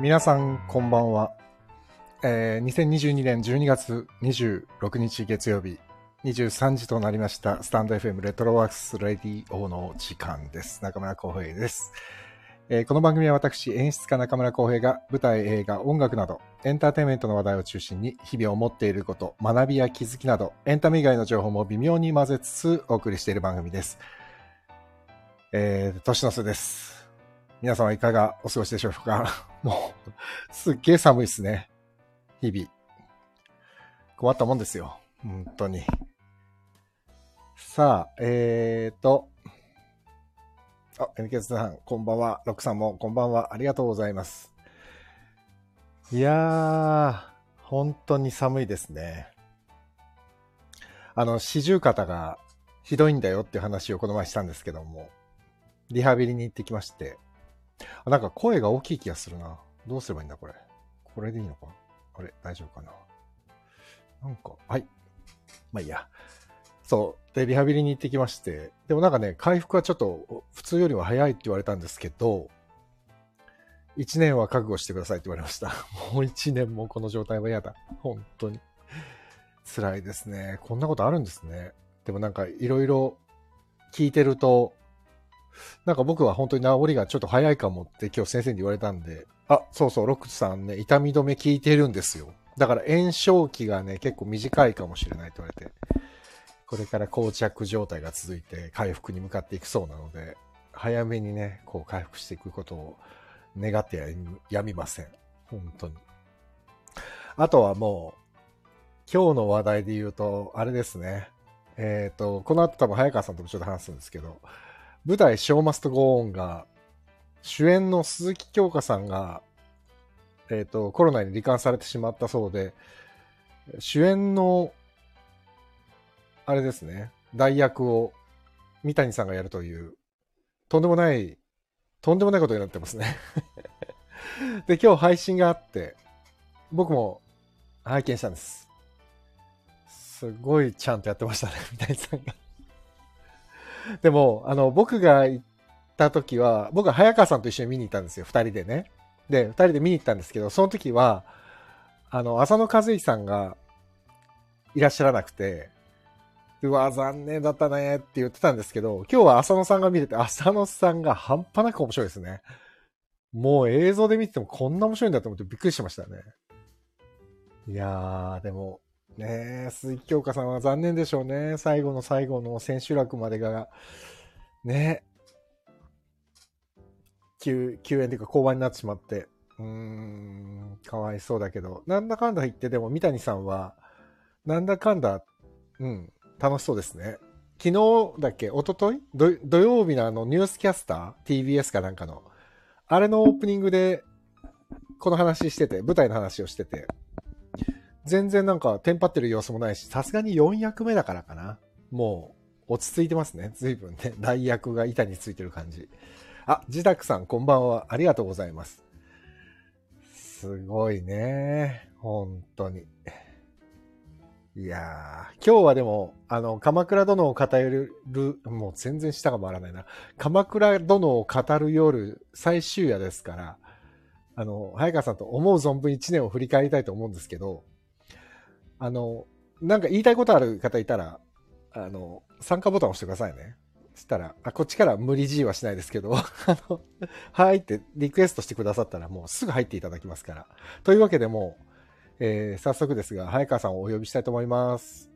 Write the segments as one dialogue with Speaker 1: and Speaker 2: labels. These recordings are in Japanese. Speaker 1: 皆さん、こんばんは。えー、2022年12月26日月曜日、23時となりました、スタンド FM レトロワークスレディオの時間です。中村浩平です。えー、この番組は私、演出家中村浩平が舞台、映画、音楽など、エンターテインメントの話題を中心に、日々思っていること、学びや気づきなど、エンタメ以外の情報も微妙に混ぜつつお送りしている番組です。えー、年の瀬です。皆様いかがお過ごしでしょうかもう、すっげえ寒いですね。日々。困ったもんですよ。本当に。さあ、えーと、あ、NK さん、こんばんは。ロックさんも、こんばんは。ありがとうございます。いやー、本当に寒いですね。あの、四十肩がひどいんだよっていう話をこの前したんですけども、リハビリに行ってきまして、あなんか声が大きい気がするな。どうすればいいんだ、これ。これでいいのかあれ、大丈夫かな。なんか、はい。まあいいや。そう。で、リハビリに行ってきまして、でもなんかね、回復はちょっと普通よりは早いって言われたんですけど、1年は覚悟してくださいって言われました。 もう1年もこの状態は嫌だ。本当に。辛いですね。こんなことあるんですね。でもなんかいろいろ聞いてると、なんか僕は本当に治りがちょっと早いかもって今日先生に言われたんで、あ、そうそう、ロックさんね、痛み止め効いてるんですよ。だから炎症期がね、結構短いかもしれないと言われて。これから膠着状態が続いて回復に向かっていくそうなので、早めにね、こう回復していくことを願ってやみません。本当に。あとはもう、今日の話題で言うと、あれですね。えっ、ー、と、この後多分早川さんともちょっと話すんですけど、舞台ショーマストゴーンが、主演の鈴木京香さんが、えっ、ー、と、コロナに罹患されてしまったそうで、主演のあれですね、代役を三谷さんがやるという、とんでもない、とんでもないことになってますね で、今日配信があって、僕も拝見したんです。すごいちゃんとやってましたね、三谷さんが でも、あの、僕が行った時は、僕は早川さんと一緒に見に行ったんですよ、2人でね。で、2人で見に行ったんですけど、その時は、あの、浅野和之さんがいらっしゃらなくて、うわ、残念だったねって言ってたんですけど、今日は浅野さんが見れて、浅野さんが半端なく面白いですね。もう映像で見ててもこんな面白いんだと思ってびっくりしましたね。いやー、でも、ね鈴木京香さんは残念でしょうね。最後の最後の千秋楽までが、ね休、休園というか降板になってしまって、うーん、かわいそうだけど、なんだかんだ言ってでも三谷さんは、なんだかんだ、うん、楽しそうですね。昨日だっけ一昨日土曜日のあのニュースキャスター ?TBS かなんかの。あれのオープニングで、この話してて、舞台の話をしてて。全然なんかテンパってる様子もないし、さすがに4役目だからかな。もう、落ち着いてますね。随分ね。 代役が板についてる感じ。あ、自宅さんこんばんは。ありがとうございます。すごいね。本当に。いやー、今日はでも、あの、鎌倉殿を語る、もう全然舌が回らないな。鎌倉殿を語る夜、最終夜ですから、あの、早川さんと思う存分1年を振り返りたいと思うんですけど、あの、なんか言いたいことある方いたら、あの、参加ボタン押してくださいね。そしたら、あ、こっちから無理 G はしないですけど、あ の、はいってリクエストしてくださったら、もうすぐ入っていただきますから。というわけでもう、えー、早速ですが、早川さんをお呼びしたいと思います。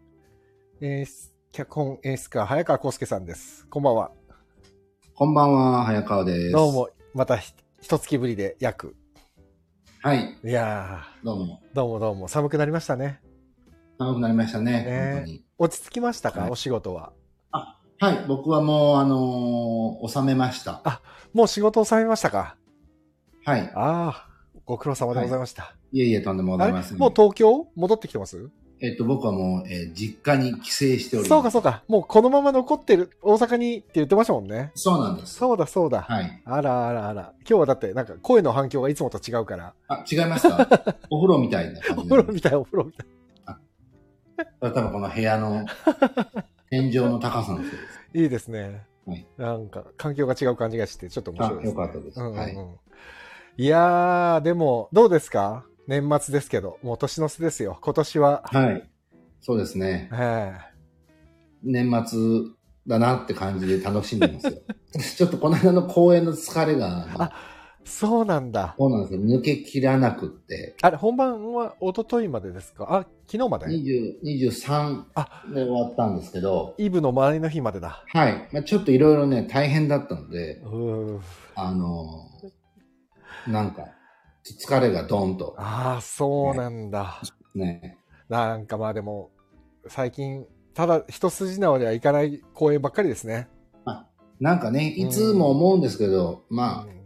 Speaker 1: えー、脚本演出家、早川康介さんです。こんばんは。
Speaker 2: こんばんは、早川です。
Speaker 1: どうも、またひ、一月ぶりで約。
Speaker 2: はい。
Speaker 1: いや
Speaker 2: どうも。
Speaker 1: どうもどうも、寒くなりましたね。
Speaker 2: 寒くなりましたね、ね本当に。
Speaker 1: 落ち着きましたか、はい、お仕事は。
Speaker 2: あ、はい、僕はもう、あのー、収めました。
Speaker 1: あ、もう仕事収めましたか
Speaker 2: はい。、
Speaker 1: ああ、ご苦労様でございました。はい
Speaker 2: いえいえ、とんでもございません、ね。
Speaker 1: もう東京戻ってきてます
Speaker 2: えっと、僕はもう、えー、実家に帰省しております。
Speaker 1: そうか、そうか。もうこのまま残ってる、大阪にって言ってましたもんね。
Speaker 2: そうなんです。
Speaker 1: そうだ、そうだ。
Speaker 2: はい。
Speaker 1: あらあらあら。今日はだって、なんか声の反響がいつもと違うから。
Speaker 2: あ、違いました。 お風呂みたいな感
Speaker 1: じ。お風呂みたい、お風呂みたい。あ、
Speaker 2: 多分この部 屋の、天井の高さのせいです。
Speaker 1: いいですね。
Speaker 2: はい。
Speaker 1: なんか、環境が違う感じがして、ちょっと面白いです、ね。
Speaker 2: あ、よかったです。うんうん、はい。
Speaker 1: いやー、でも、どうですか年末ですけど、もう年の瀬ですよ。今年は。
Speaker 2: はい。そうですね。
Speaker 1: え
Speaker 2: 年末だなって感じで楽しんでま すよ。ちょっとこの間の公演の疲れが、
Speaker 1: えそうなんだ。
Speaker 2: そうなんですよ。抜けきらなくって。
Speaker 1: あれ、本番は一昨日までですかあ、昨日まで、
Speaker 2: 20 23
Speaker 1: あ
Speaker 2: で終わったんですけど、
Speaker 1: イブの周りの日までだ。
Speaker 2: はい。まあ、ちょっといろいろね、大変だったので
Speaker 1: う、ーん。
Speaker 2: あのーなんか、疲れがドーンと、
Speaker 1: ああ、そうなんだ。
Speaker 2: ね。
Speaker 1: なんかまあでも、最近、ただ一筋縄ではいかない公演ばっかりですね。
Speaker 2: なんかね、いつも思うんですけど、まあ、
Speaker 1: うん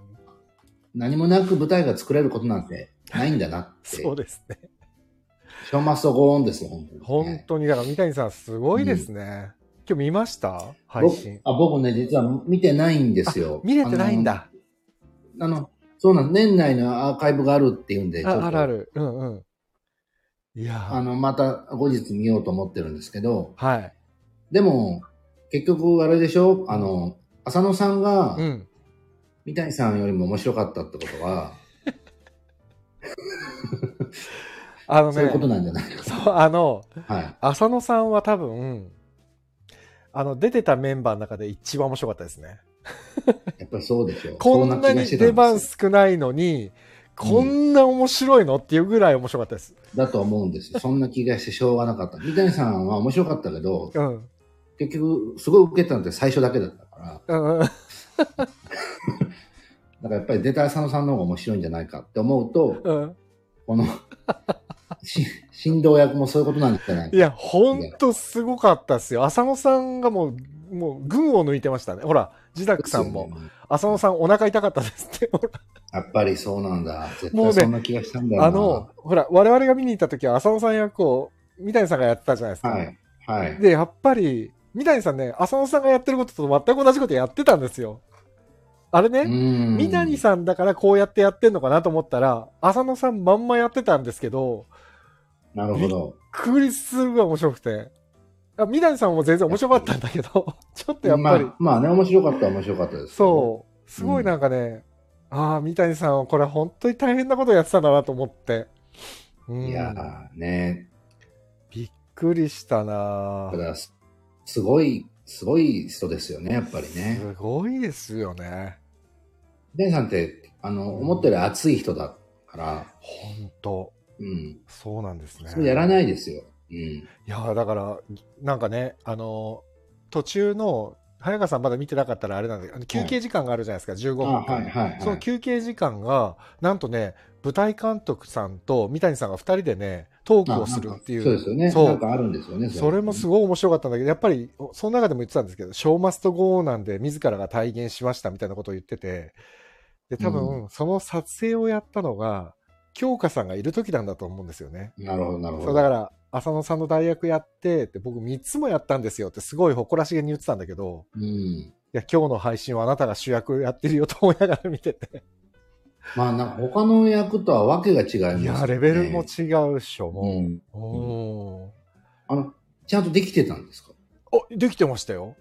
Speaker 2: 何もなく舞台が作れることなんてないんだなって。
Speaker 1: そうですね。
Speaker 2: ショーマストゴーンですよ、本当に、
Speaker 1: 本当に、だから三谷さんすごいですね。今日見ました配信。
Speaker 2: 僕あ僕ね、実は見てないんですよ。
Speaker 1: 見れてないんだ。
Speaker 2: あの。あの、そうなんです。年内のアーカイブがあるっていうんで、ちょっと
Speaker 1: ああるある。うんうん。いやー
Speaker 2: あの、また後日見ようと思ってるんですけど、
Speaker 1: はい。
Speaker 2: でも、結局あれでしょあの、浅野さんが
Speaker 1: う、ん。
Speaker 2: 三谷さんよりも面白かったってことは、
Speaker 1: あのね、
Speaker 2: そういうことなんじゃないか。
Speaker 1: そうあの、
Speaker 2: はい。
Speaker 1: 浅野さんは多分、あの、出てたメンバーの中で一番面白かったですね。
Speaker 2: やっぱりそうでしょ
Speaker 1: こんなに出番少ないのに、こんな面白いのっていうぐらい面白かったです。
Speaker 2: だと思うんですよ。そんな気がしてしょうがなかった。三谷さんは面白かったけど、
Speaker 1: うん。
Speaker 2: 結局、すごい受けたのって最初だけだったから、だか
Speaker 1: うんうん
Speaker 2: らやっぱり出た浅野さんの方が面白いんじゃないかって思うと、
Speaker 1: うん。
Speaker 2: この、 し振動役もそういうことなんじゃない
Speaker 1: い
Speaker 2: か。
Speaker 1: や、ほんとすごかったですよ。浅野さんがもう、もう、群を抜いてましたね。ほら、ジダックさんも、浅野さんお腹痛かったですって。ほら
Speaker 2: やっぱりそうなんだ。絶
Speaker 1: もう
Speaker 2: 対
Speaker 1: ね
Speaker 2: そんな気がしたんだよ な。
Speaker 1: あの、ほら、我々が見に行った時は浅野さん役を、三谷さんがやってたじゃないですか。
Speaker 2: はい。はい。
Speaker 1: で、やっぱり、三谷さんね、浅野さんがやってることと全く同じことやってたんですよ。あれね、
Speaker 2: うん
Speaker 1: 三谷さんだからこうやってやってんのかなと思ったら、浅野さんまんまやってたんですけど、
Speaker 2: なるほど。
Speaker 1: クリスが面白くて。あ三谷さんも全然面白かったんだけど、 ちょっとやっぱり、
Speaker 2: まあ、まあね、面白かったは面白かったです。
Speaker 1: そう、すごいなんかね、ああ、三谷さんはこれ本当に大変なことやってたんだなと思って。うん、
Speaker 2: いやーね、
Speaker 1: びっくりしたな
Speaker 2: だからすすごい、すごい人ですよね、やっぱりね。
Speaker 1: すごいですよね。
Speaker 2: デンさんって、あの、思ったより熱い人だから、
Speaker 1: 本当
Speaker 2: うん。
Speaker 1: そうなんですね。
Speaker 2: そうやらないですよ。うん。
Speaker 1: いやーだからなんかねあのー途中の早川さんまだ見てなかったらあれなんだけどあの休憩時間があるじゃないですか、15
Speaker 2: あ、
Speaker 1: 分間、
Speaker 2: はいはいはい。
Speaker 1: その休憩時間がなんとね舞台監督さんと三谷さんが2人でねトークをするってい
Speaker 2: あ
Speaker 1: う
Speaker 2: なんかそうですよ
Speaker 1: そう
Speaker 2: ね。なんかあるんですよね。
Speaker 1: それもす
Speaker 2: ごい。
Speaker 1: ごい面白かったんだけどやっぱりその中でも言ってたんですけど「ショーマストゴー」なんで自らが体現しましたみたいなことを言っててで多分、その撮影をやったのが京香さんがいる時なんだと思うんですよね。
Speaker 2: なるほど、なるほど。
Speaker 1: そうだから浅野さんの代役やってって僕3つもやったんですよってすごい誇らしげに言ってたんだけど
Speaker 2: うん。
Speaker 1: いや今日の配信はあなたが主役やってるよと思いながら見てて
Speaker 2: まあ、なんか他の役とはわけが違います、ね。
Speaker 1: いやレベルも違うっしょも
Speaker 2: うん。
Speaker 1: う、おー
Speaker 2: あの、ちゃんとできてたんですか
Speaker 1: おできてましたよ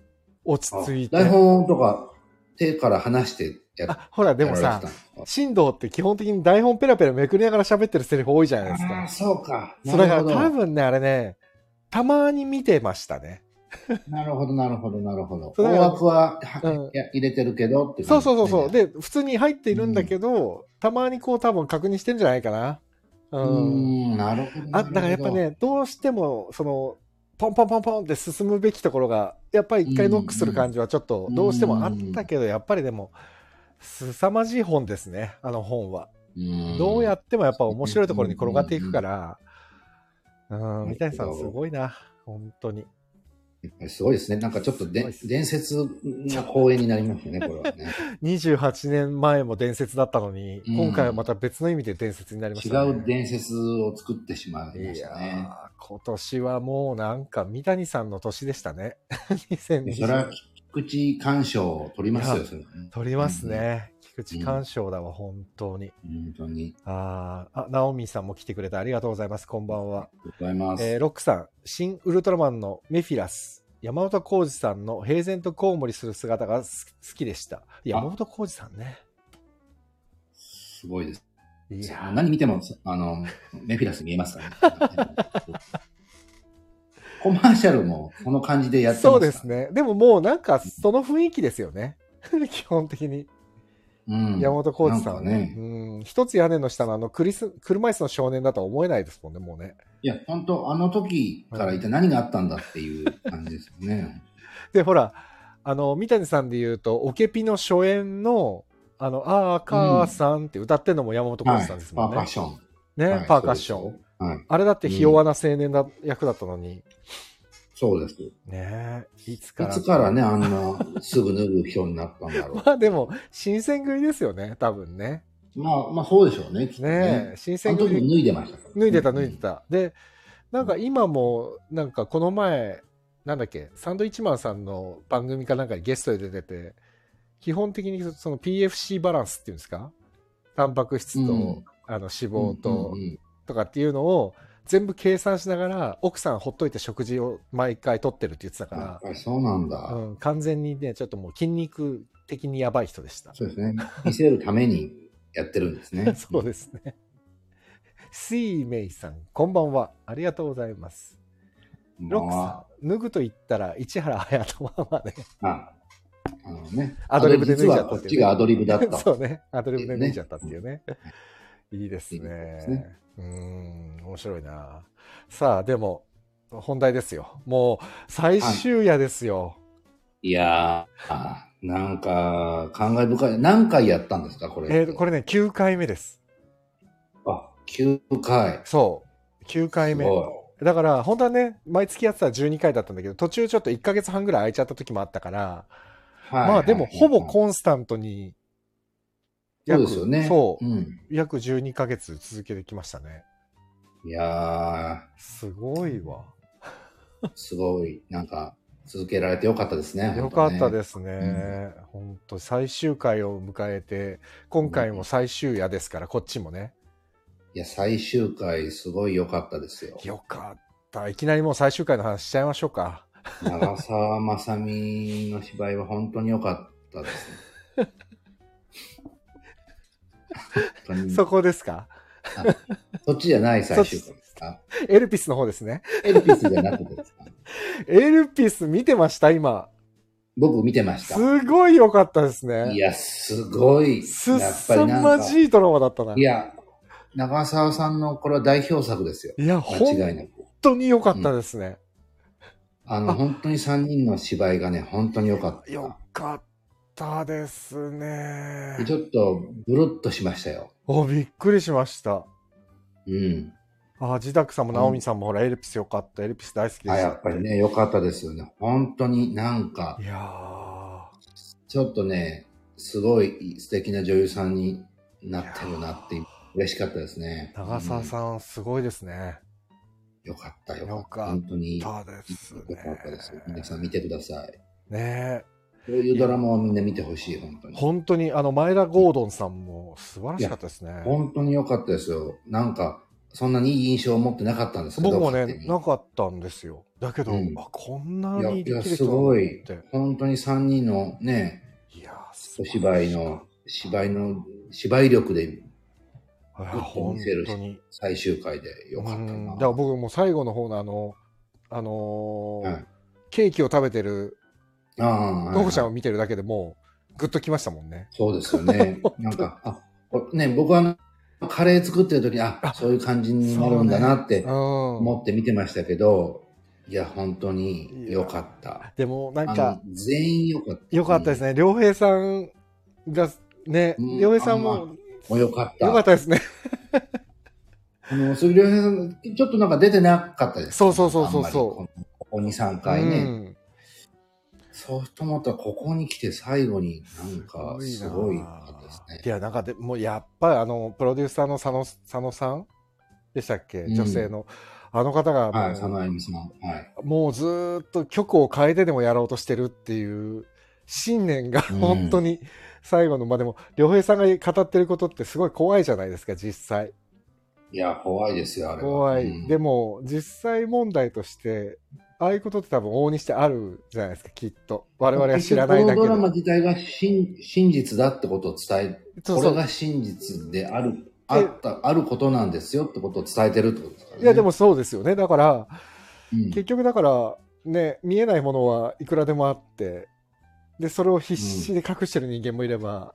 Speaker 1: 落ち着いて
Speaker 2: あ台本とか、手から離してやっ
Speaker 1: あほらでも
Speaker 2: やら
Speaker 1: さ
Speaker 2: れてたの
Speaker 1: 進藤って基本的に台本ペラペラめくりながら喋ってるセリフ多いじゃないです
Speaker 2: ああー、
Speaker 1: か
Speaker 2: そうか。
Speaker 1: そうだ
Speaker 2: な
Speaker 1: か
Speaker 2: る
Speaker 1: ら
Speaker 2: ほど。
Speaker 1: 多分ねあれねたまに見てましたね
Speaker 2: なるほど、なるほど、なるほど。
Speaker 1: そ
Speaker 2: 大
Speaker 1: うだから
Speaker 2: 枠は、
Speaker 1: う
Speaker 2: は
Speaker 1: ん
Speaker 2: いや入れてるけどって
Speaker 1: そ
Speaker 2: 感
Speaker 1: う
Speaker 2: じ
Speaker 1: そうそうそう。
Speaker 2: ですね、
Speaker 1: で、普通に入っているんだけど、たまにこう多分確認してんじゃないかな。う。
Speaker 2: うんーん、なるほど。
Speaker 1: あ、だからやっぱね、どうしても、その、ポンポンポンポンって進むべきところが、やっぱり一回ノックする感じはちょっと、
Speaker 2: うん
Speaker 1: どうしてもあったけど、やっぱりでも、凄まじい本ですね、あの本は。
Speaker 2: なるほど、ん
Speaker 1: どうやってもやっぱ面白いところに転がっていくから、うん、三谷さんすごいな、本当に。
Speaker 2: すごいですね。なんかちょっ
Speaker 1: す
Speaker 2: と
Speaker 1: ごい
Speaker 2: で
Speaker 1: です
Speaker 2: 伝説の公演になりますよね、これは ね。
Speaker 1: 28年前も伝説だったのに、
Speaker 2: うん
Speaker 1: 今回はまた別の意味で伝説になりま
Speaker 2: 違
Speaker 1: した、ね。
Speaker 2: う伝説を作ってしまいま
Speaker 1: い
Speaker 2: し
Speaker 1: や
Speaker 2: た
Speaker 1: ー
Speaker 2: ね。
Speaker 1: 今年はもうなんか三谷さんの年でした ね。
Speaker 2: でそれは
Speaker 1: 2020
Speaker 2: 菊池鑑賞を取りますよ、それはね。
Speaker 1: 取りますね。菊池鑑賞だわ、本当に。
Speaker 2: 本当に。
Speaker 1: あーあ、ナオミさんも来てくれてありがとうございます。こんばんは。
Speaker 2: ありがとうございます。
Speaker 1: えーロックさん、新ウルトラマンのメフィラス。山本浩二さんの平然とコウモリする姿がす好きでした。山本浩二さんね。
Speaker 2: すすごいです。
Speaker 1: いや
Speaker 2: 何見ても、あの、メフィラス見えますからね。 コマーシャルもこの感じでやってます
Speaker 1: そうです。ね。でももうなんかその雰囲気ですよね。 基本的に。
Speaker 2: うん。
Speaker 1: 山本浩二さんはね
Speaker 2: なんかね
Speaker 1: うん。一つ屋根の下のあのクリス、車椅子の少年だとは思えないですもんね、もうね。
Speaker 2: いや、本当あの時から一体何があったんだっていう感じですよね。
Speaker 1: で、ほら、あの、三谷さんで言うと、オケピの初演の、あの、あー、母さんって歌ってんのも山本浩
Speaker 2: は
Speaker 1: 二
Speaker 2: い。
Speaker 1: さんです
Speaker 2: パ
Speaker 1: もん
Speaker 2: ーカ
Speaker 1: ね。
Speaker 2: ッション。は
Speaker 1: ね
Speaker 2: い、
Speaker 1: パーカッション。。
Speaker 2: はい。
Speaker 1: あれだってひ弱な青年だ役だったのに。
Speaker 2: そうです。い
Speaker 1: ねえ、いつから。
Speaker 2: つからね、あんな、すぐ脱ぐ人になったん だろう。
Speaker 1: まあでも、新選組ですよね、多分ね。
Speaker 2: まあ、まあ、そうでしょうね、きっと
Speaker 1: ねえ
Speaker 2: ね。
Speaker 1: 新
Speaker 2: あ
Speaker 1: 選
Speaker 2: の時
Speaker 1: 組
Speaker 2: も脱いでましたからね
Speaker 1: 脱いでた脱いでた、でなんか今もなんかこの前なんだっけサンドイッチマンさんの番組かなんかにゲストで出てて基本的にその PFC バランスっていうんですかタンパク質と、
Speaker 2: うん
Speaker 1: あの脂肪と、
Speaker 2: うんうん
Speaker 1: とかっていうのを全部計算しながら奥さんほっといて食事を毎回取ってるって言ってた
Speaker 2: うんや
Speaker 1: か
Speaker 2: っぱりそうなんだ。
Speaker 1: ら、うん、完全にねちょっともう筋肉的にやばい人でした
Speaker 2: そうですね。見せるためにやってるんですね。
Speaker 1: そうですね。シーメイさん、こんばんは。ありがとうございます。ロック
Speaker 2: ま
Speaker 1: さん、脱ぐと言ったら市原隼人ママね。
Speaker 2: あ、ああのね。
Speaker 1: アドリブで脱いじゃった
Speaker 2: 実はこ
Speaker 1: っ
Speaker 2: って
Speaker 1: いうね
Speaker 2: ちがアドリブだった。
Speaker 1: そうね。アドリブで脱いじゃったっていうね。いいですね。うーん、面白いな。さあ、でも、本題ですよ。もう、最終夜ですよ。
Speaker 2: いやー、なんか、感慨深い。何回やったんですか、これ。
Speaker 1: えーと、これね、9回目です。
Speaker 2: あ、9回。
Speaker 1: そう。9回目
Speaker 2: す。ご
Speaker 1: だから、本当はね、毎月やってたら12回だったんだけど、途中ちょっと1ヶ月半ぐらい空いちゃった時もあったから、
Speaker 2: いはい
Speaker 1: まあでも、ほぼ
Speaker 2: そ
Speaker 1: コンスタントに、
Speaker 2: うですよね。。
Speaker 1: そう
Speaker 2: ん。
Speaker 1: う、約12ヶ月続けてきましたね。
Speaker 2: いや
Speaker 1: すごいわ。
Speaker 2: ー、すごい。なんか、続けられてよかったですね。
Speaker 1: よかった
Speaker 2: す。
Speaker 1: ですね。本当最終回を迎えて、今回も最終夜ですから、こっちもね。
Speaker 2: いや、最終回、すごい良かったですよ。
Speaker 1: よかった。いきなりもう最終回の話しちゃいましょうか。
Speaker 2: 長澤まさみの芝居は本当に良かったですね。 本当に
Speaker 1: そこですか
Speaker 2: そっちじゃない最終回ですか
Speaker 1: エルピスの方ですね。
Speaker 2: エルピスじゃなくてですか
Speaker 1: エルピス見てました今。
Speaker 2: 僕見てました。
Speaker 1: すごい良かったです
Speaker 2: い
Speaker 1: ね。
Speaker 2: や、すごい。
Speaker 1: すっ
Speaker 2: やっぱり
Speaker 1: さ
Speaker 2: なん
Speaker 1: ま
Speaker 2: か。
Speaker 1: じいドラマだったな。
Speaker 2: いや、長澤さんのこれは代表作ですよ。
Speaker 1: いや、
Speaker 2: 間違
Speaker 1: 本
Speaker 2: いなく。
Speaker 1: 当に良かったですね。
Speaker 2: あ
Speaker 1: あ
Speaker 2: の、本当に3人の芝居がね、本当に良かっ
Speaker 1: よ
Speaker 2: た。
Speaker 1: かったですね。
Speaker 2: ちょっと、ブルッとしましたよ。
Speaker 1: お、びっくりしました。
Speaker 2: うん。
Speaker 1: あ、ジダックさんもナオミさんもほら、エルピスよかった。エルピス大好きで
Speaker 2: あ、
Speaker 1: し
Speaker 2: や
Speaker 1: た
Speaker 2: っ。ぱりね、良かったですよね。本当になんか
Speaker 1: い、やー
Speaker 2: ちょっとね、すごい素敵な女優さんになってるなって、嬉しかったですね。
Speaker 1: 長澤
Speaker 2: ん。
Speaker 1: さん、すごいですね。
Speaker 2: よかった、よ
Speaker 1: よかっ
Speaker 2: かったた。本当に、よか
Speaker 1: たですね。
Speaker 2: ったです。皆さん見てください。
Speaker 1: ねえ
Speaker 2: こういうドラマをみんな見てほしい、本当に。
Speaker 1: 本当に、あの、前田ゴードンさんも素晴らしかったですね。
Speaker 2: 本当に良かったですよ。なんか、そんなにいい印象を持ってなかったんですけど、
Speaker 1: 僕もね
Speaker 2: 勝手、に
Speaker 1: なかったんですよ。だけど、
Speaker 2: うん
Speaker 1: あこんない
Speaker 2: や
Speaker 1: に
Speaker 2: い
Speaker 1: で
Speaker 2: や、
Speaker 1: きる
Speaker 2: す
Speaker 1: 人なん
Speaker 2: ご
Speaker 1: だ
Speaker 2: い
Speaker 1: って。。
Speaker 2: 本当に3人のね、
Speaker 1: いやー、素
Speaker 2: お
Speaker 1: 晴
Speaker 2: 芝
Speaker 1: ら
Speaker 2: 居
Speaker 1: しかった
Speaker 2: の、芝居の、芝居力で
Speaker 1: いや
Speaker 2: グッと
Speaker 1: 本
Speaker 2: 見せるし
Speaker 1: 当に。
Speaker 2: 最終回で良かった
Speaker 1: うん
Speaker 2: な。
Speaker 1: だから僕も最後の方のあの、あのー
Speaker 2: はい
Speaker 1: ケーキを食べてる
Speaker 2: ああ、はいはい
Speaker 1: のほちゃんを見てるだけでもうグッときましたもんね。
Speaker 2: そうですよ ね。なんか、あ、こね、僕はあのカレー作ってる時に、あ、そういう感じになるんだなって
Speaker 1: うん。
Speaker 2: 思って見てましたけど、いや、本当に良かった。
Speaker 1: でもなん
Speaker 2: あ
Speaker 1: か
Speaker 2: の全員良かった。
Speaker 1: 良かったです
Speaker 2: ね。
Speaker 1: ね。良平さんがね、
Speaker 2: うん
Speaker 1: 良平さん
Speaker 2: あ
Speaker 1: も
Speaker 2: もう良かった。
Speaker 1: 良かったですね。
Speaker 2: あの、杉良平さん、ちょっとなんか出てなかったです。
Speaker 1: そうそうそうそうそう
Speaker 2: あんまりこここ2、3回ね。
Speaker 1: うん
Speaker 2: そうと思ったら、ここに来て最後になんか、すごい良かったですね
Speaker 1: い。や、なんかでもうやっぱりあの、プロデューサーの佐野佐野さんでしたっけ、
Speaker 2: うん
Speaker 1: 女性の。あの方がもう、
Speaker 2: はい、佐野あゆみさん。はい。
Speaker 1: もうずーっと曲を変えてでもやろうとしてるっていう信念が
Speaker 2: うん
Speaker 1: 本当に最後の、まあでも良平さんが語ってることってすごい怖いじゃないですか実際
Speaker 2: いや、怖いですよ、あれは。
Speaker 1: 怖い、
Speaker 2: うん
Speaker 1: でも実際問題としてああいうことって多分往々にしてあるじゃないですか、きっと。我々は知らないだけ
Speaker 2: このドラマ
Speaker 1: で。
Speaker 2: 自体が真真実だってことを伝え、
Speaker 1: そう
Speaker 2: こ
Speaker 1: そ
Speaker 2: れ
Speaker 1: う。
Speaker 2: が真実である、あった、あることなんですよってことを伝えてるってことですからね。
Speaker 1: いや、でもそうですよね。だから、
Speaker 2: うん、
Speaker 1: 結局だから、ね、見えないものはいくらでもあって、で、それを必死で隠してる人間もいれば、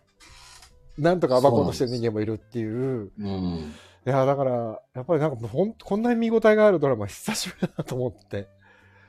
Speaker 1: なんとか暴こうとしてる人間もいるっていう。
Speaker 2: うん。
Speaker 1: いや、だから、やっぱりなんかほん、こんなに見応えがあるドラマ久しぶりだなと思って。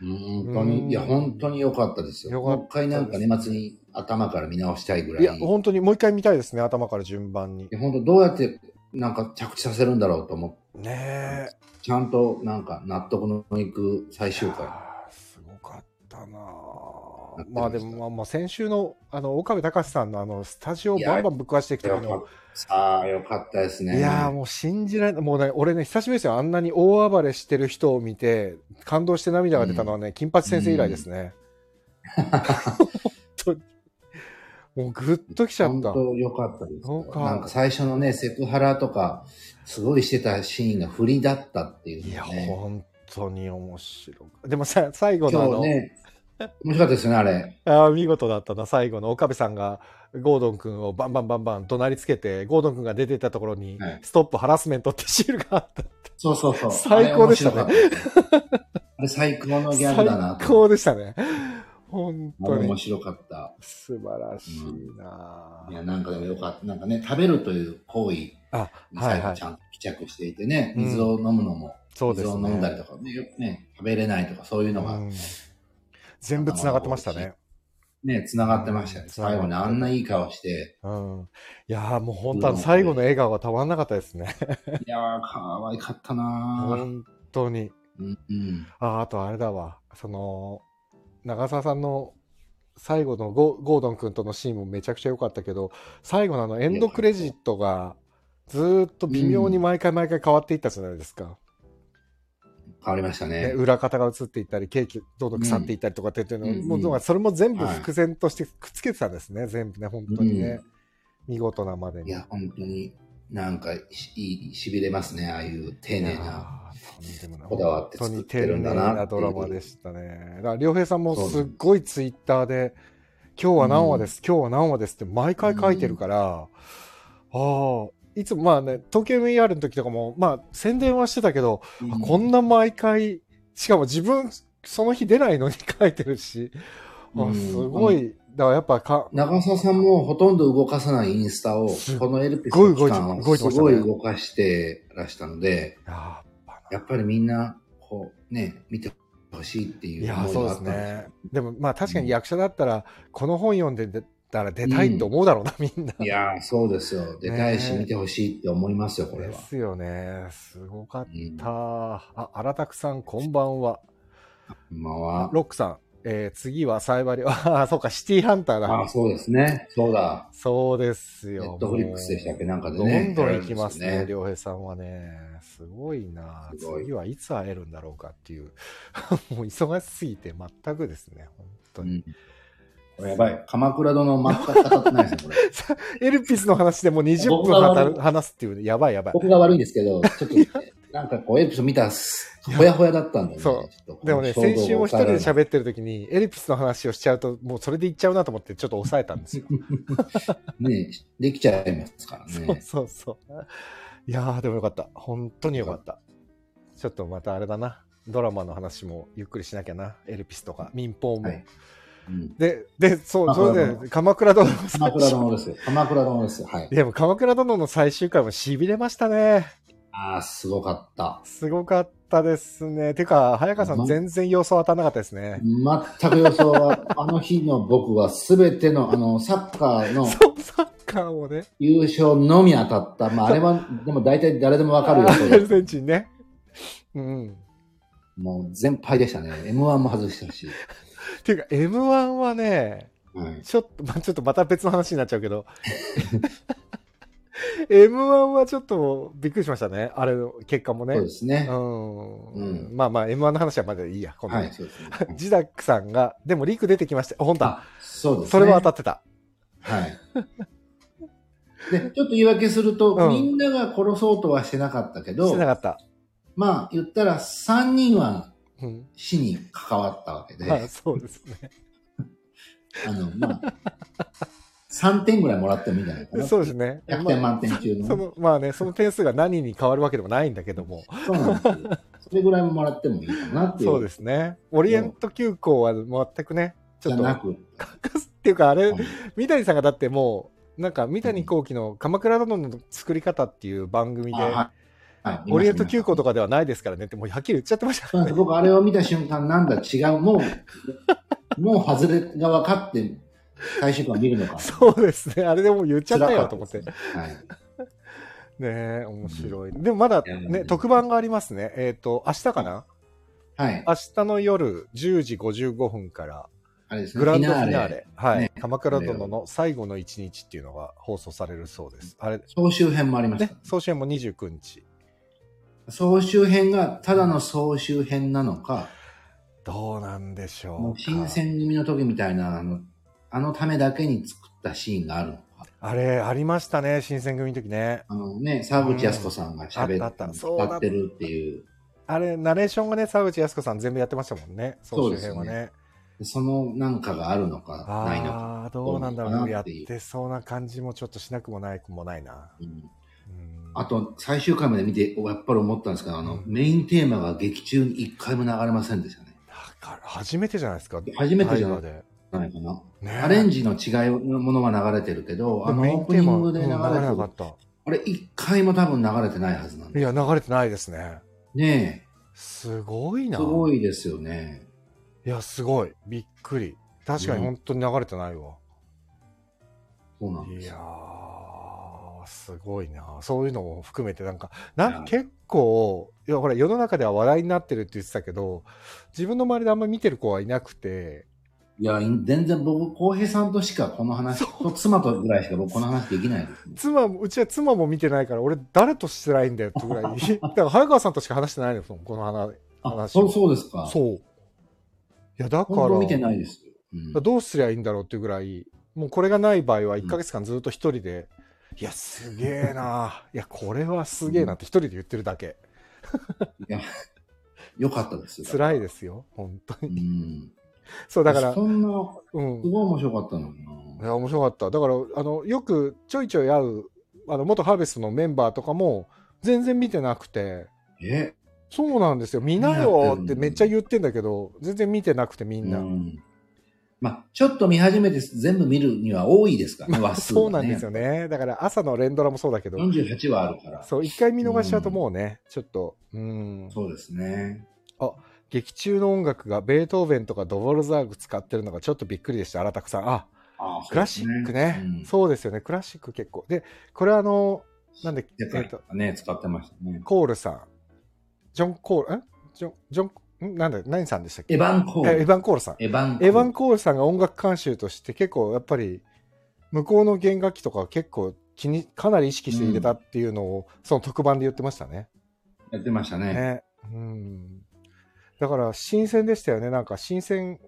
Speaker 2: 本当
Speaker 1: う
Speaker 2: に、
Speaker 1: ん
Speaker 2: いや、本当に良かったですよ。
Speaker 1: 良かった
Speaker 2: もう一回なんか年末に頭から見直したいぐらい。
Speaker 1: い
Speaker 2: い
Speaker 1: や、
Speaker 2: や、本
Speaker 1: 本当にもう一回見たいですね、頭から順番に。
Speaker 2: 当どうやってなんか着地させるんだろうと思って、
Speaker 1: ねえ。
Speaker 2: ちゃんとなんか納得のいく最終回。
Speaker 1: あーすごかったなあ
Speaker 2: やってました
Speaker 1: まあでも、まあ、まあ先週のあの岡部隆史さんのあのスタジオをバンバンぶっ壊していく
Speaker 2: よ
Speaker 1: 時
Speaker 2: かっ
Speaker 1: の
Speaker 2: た。ああ、よかったです
Speaker 1: い
Speaker 2: ね。
Speaker 1: やーもう信じられないもうね俺ね久しぶりですよあんなに大暴れしてる人を見て感動して涙が出たのはね、金八先生以来ですね、本当にもうグッときちゃっ
Speaker 2: 本
Speaker 1: た
Speaker 2: 当良かったです
Speaker 1: そう
Speaker 2: よ。
Speaker 1: か
Speaker 2: なんか最初のね、セクハラとか、すごいしてたシーンが振りだったっていう、ね。
Speaker 1: いや本当に面白いでもさ最後のあ
Speaker 2: 今
Speaker 1: の、
Speaker 2: 日ね、面白かったですよね、あれ。
Speaker 1: あー見事だったな最後の岡部さんがゴードン君をバンバンバンバン怒鳴りつけてゴードン君が出てったところに
Speaker 2: はい
Speaker 1: ストップハラスメントってシールがあった
Speaker 2: そうそうそう。
Speaker 1: 最高でしたね
Speaker 2: あれ面白かったですね。あれ最高のギャグだな
Speaker 1: 最
Speaker 2: と。
Speaker 1: 高でしたね本
Speaker 2: あ
Speaker 1: 当
Speaker 2: れ面
Speaker 1: に
Speaker 2: 白かった。
Speaker 1: 素晴らしいない
Speaker 2: や、なんかでもよかった。なんかね、食べるという行為に
Speaker 1: あは
Speaker 2: 最
Speaker 1: いは
Speaker 2: 後
Speaker 1: い
Speaker 2: ちゃんと帰着していてね、
Speaker 1: うん
Speaker 2: 水を飲むのも、
Speaker 1: そうで
Speaker 2: 水
Speaker 1: す
Speaker 2: を飲んだり
Speaker 1: ね
Speaker 2: とかね、よくね、食べれないとかそういうのが、
Speaker 1: うん全部つながってましたね
Speaker 2: ね、繋がってましたね。
Speaker 1: うん
Speaker 2: 最後にあんないい顔して、
Speaker 1: うんいやーもう本当あの最後の笑顔がたまんなかったですね
Speaker 2: いやー、可愛かったな
Speaker 1: 本当に
Speaker 2: ーうんうん。
Speaker 1: ああとあれだわその長澤さんの最後のゴゴードン君とのシーンもめちゃくちゃ良かったけど最後のあのエンドクレジットがずーっと微妙に毎回毎回変わっていったじゃないですか、
Speaker 2: 変わりました
Speaker 1: ね
Speaker 2: ね。
Speaker 1: 裏方が映っていったりケーキどんどん腐っていったりとかっていうの、
Speaker 2: うんうん
Speaker 1: もうだからそれも全部伏線としてくっつけてたんですね、全部ね本当にね、見事なまで
Speaker 2: い
Speaker 1: に。
Speaker 2: や、本当になんかし、いい、痺れますね。ああいう丁寧
Speaker 1: いや
Speaker 2: な。
Speaker 1: ーとんでもない
Speaker 2: こだわって作ってるんだ
Speaker 1: 本
Speaker 2: な
Speaker 1: 当に丁寧なドラマでしたね。だから、良平さんもすっごいツイッターで、今日は何話です、今日は何話ですって毎回書いてるから、ああ、いつもまあね、東京 MER の時とかも、まあ宣伝はしてたけど、あこんな毎回、しかも自分、その日出ないのに書いてるし、
Speaker 2: う
Speaker 1: あ
Speaker 2: ん
Speaker 1: すごい、だからやっぱか、
Speaker 2: 長澤さんもほとんど動かさないインスタを
Speaker 1: すっ、
Speaker 2: このエルピス
Speaker 1: ごい
Speaker 2: の
Speaker 1: 動
Speaker 2: 期
Speaker 1: いて動
Speaker 2: 間はい
Speaker 1: てますした
Speaker 2: ご
Speaker 1: ね
Speaker 2: い動かしてらしたので、
Speaker 1: やっぱな
Speaker 2: やっぱりみんな、こう、ね、見てほしいってい
Speaker 1: いうや
Speaker 2: 思い
Speaker 1: そう
Speaker 2: が
Speaker 1: で
Speaker 2: あっ
Speaker 1: す
Speaker 2: たんです
Speaker 1: ねでもまあ確かに役者だったら、この本読んでたら出たいと思うだろうな、みんな。
Speaker 2: いやー、そうですよ。出たいし、
Speaker 1: ねえ
Speaker 2: 見てほしいって思いますよ、これ
Speaker 1: で
Speaker 2: は。
Speaker 1: すよねすごかっ
Speaker 2: うん、
Speaker 1: たあ荒拓さんこんばんは
Speaker 2: 今は。
Speaker 1: ロックさん、えー次はサイバリ ああそうかシティハンター
Speaker 2: ああ、
Speaker 1: だ
Speaker 2: そうですね。そうだ。
Speaker 1: そうです
Speaker 2: ネ
Speaker 1: よ
Speaker 2: ットフリックスでしたっけ
Speaker 1: もう
Speaker 2: なんかでね。
Speaker 1: どんどん行きます
Speaker 2: やら
Speaker 1: ね
Speaker 2: れて
Speaker 1: 良平さんはねすごいな
Speaker 2: すごい
Speaker 1: 次はいつ会えるんだろうかっていう もう忙しすぎて全くですね本当
Speaker 2: ま
Speaker 1: に、
Speaker 2: すねうん。やばい。鎌倉殿全く語ってない ですね、これ。
Speaker 1: エルピスの話でもう20
Speaker 2: 僕
Speaker 1: 分
Speaker 2: が
Speaker 1: はた
Speaker 2: 悪
Speaker 1: る
Speaker 2: い
Speaker 1: 話すっていうねやばいやばい
Speaker 2: 僕が悪いんですけど、ちょっと、なんかこう、エルピス見たらす、ほやほやだったんだよね。
Speaker 1: そう
Speaker 2: ちょっとこう
Speaker 1: でもね、
Speaker 2: 衝動
Speaker 1: 先週も一人で
Speaker 2: 抑
Speaker 1: 喋ってる時に、エリピスの話をしちゃうと、もうそれでいっちゃうなと思って、ちょっと抑えたんですよ。
Speaker 2: えられないね、できちゃいますから
Speaker 1: そう
Speaker 2: ね。
Speaker 1: そうそう。いやー、でもよかった。本当によかった。ちょっとまたあれだな。ドラマの話もゆっくりしなきゃな。エリピスとか、民放も。
Speaker 2: はいうん
Speaker 1: で、で、そう、それ
Speaker 2: 鎌倉
Speaker 1: で、鎌倉殿の
Speaker 2: 鎌
Speaker 1: 最
Speaker 2: 倉
Speaker 1: 終
Speaker 2: 殿ですよ。鎌倉殿ですよ。はい。
Speaker 1: でも、鎌倉殿の最終回も痺れましたね。
Speaker 2: ああ、すごかった。
Speaker 1: すごかったですね。てか、早川さ
Speaker 2: うんん
Speaker 1: 全然様子は当たんなかったですね。
Speaker 2: 全く予想 は、あの日の僕は全ての、あの、サッカーの
Speaker 1: そう、 サッカーもね。
Speaker 2: 優勝のみ当たった。まあ、あれは、でも大体誰でもわかる予想
Speaker 1: アル
Speaker 2: です
Speaker 1: ゼンチンね。うん。
Speaker 2: もう全敗でしたね。M1 も外したし。
Speaker 1: っていうか M1 はね、
Speaker 2: はい。
Speaker 1: ちょっと、まあ、ちょっとまた別の話になっちゃうけ ど、M1 はちょっとびっくりしましたね、あれの結果もね。
Speaker 2: そうですね
Speaker 1: う。ん、
Speaker 2: うん
Speaker 1: まあまあ、M1 の話はまだいいや、今度。
Speaker 2: はい、そうですね。
Speaker 1: ジダックさんが、でもリーク出てきました。本当だ、
Speaker 2: あそうですね。
Speaker 1: それは当たってた。
Speaker 2: はい。で、ちょっと言い訳すると、
Speaker 1: うん
Speaker 2: みんなが殺そうとはしてなかったけ
Speaker 1: してな
Speaker 2: ど、
Speaker 1: かった。
Speaker 2: まあ、言ったら3人は
Speaker 1: うん。
Speaker 2: 死に関わったわけで、
Speaker 1: あそうですね。
Speaker 2: あの、まあ、3点ぐらいもらってもいいんじゃないかな。
Speaker 1: そうですね。
Speaker 2: 100点満点中の。
Speaker 1: そのまあね、その点数が何に変わるわけでもないんだけども、
Speaker 2: そうなんですよ。それぐらいももらってもいいかなっていう。
Speaker 1: そうですね、オリエント急行は全くね、ち
Speaker 2: じ
Speaker 1: ょ
Speaker 2: ゃ
Speaker 1: っと、
Speaker 2: な
Speaker 1: か
Speaker 2: く、
Speaker 1: かすっていうか、あれ
Speaker 2: あ、の
Speaker 1: 三谷さんがだってもう、なんか三谷幸喜の「鎌倉殿の作り方」っていう番組で、
Speaker 2: あはいはい
Speaker 1: オリエント急行と
Speaker 2: か。
Speaker 1: かではないですからねって、もうはっきり言っちゃってましたか
Speaker 2: そう
Speaker 1: ら
Speaker 2: なんで
Speaker 1: ね
Speaker 2: す。僕、あれを見た瞬間、なんだ違う、もう、もう外れが分かって、最終回見るのか。
Speaker 1: そうですね、あれでもう言っちゃったよと思って。
Speaker 2: 辛
Speaker 1: ね
Speaker 2: かたですね
Speaker 1: え、面白い。でもまだ
Speaker 2: いや
Speaker 1: ね、特番がありますね。えっ、と、明日かな
Speaker 2: はい。はい。
Speaker 1: 明日の夜10時55分から、
Speaker 2: あれですね。
Speaker 1: グランドフ
Speaker 2: フ
Speaker 1: ィ
Speaker 2: ィ
Speaker 1: ナ
Speaker 2: ナ
Speaker 1: ー
Speaker 2: ー
Speaker 1: レ
Speaker 2: レ。
Speaker 1: はい、
Speaker 2: ね
Speaker 1: 鎌倉殿の最後の一日っていうのが放送されるそうです。あれ、
Speaker 2: 総集編もありました
Speaker 1: ね。、総集編も29日。
Speaker 2: 総集編がただの総集編なのか、
Speaker 1: どうなんでしょ
Speaker 2: も
Speaker 1: う
Speaker 2: う
Speaker 1: か。
Speaker 2: 新選組の時みたいな、あの、あのためだけに作ったシーンがあるのか。
Speaker 1: あれ、ありましたね、新選組の時ね。
Speaker 2: あのね、沢口靖子さんが喋
Speaker 1: うんあ
Speaker 2: っ
Speaker 1: ったあった
Speaker 2: て、
Speaker 1: そうだ
Speaker 2: 歌ってるっていう、
Speaker 1: あれ、ナレーションがね、沢口靖子さん全部やってましたもんね、
Speaker 2: そ
Speaker 1: 総
Speaker 2: う
Speaker 1: 集
Speaker 2: ですね
Speaker 1: 編はね。
Speaker 2: そのなんかがあるのか、ないのか。
Speaker 1: ああ、どうなんだろ
Speaker 2: ど
Speaker 1: う。
Speaker 2: うなのかな
Speaker 1: やっ
Speaker 2: っていう
Speaker 1: てそうな感じもちょっとしなくもないくもないな。
Speaker 2: うん
Speaker 1: うん
Speaker 2: あと、最終回まで見て、やっぱり思ったんですけど、あの、
Speaker 1: うん
Speaker 2: メインテーマが劇中に一回も流れませんでしたね。
Speaker 1: だから、初めてじゃないですか。
Speaker 2: 初めてじゃ
Speaker 1: ない
Speaker 2: な
Speaker 1: いで。
Speaker 2: ないかな。
Speaker 1: ね
Speaker 2: アレンジの違いのものは流れてるけど、あの
Speaker 1: メイ
Speaker 2: オ
Speaker 1: ン
Speaker 2: ープ
Speaker 1: テ
Speaker 2: ニ
Speaker 1: ーマ
Speaker 2: ン
Speaker 1: う
Speaker 2: グ
Speaker 1: ん
Speaker 2: で
Speaker 1: 流
Speaker 2: 流
Speaker 1: れ
Speaker 2: れてる、
Speaker 1: なかった。
Speaker 2: あれ一回も多分流れてないはずなん
Speaker 1: い
Speaker 2: で
Speaker 1: や、流れてないですね。
Speaker 2: ね
Speaker 1: すごい
Speaker 2: え、
Speaker 1: な。
Speaker 2: すご
Speaker 1: い。
Speaker 2: いですよね。
Speaker 1: や、すごい。びっくり。確かに本当に流れてないわ。
Speaker 2: そうなんで
Speaker 1: い
Speaker 2: す
Speaker 1: や
Speaker 2: よ。
Speaker 1: ー、すごいな。そういうのも含めて、なんか、なんか結構、いや、ほら、世の中では話題になってるって言ってたけど、自分の周りであんまり見てる子はいなくて、
Speaker 2: いや、全然僕、浩平さんとしかこの話、と妻とぐらいしか僕この話できないです、
Speaker 1: 妻も、うちは妻も見てないから、俺誰としてないんだよってぐ らい。だから早川さんとしか話してないのよ、この話。
Speaker 2: あ、
Speaker 1: 話
Speaker 2: そ
Speaker 1: を
Speaker 2: う、そうですか。
Speaker 1: そう。いや、だから、
Speaker 2: 本当見てないですよ。うん
Speaker 1: どうすりゃいいんだろうっていうぐらい、もうこれがない場合は1ヶ月間ずっと一人で、いや、すげえないや、これはすげえなって一人で言ってるだけ。
Speaker 2: よかったですよ。
Speaker 1: 辛いですよ、本当に。
Speaker 2: うん。
Speaker 1: そう、だから、
Speaker 2: そんな、す
Speaker 1: うん。
Speaker 2: ごい
Speaker 1: い
Speaker 2: 面白かったのにな。
Speaker 1: や、面白かった。だから、あの、よくちょいちょい会う、あの、元ハーベストのメンバーとかも、全然見てなくて、
Speaker 2: え、
Speaker 1: そうなんですよ、見なよっ
Speaker 2: 見なよってて
Speaker 1: めっちゃ言ってんだけど、全然見てなくて、み
Speaker 2: うん
Speaker 1: な。
Speaker 2: ん。まあ、ちょっと見始めて全部見るには多いですからね、話数
Speaker 1: そうな
Speaker 2: が
Speaker 1: ん
Speaker 2: ね。
Speaker 1: ですよね。だから、朝の連ドラもそうだけど、
Speaker 2: 48話あるから。
Speaker 1: そう、一回見逃しちゃうともうね、ちょっと、うん。
Speaker 2: そうですね。
Speaker 1: 劇中の音楽がベートーベンとかドボルザーグ使ってるのがちょっとびっくりでした、荒拓さん。あ、
Speaker 2: ああ
Speaker 1: クラシックね。
Speaker 2: うん
Speaker 1: そうですよね、クラシック結構。で、これはあの、なんで、え
Speaker 2: 世界
Speaker 1: っと、
Speaker 2: とかね、使ってましたね。
Speaker 1: コールさん。ジョン・コール、んジョン、ジョン、んなんだ、何さんでしたっけ
Speaker 2: エヴァン・コ
Speaker 1: え
Speaker 2: ー
Speaker 1: エヴ
Speaker 2: ル。
Speaker 1: ァン・コールさん。
Speaker 2: エヴァン・
Speaker 1: エヴァン・コールさんが音楽監修として結構やっぱり、向こうの弦楽器とか結構気に、かなり意識して入れたっていうのを、その特番で言ってましたね。
Speaker 2: やってましたね。
Speaker 1: ね。うん。だから、新鮮でしたよね。なんか、新鮮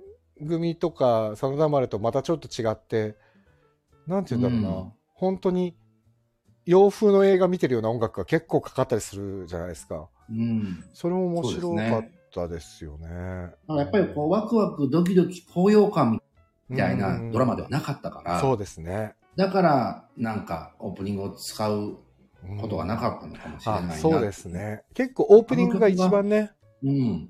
Speaker 1: 組とか、真田丸とまたちょっと違って、なんて言うんだろうな。
Speaker 2: うん
Speaker 1: 本当に、洋風の映画見てるような音楽が結構かかったりするじゃないですか。
Speaker 2: うん。
Speaker 1: それも面白か
Speaker 2: そう
Speaker 1: っ
Speaker 2: で
Speaker 1: たですよね。
Speaker 2: なんかやっぱりこう、ワクワク、ドキドキ、高揚感みたいなドラマでは
Speaker 1: な
Speaker 2: なかったから。
Speaker 1: そうですね。
Speaker 2: だから、なんか、オープニングを使う
Speaker 1: うん
Speaker 2: ことがなかったのかもしれない
Speaker 1: あ
Speaker 2: な。
Speaker 1: そうです。ね。結構オープニングが一番ね、
Speaker 2: うん。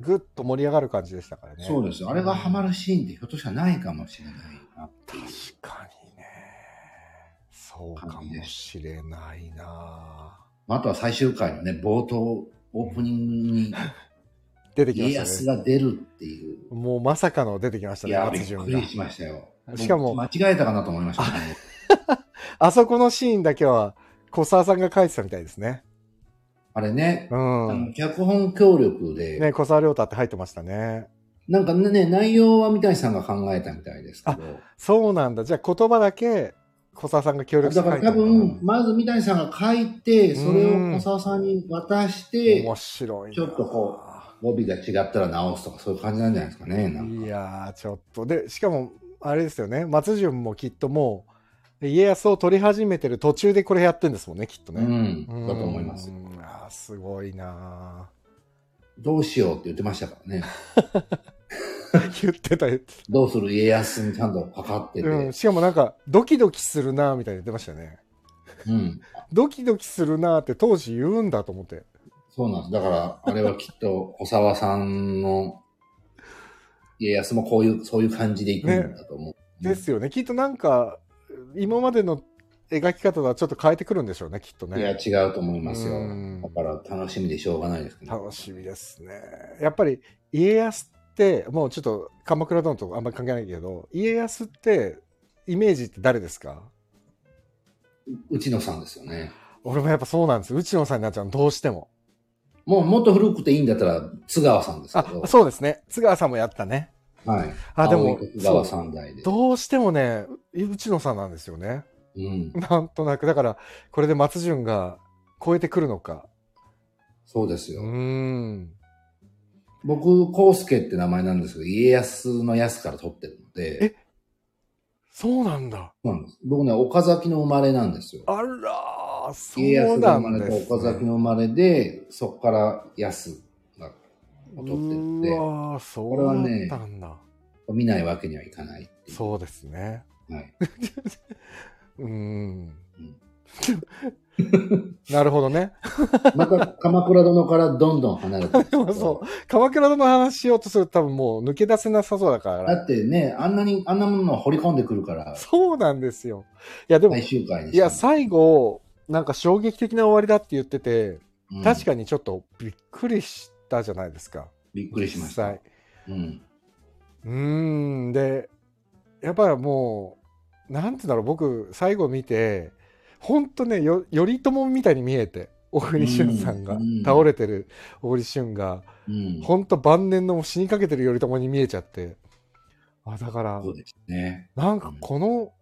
Speaker 1: ぐっと盛り上がる感じでしたからね。
Speaker 2: そうです。あれがハマるシーンってひょっとしたらないかもしれないなっていう。
Speaker 1: 確かにね。そうかもしれないな。
Speaker 2: あとは最終回のね、冒頭、オープニングに
Speaker 1: 出てきま
Speaker 2: 家
Speaker 1: し
Speaker 2: 康
Speaker 1: たね。
Speaker 2: が出るっていう。
Speaker 1: もうまさかの出てきました
Speaker 2: い
Speaker 1: ね、
Speaker 2: や、
Speaker 1: 松
Speaker 2: びっ
Speaker 1: 潤
Speaker 2: く
Speaker 1: が
Speaker 2: り。しましたよ。
Speaker 1: しかも
Speaker 2: 僕間違えたかなと思いました ね。
Speaker 1: あそこのシーンだけは、小沢さんが書いてたみたいですね。
Speaker 2: あれね、
Speaker 1: う
Speaker 2: あ
Speaker 1: ん。
Speaker 2: の脚本協力で、
Speaker 1: ね、小沢亮太って入ってましたね。
Speaker 2: なんかね、内容は三谷さんが考えたみたいですけど、
Speaker 1: そうなんだ。じゃあ言葉だけ、小沢さんが協力して
Speaker 2: だ
Speaker 1: 書
Speaker 2: か
Speaker 1: い
Speaker 2: ら
Speaker 1: てた
Speaker 2: 多
Speaker 1: のか
Speaker 2: 分、まず三谷さんが書いて、それ
Speaker 1: うん
Speaker 2: を小沢さんに渡し
Speaker 1: な
Speaker 2: て
Speaker 1: 面、白いな。
Speaker 2: ちょっとこ語尾が違ったら直すとかそういう感じなんじゃないですかね。なんか
Speaker 1: いやー、ちょっと。で、しかも、あれですよね。松潤もきっともう、家康を取り始めてる途中でこれやってんですもんね、きっとね。
Speaker 2: うん、
Speaker 1: うん
Speaker 2: だと思います。。
Speaker 1: あーすごいな
Speaker 2: どうしようって言ってましたか らね。
Speaker 1: 言ってた、言って
Speaker 2: どうする家康にちゃんとかかって
Speaker 1: た。
Speaker 2: て。う
Speaker 1: うんん。。しかもなんか、ドキドキするなみたいに言ってましたね。ドキドキするなって当時言うんだと思って。
Speaker 2: そうなんです。だから、あれはきっと、小沢さんの家康もこういう、そういう感じで行くんだと思う。
Speaker 1: ですよね。きっとなんか、今までの描き方とはちょっと変えてくるんでしょうね、きっと
Speaker 2: いや、
Speaker 1: ね。
Speaker 2: 違うと思いますよ
Speaker 1: うん。
Speaker 2: だから、楽しみでしょうがないですけど。
Speaker 1: 楽しみですね。やっぱり、家康って、もうちょっと鎌倉殿とあんまり関係ないけど、家康って、イメージって誰ですか
Speaker 2: 内野さんですよね。
Speaker 1: 俺もやっぱそうなんです。内野さんになっちゃうの、どうしても。
Speaker 2: もう、もっと古くていいんだったら、津川さんですけ
Speaker 1: あ
Speaker 2: ど、。
Speaker 1: そうですね。津川さんもやったね。
Speaker 2: はい。
Speaker 1: あ、で
Speaker 2: 青
Speaker 1: も
Speaker 2: い、津川三代で。
Speaker 1: どうしてもね、う内野さんなんですよね。
Speaker 2: うん。
Speaker 1: なんとなく。だから、これで松潤が超えてくるのか。
Speaker 2: そうです
Speaker 1: う
Speaker 2: よ。
Speaker 1: ーん。
Speaker 2: 僕、康介って名前なんですけど、家康の康から取ってるので、
Speaker 1: えそうなんだ。
Speaker 2: そうなんです僕ね、岡崎の生まれなんですよ。
Speaker 1: あらー、そ
Speaker 2: 家康
Speaker 1: う
Speaker 2: が
Speaker 1: な
Speaker 2: 生ま
Speaker 1: ん
Speaker 2: れ
Speaker 1: で
Speaker 2: と
Speaker 1: す、ね。
Speaker 2: 岡崎の生まれで、そこから康がを取ってるんで
Speaker 1: う、わー、そ
Speaker 2: こ
Speaker 1: う
Speaker 2: れは
Speaker 1: だ
Speaker 2: ね
Speaker 1: ったんだ。
Speaker 2: 見ないわけにはいかないっていう。
Speaker 1: そうですね。
Speaker 2: はい。
Speaker 1: うーん。 なるほどね。
Speaker 2: また、鎌倉殿からどんどん離れてますけど
Speaker 1: そう。鎌倉殿の話しようとすると多分もう抜け出せなさそうだか
Speaker 2: だ
Speaker 1: ら。
Speaker 2: ってね、あんなに、あんなものを掘り込んでくるから、
Speaker 1: そうなんですよ。いや、でも、
Speaker 2: 最
Speaker 1: い
Speaker 2: 終回に
Speaker 1: や、最後、なんか衝撃的な終わりだって言ってて、確
Speaker 2: か
Speaker 1: かにちょっとびっくりしたじゃないですか。
Speaker 2: に。びっくりしまし
Speaker 1: 実
Speaker 2: た。
Speaker 1: 際
Speaker 2: うん。
Speaker 1: うーんでやっぱりもうなんていうんだろう僕最後見てほんとねよ頼朝みたいに見えて小栗旬さんが、
Speaker 2: うん
Speaker 1: 倒れてる小栗旬が
Speaker 2: うん。
Speaker 1: ほんと晩年の死にかけてる頼朝に見えちゃってあだから
Speaker 2: そうですね。
Speaker 1: なんかこの、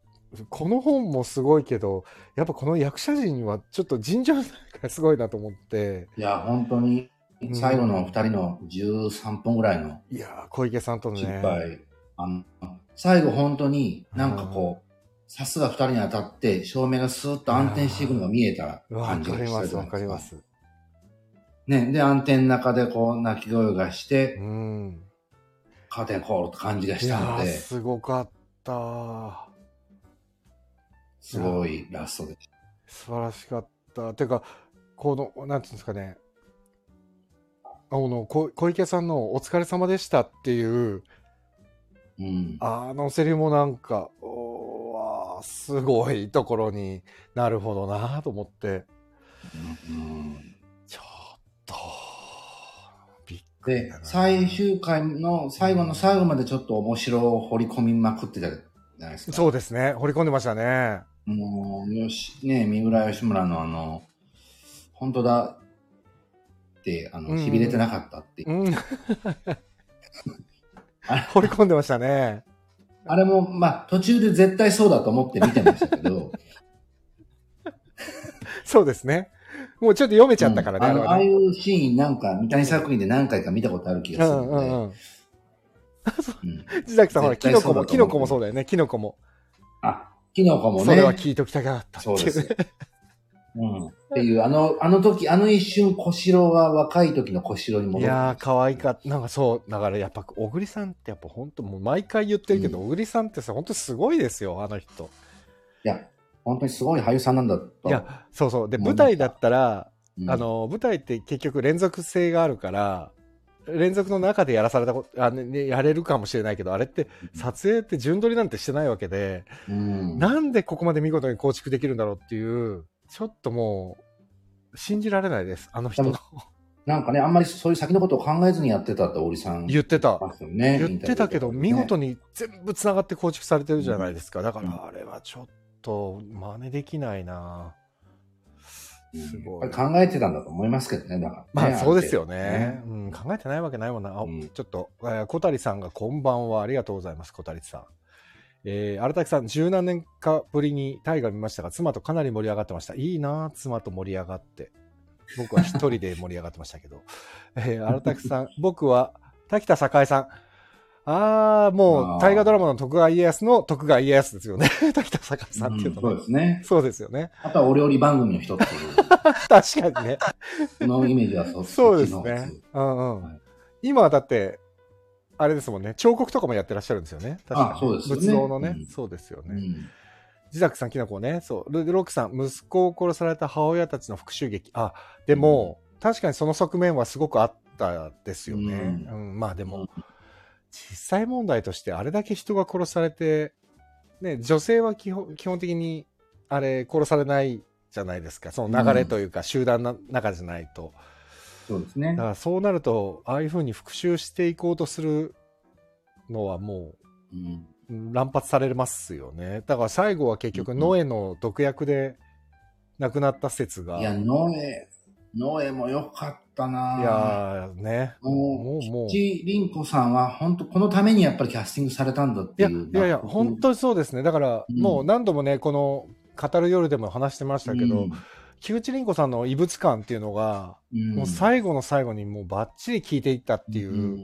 Speaker 1: この本もすごいけどやっぱこの役者陣はちょっと尋常じゃないからすごいなと思って
Speaker 2: いや、本当に、最後の二人の13本ぐらいの
Speaker 1: いやー小池さんとの
Speaker 2: 失
Speaker 1: ね
Speaker 2: 敗。あの、最後本当になんかこう、さすが二人に当たって、照明がスーッと暗転していくのが見えた
Speaker 1: わ
Speaker 2: 感じ
Speaker 1: か
Speaker 2: が
Speaker 1: り
Speaker 2: した
Speaker 1: ま
Speaker 2: じ
Speaker 1: す
Speaker 2: ゃ
Speaker 1: わ
Speaker 2: ないです
Speaker 1: かります
Speaker 2: ね、で、暗転の中でこう、泣き声がし
Speaker 1: う
Speaker 2: て、
Speaker 1: ん
Speaker 2: カーテンコールって感じが
Speaker 1: い
Speaker 2: した
Speaker 1: や
Speaker 2: の
Speaker 1: ー
Speaker 2: で、
Speaker 1: すごかった
Speaker 2: すごいラストでした。
Speaker 1: 素晴らしかったてかこのなんていうんですかねあのこ小池さんの「お疲れ様でした」っていう
Speaker 2: うん。
Speaker 1: あのセリフもなんかおーわーすごいところになるほどなと思って
Speaker 2: うん
Speaker 1: ちょっとびっくり
Speaker 2: で
Speaker 1: だな、
Speaker 2: 最終回の最後の最後までちょっと面白を掘り込みまくってたじゃないですか。
Speaker 1: そうですね掘り込んでましたね
Speaker 2: もう、よし、ね、三浦義村のあの、本当だって、あ
Speaker 1: う
Speaker 2: の、
Speaker 1: ん
Speaker 2: ひびれてなかったって、
Speaker 1: うん
Speaker 2: あれ
Speaker 1: 掘り込んでましたね
Speaker 2: あれも、まあ、途中で絶対そうだと思って見てましたけ ど、
Speaker 1: そうですねもうちょっと読めちゃったからね、
Speaker 2: う
Speaker 1: れ
Speaker 2: んあのあ
Speaker 1: は
Speaker 2: あ
Speaker 1: ね
Speaker 2: いうシーンなんか、三谷作品で何回か見たことある気がするので、
Speaker 1: うんうんうん
Speaker 2: うん
Speaker 1: 地崎さんほら、キ
Speaker 2: 絶
Speaker 1: ノコ
Speaker 2: 対
Speaker 1: も、
Speaker 2: そうだと思う
Speaker 1: キノコもそうだよね、キノコも。
Speaker 2: あ、キノコもね、
Speaker 1: それは聞いときたかったってい
Speaker 2: そううです。うん、っていう、あの、あの時、あの一瞬、小四郎が若い時の小四郎に
Speaker 1: い
Speaker 2: 戻る。
Speaker 1: やー、可愛かった。なんかそう、だからやっぱ、小栗さんってやっぱ本当もう毎回言ってるけど、小栗さんってさ、本当すごいですよ、あの人。
Speaker 2: いや、本当にすごい俳優さんなんだ
Speaker 1: い
Speaker 2: と。
Speaker 1: や、そうそう。で、
Speaker 2: うん
Speaker 1: 舞台だったら、
Speaker 2: うん
Speaker 1: あ、の、舞台って結局連続性があるから、連続の中でやらされたこと、あねねやれるかもしれないけど、あれって、撮影って順撮りなんてしてないわけで、
Speaker 2: うん、
Speaker 1: なんでここまで見事に構築できるんだろうっていう、ちょっともう、信じられないです、あの人の。
Speaker 2: なんかね、あんまりそういう先のことを考えずにやってたって、おりさん。
Speaker 1: 言ってた。
Speaker 2: ますよね。
Speaker 1: 言ってたけど、
Speaker 2: インタビ
Speaker 1: 見
Speaker 2: ューとか
Speaker 1: 事
Speaker 2: でね。
Speaker 1: に全部つながって構築されてるじゃないですか。だから、あれはちょっと、真似できないなすご
Speaker 2: や
Speaker 1: い
Speaker 2: っ。ぱり考えてたんだと思いますけどね、だから、ね。
Speaker 1: まあ、そうですよ
Speaker 2: ある
Speaker 1: ね
Speaker 2: 程。
Speaker 1: うん、
Speaker 2: 度
Speaker 1: 考えてないわけないもんな。あ
Speaker 2: うん
Speaker 1: ちょっと、えー小谷さんがこんばんは。ありがとうございます、小谷さん。えー、荒滝さん、十何年かぶりに大河見ましたが、妻とかなり盛り上がってました。いいなあ妻と盛り上がって。僕は一人 で盛り上がってましたけど。えー、荒滝さん、僕は、滝田栄さん。ああ、も
Speaker 2: あ
Speaker 1: う、
Speaker 2: ー
Speaker 1: 大河ドラマの徳川家康の徳川家康ですよね。 滝田坂さんっていううんと
Speaker 2: そう
Speaker 1: ね。
Speaker 2: ですね。
Speaker 1: そうですよね。
Speaker 2: あとはお料理番組の人っていう、
Speaker 1: 確かにね。
Speaker 2: そのイメージは そ
Speaker 1: そうです
Speaker 2: そっちのや
Speaker 1: ね
Speaker 2: つ。
Speaker 1: うんうん。
Speaker 2: はい
Speaker 1: 今はだって、あれですもんね、彫刻とかもやってらっしゃるんですよね。確かに。
Speaker 2: あそうですよね
Speaker 1: 仏像のね、
Speaker 2: うん
Speaker 1: そうですよね。
Speaker 2: うん。
Speaker 1: 自作さん、きなこね、そう。ルロックさん、息子を殺された母親たちの復讐劇。あ、でも、確かにその側面はすごくあったですよね。う、
Speaker 2: うん
Speaker 1: まあで
Speaker 2: う
Speaker 1: も
Speaker 2: ん、
Speaker 1: 実際問題としてあれだけ人が殺されて、ね、女性は基本基本的に、あれ、殺されないじゃないですか。その流れというか、集団の中じゃないと。
Speaker 2: そうです
Speaker 1: だ
Speaker 2: ね
Speaker 1: か。らそうなると、ああいうふうに復讐していこうとするのはも
Speaker 2: うん。
Speaker 1: ううん乱発されますよね。だから最後は結局、
Speaker 2: うん
Speaker 1: ノエの毒薬で亡くなった説が。
Speaker 2: いや、
Speaker 1: い
Speaker 2: ノエ、ノエも良かったなぁ
Speaker 1: やーね。も
Speaker 2: も
Speaker 1: う
Speaker 2: う、
Speaker 1: もう
Speaker 2: 吉凛子さんは本当このためにやっぱりキャスティングされたんだっ
Speaker 1: い
Speaker 2: てい
Speaker 1: や、
Speaker 2: う。
Speaker 1: いやいや、本当にそうですね。だから、
Speaker 2: うん
Speaker 1: もう何度もね、この、語る夜でも話してましたけど、木内凛子さんの異物感っていうのが、もう最後の最後にもうバッチリ効いていったっていう、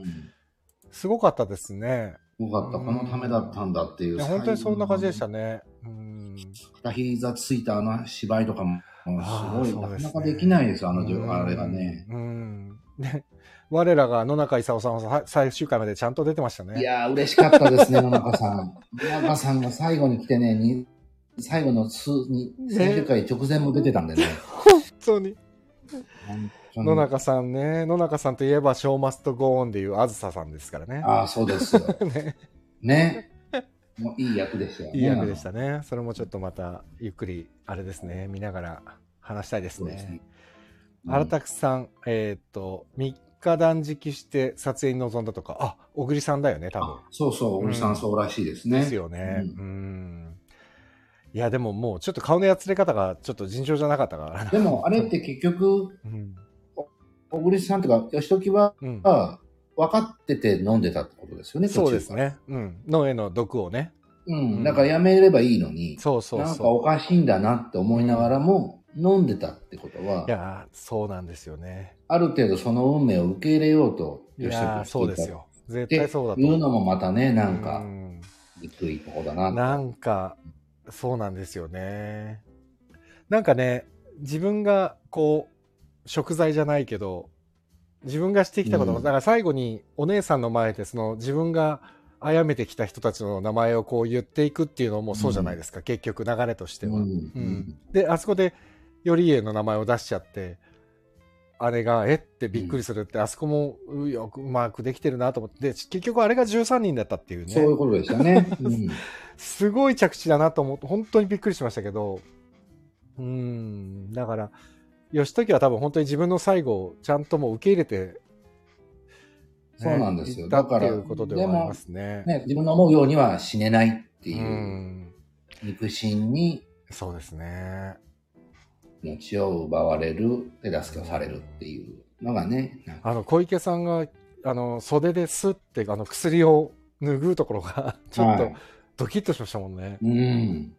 Speaker 1: すごかったですね。
Speaker 2: よかった、このためだったんだってい。
Speaker 1: いうや本当にそんな感じでしたね。うん。
Speaker 2: 片膝ついたあの芝居とかも、
Speaker 1: あー
Speaker 2: すごい、
Speaker 1: そうで
Speaker 2: な
Speaker 1: す
Speaker 2: か
Speaker 1: ね
Speaker 2: なかできないですよ、あの
Speaker 1: うん
Speaker 2: 女、あれがね。。
Speaker 1: うん。ね、 我らが野中勲さんはさ最終回までちゃんと出てましたね。
Speaker 2: いやー、嬉しかったですね、野中さん。野中さんが最後に来てね、に最後の数に、最終回直前も出てたんで ね。
Speaker 1: 本当に。
Speaker 2: 本当に
Speaker 1: 野中さんね。野中さんといえば、ショーマストゴーンでいうあずささんですからね。
Speaker 2: ああ、そうですよ。
Speaker 1: ね、
Speaker 2: ね。もういい役でしたよ、ね。
Speaker 1: いい役でしたね。それもちょっとまた、ゆっくり、あれですね、見ながら話したいです
Speaker 2: そうです
Speaker 1: ね
Speaker 2: ね。。
Speaker 1: 荒拓さん、えーっと、3日断食して撮影に臨んだとか、あ、小栗さんだよね、多分
Speaker 2: あ。そうそう、おじさんそうらしいですね。
Speaker 1: ですよね。う。
Speaker 2: うん
Speaker 1: いや、でももうちょっと顔のやつれ方がちょっと尋常じゃなかったからな。
Speaker 2: でも、あれって結局、
Speaker 1: うん。
Speaker 2: 小栗さんとか、吉時は、
Speaker 1: うん。
Speaker 2: 分かってて飲んでたってことですよね、途中
Speaker 1: そうです。ね。うん。脳への毒をね。
Speaker 2: うん。だからやめればいいのに、
Speaker 1: そうそう
Speaker 2: なんか
Speaker 1: そ
Speaker 2: おかしいんだなって思いながらも、飲んでたってことは
Speaker 1: う。い、やー、そうなんですよね。
Speaker 2: ある程度その運命を受け入れようと、
Speaker 1: いやー、
Speaker 2: 吉時
Speaker 1: そう
Speaker 2: は聞いた
Speaker 1: です。よ。
Speaker 2: っ
Speaker 1: 絶対
Speaker 2: て
Speaker 1: そうだと
Speaker 2: い
Speaker 1: 思
Speaker 2: う
Speaker 1: う。
Speaker 2: のもまたね、なん
Speaker 1: う
Speaker 2: か、
Speaker 1: ん
Speaker 2: 低いとこだな。
Speaker 1: なんか、そうなんですよね。なんかね、自分がこう、食材じゃないけど、自分がしてきたことも、
Speaker 2: うん
Speaker 1: だから最後にお姉さんの前で、その自分が殺めてきた人たちの名前をこう言っていくっていうのもそうじゃないですか、結局流れとしては。
Speaker 2: うん
Speaker 1: うんで、あそこで、頼家の名前を出しちゃって、姉が、えってびっくりするって、あそこもうよくうまくできてるなと思って、で結局あれが13人だったっていうね。
Speaker 2: そういうことでしたね。うん
Speaker 1: すごい着地だなと思って、本当にびっくりしましたけど、うーん、だから、義時は多分本当に自分の最後をちゃんともう受け入れて、
Speaker 2: そうなんですよ
Speaker 1: だ
Speaker 2: だ
Speaker 1: か。
Speaker 2: からら
Speaker 1: っていうことではありますね。
Speaker 2: ね、自分の思うようには死ねないって
Speaker 1: う
Speaker 2: いう、
Speaker 1: ん、
Speaker 2: 肉親に
Speaker 1: そうですね。
Speaker 2: 命を奪われる、手助けをされるっていうのがね、なんか
Speaker 1: あの、小池さんが、あの、袖ですって、あの、薬を拭うところが、 ちょっ
Speaker 2: は
Speaker 1: と
Speaker 2: い
Speaker 1: ドキッとしましたもんね。
Speaker 2: うん、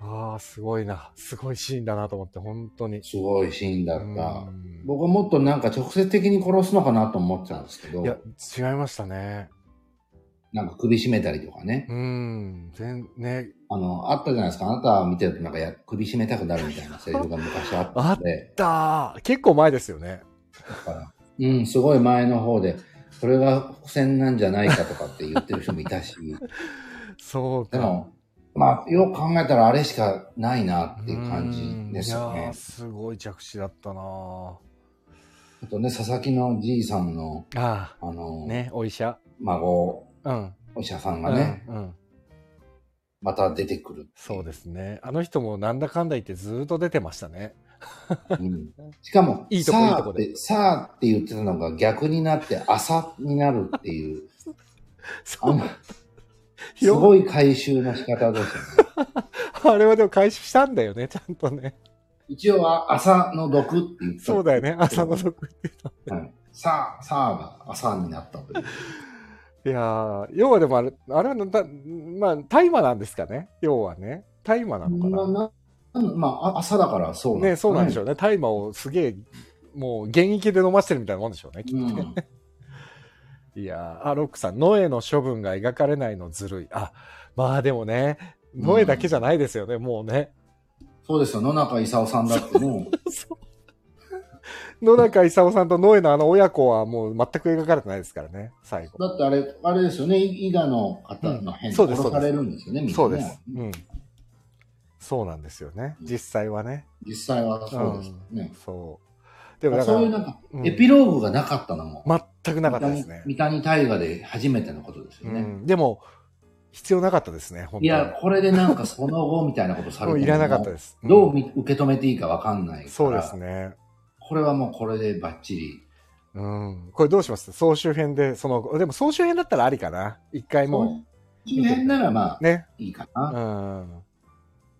Speaker 1: ああ、すごいな。すごいシーンだなと思って、本当に。
Speaker 2: すごいシーンだった
Speaker 1: う。ん
Speaker 2: 僕はもっとなんか直接的に殺すのかなと思ってたんですけど
Speaker 1: い、や、違いましたね。
Speaker 2: なんか首絞めたりとかね
Speaker 1: う、ん、全、ね、
Speaker 2: あの、あったじゃないですか、あなたは見てるとなんかや首絞めたくなるみたいなセリフが昔あったので、
Speaker 1: だー結構前ですよね。
Speaker 2: だからうん、すごい前の方で、それが伏線なんじゃないかとかって言ってる人もいた し、
Speaker 1: そうか。
Speaker 2: でも、まあ、よく考えたらあれしかないなっていう感
Speaker 1: うん
Speaker 2: じですよ
Speaker 1: いや
Speaker 2: ね
Speaker 1: ー。すごい着地だったなー
Speaker 2: あとね、佐々木のじいさんの、
Speaker 1: あ
Speaker 2: あの
Speaker 1: あ、、ね、お医者。
Speaker 2: 孫、
Speaker 1: うん。
Speaker 2: お医者さんがね、
Speaker 1: うん。うん。
Speaker 2: また出てくる。
Speaker 1: そうですね。あの人もなんだかんだ言ってずーっと出てましたね。
Speaker 2: うんしかも、
Speaker 1: いいとこいい
Speaker 2: さ
Speaker 1: と
Speaker 2: あ
Speaker 1: こ
Speaker 2: っ
Speaker 1: で
Speaker 2: て、さあって言ってたのが逆になって、朝になるっていう、あ
Speaker 1: そう
Speaker 2: の。すごい回収の仕方ですよね。
Speaker 1: あれはでも回収したんだよね、ちゃんと ね。
Speaker 2: 一応は朝の毒って言った。
Speaker 1: そうだよね、朝の毒。
Speaker 2: はいさあ、さあが朝になったという。
Speaker 1: いやー、要はでもあれ、あれはなんだ、まあ、大麻なんですかね。要はね。大麻なのかな。
Speaker 2: まあ、なまあ、あ朝だからそう
Speaker 1: ね、そうなんでし
Speaker 2: ょ
Speaker 1: ょうね。大麻をすげえ、もう現役で飲ませてるみたいなもんでしょうね、きっと
Speaker 2: う
Speaker 1: ね。
Speaker 2: ん
Speaker 1: いやーあ、ロックさん、ノエの処分が描かれないのずるい。あ、まあでもね、ノエだけじゃないですよね、もうね。
Speaker 2: そうですよ、野中勲さんだってね。
Speaker 1: 野中勲さんとノエのあの親子はもう全く描かれてないですからね、最後。
Speaker 2: だってあれ、あれですよね、伊賀の方の変
Speaker 1: うん
Speaker 2: に
Speaker 1: そうです
Speaker 2: 殺されるんですよね、みんなね
Speaker 1: そうです。うん。そうなんですよね、実際はね。
Speaker 2: 実際はそうですよね。
Speaker 1: そう。でもだか
Speaker 2: そ
Speaker 1: ら、
Speaker 2: ういうなんか、
Speaker 1: うん
Speaker 2: エピローグがなかったのも、
Speaker 1: 全くなかったですね。
Speaker 2: 三谷三谷大河で初めてのことですよ
Speaker 1: う
Speaker 2: ね。
Speaker 1: ん、でも、必要なかったですね、本当に。
Speaker 2: いや、これでなんかその後みたいなことされ
Speaker 1: も
Speaker 2: て
Speaker 1: うい
Speaker 2: も
Speaker 1: らなかったです。うん
Speaker 2: どうみ受け止めていいかわかんないから。
Speaker 1: そうですね。
Speaker 2: これはもうこれでバッチリ。
Speaker 1: うん。これどうします総集編で、その、でも総集編だったらありかな。一回も
Speaker 2: 周辺ならまあ
Speaker 1: う。ね。
Speaker 2: いいか
Speaker 1: う
Speaker 2: な。
Speaker 1: ん。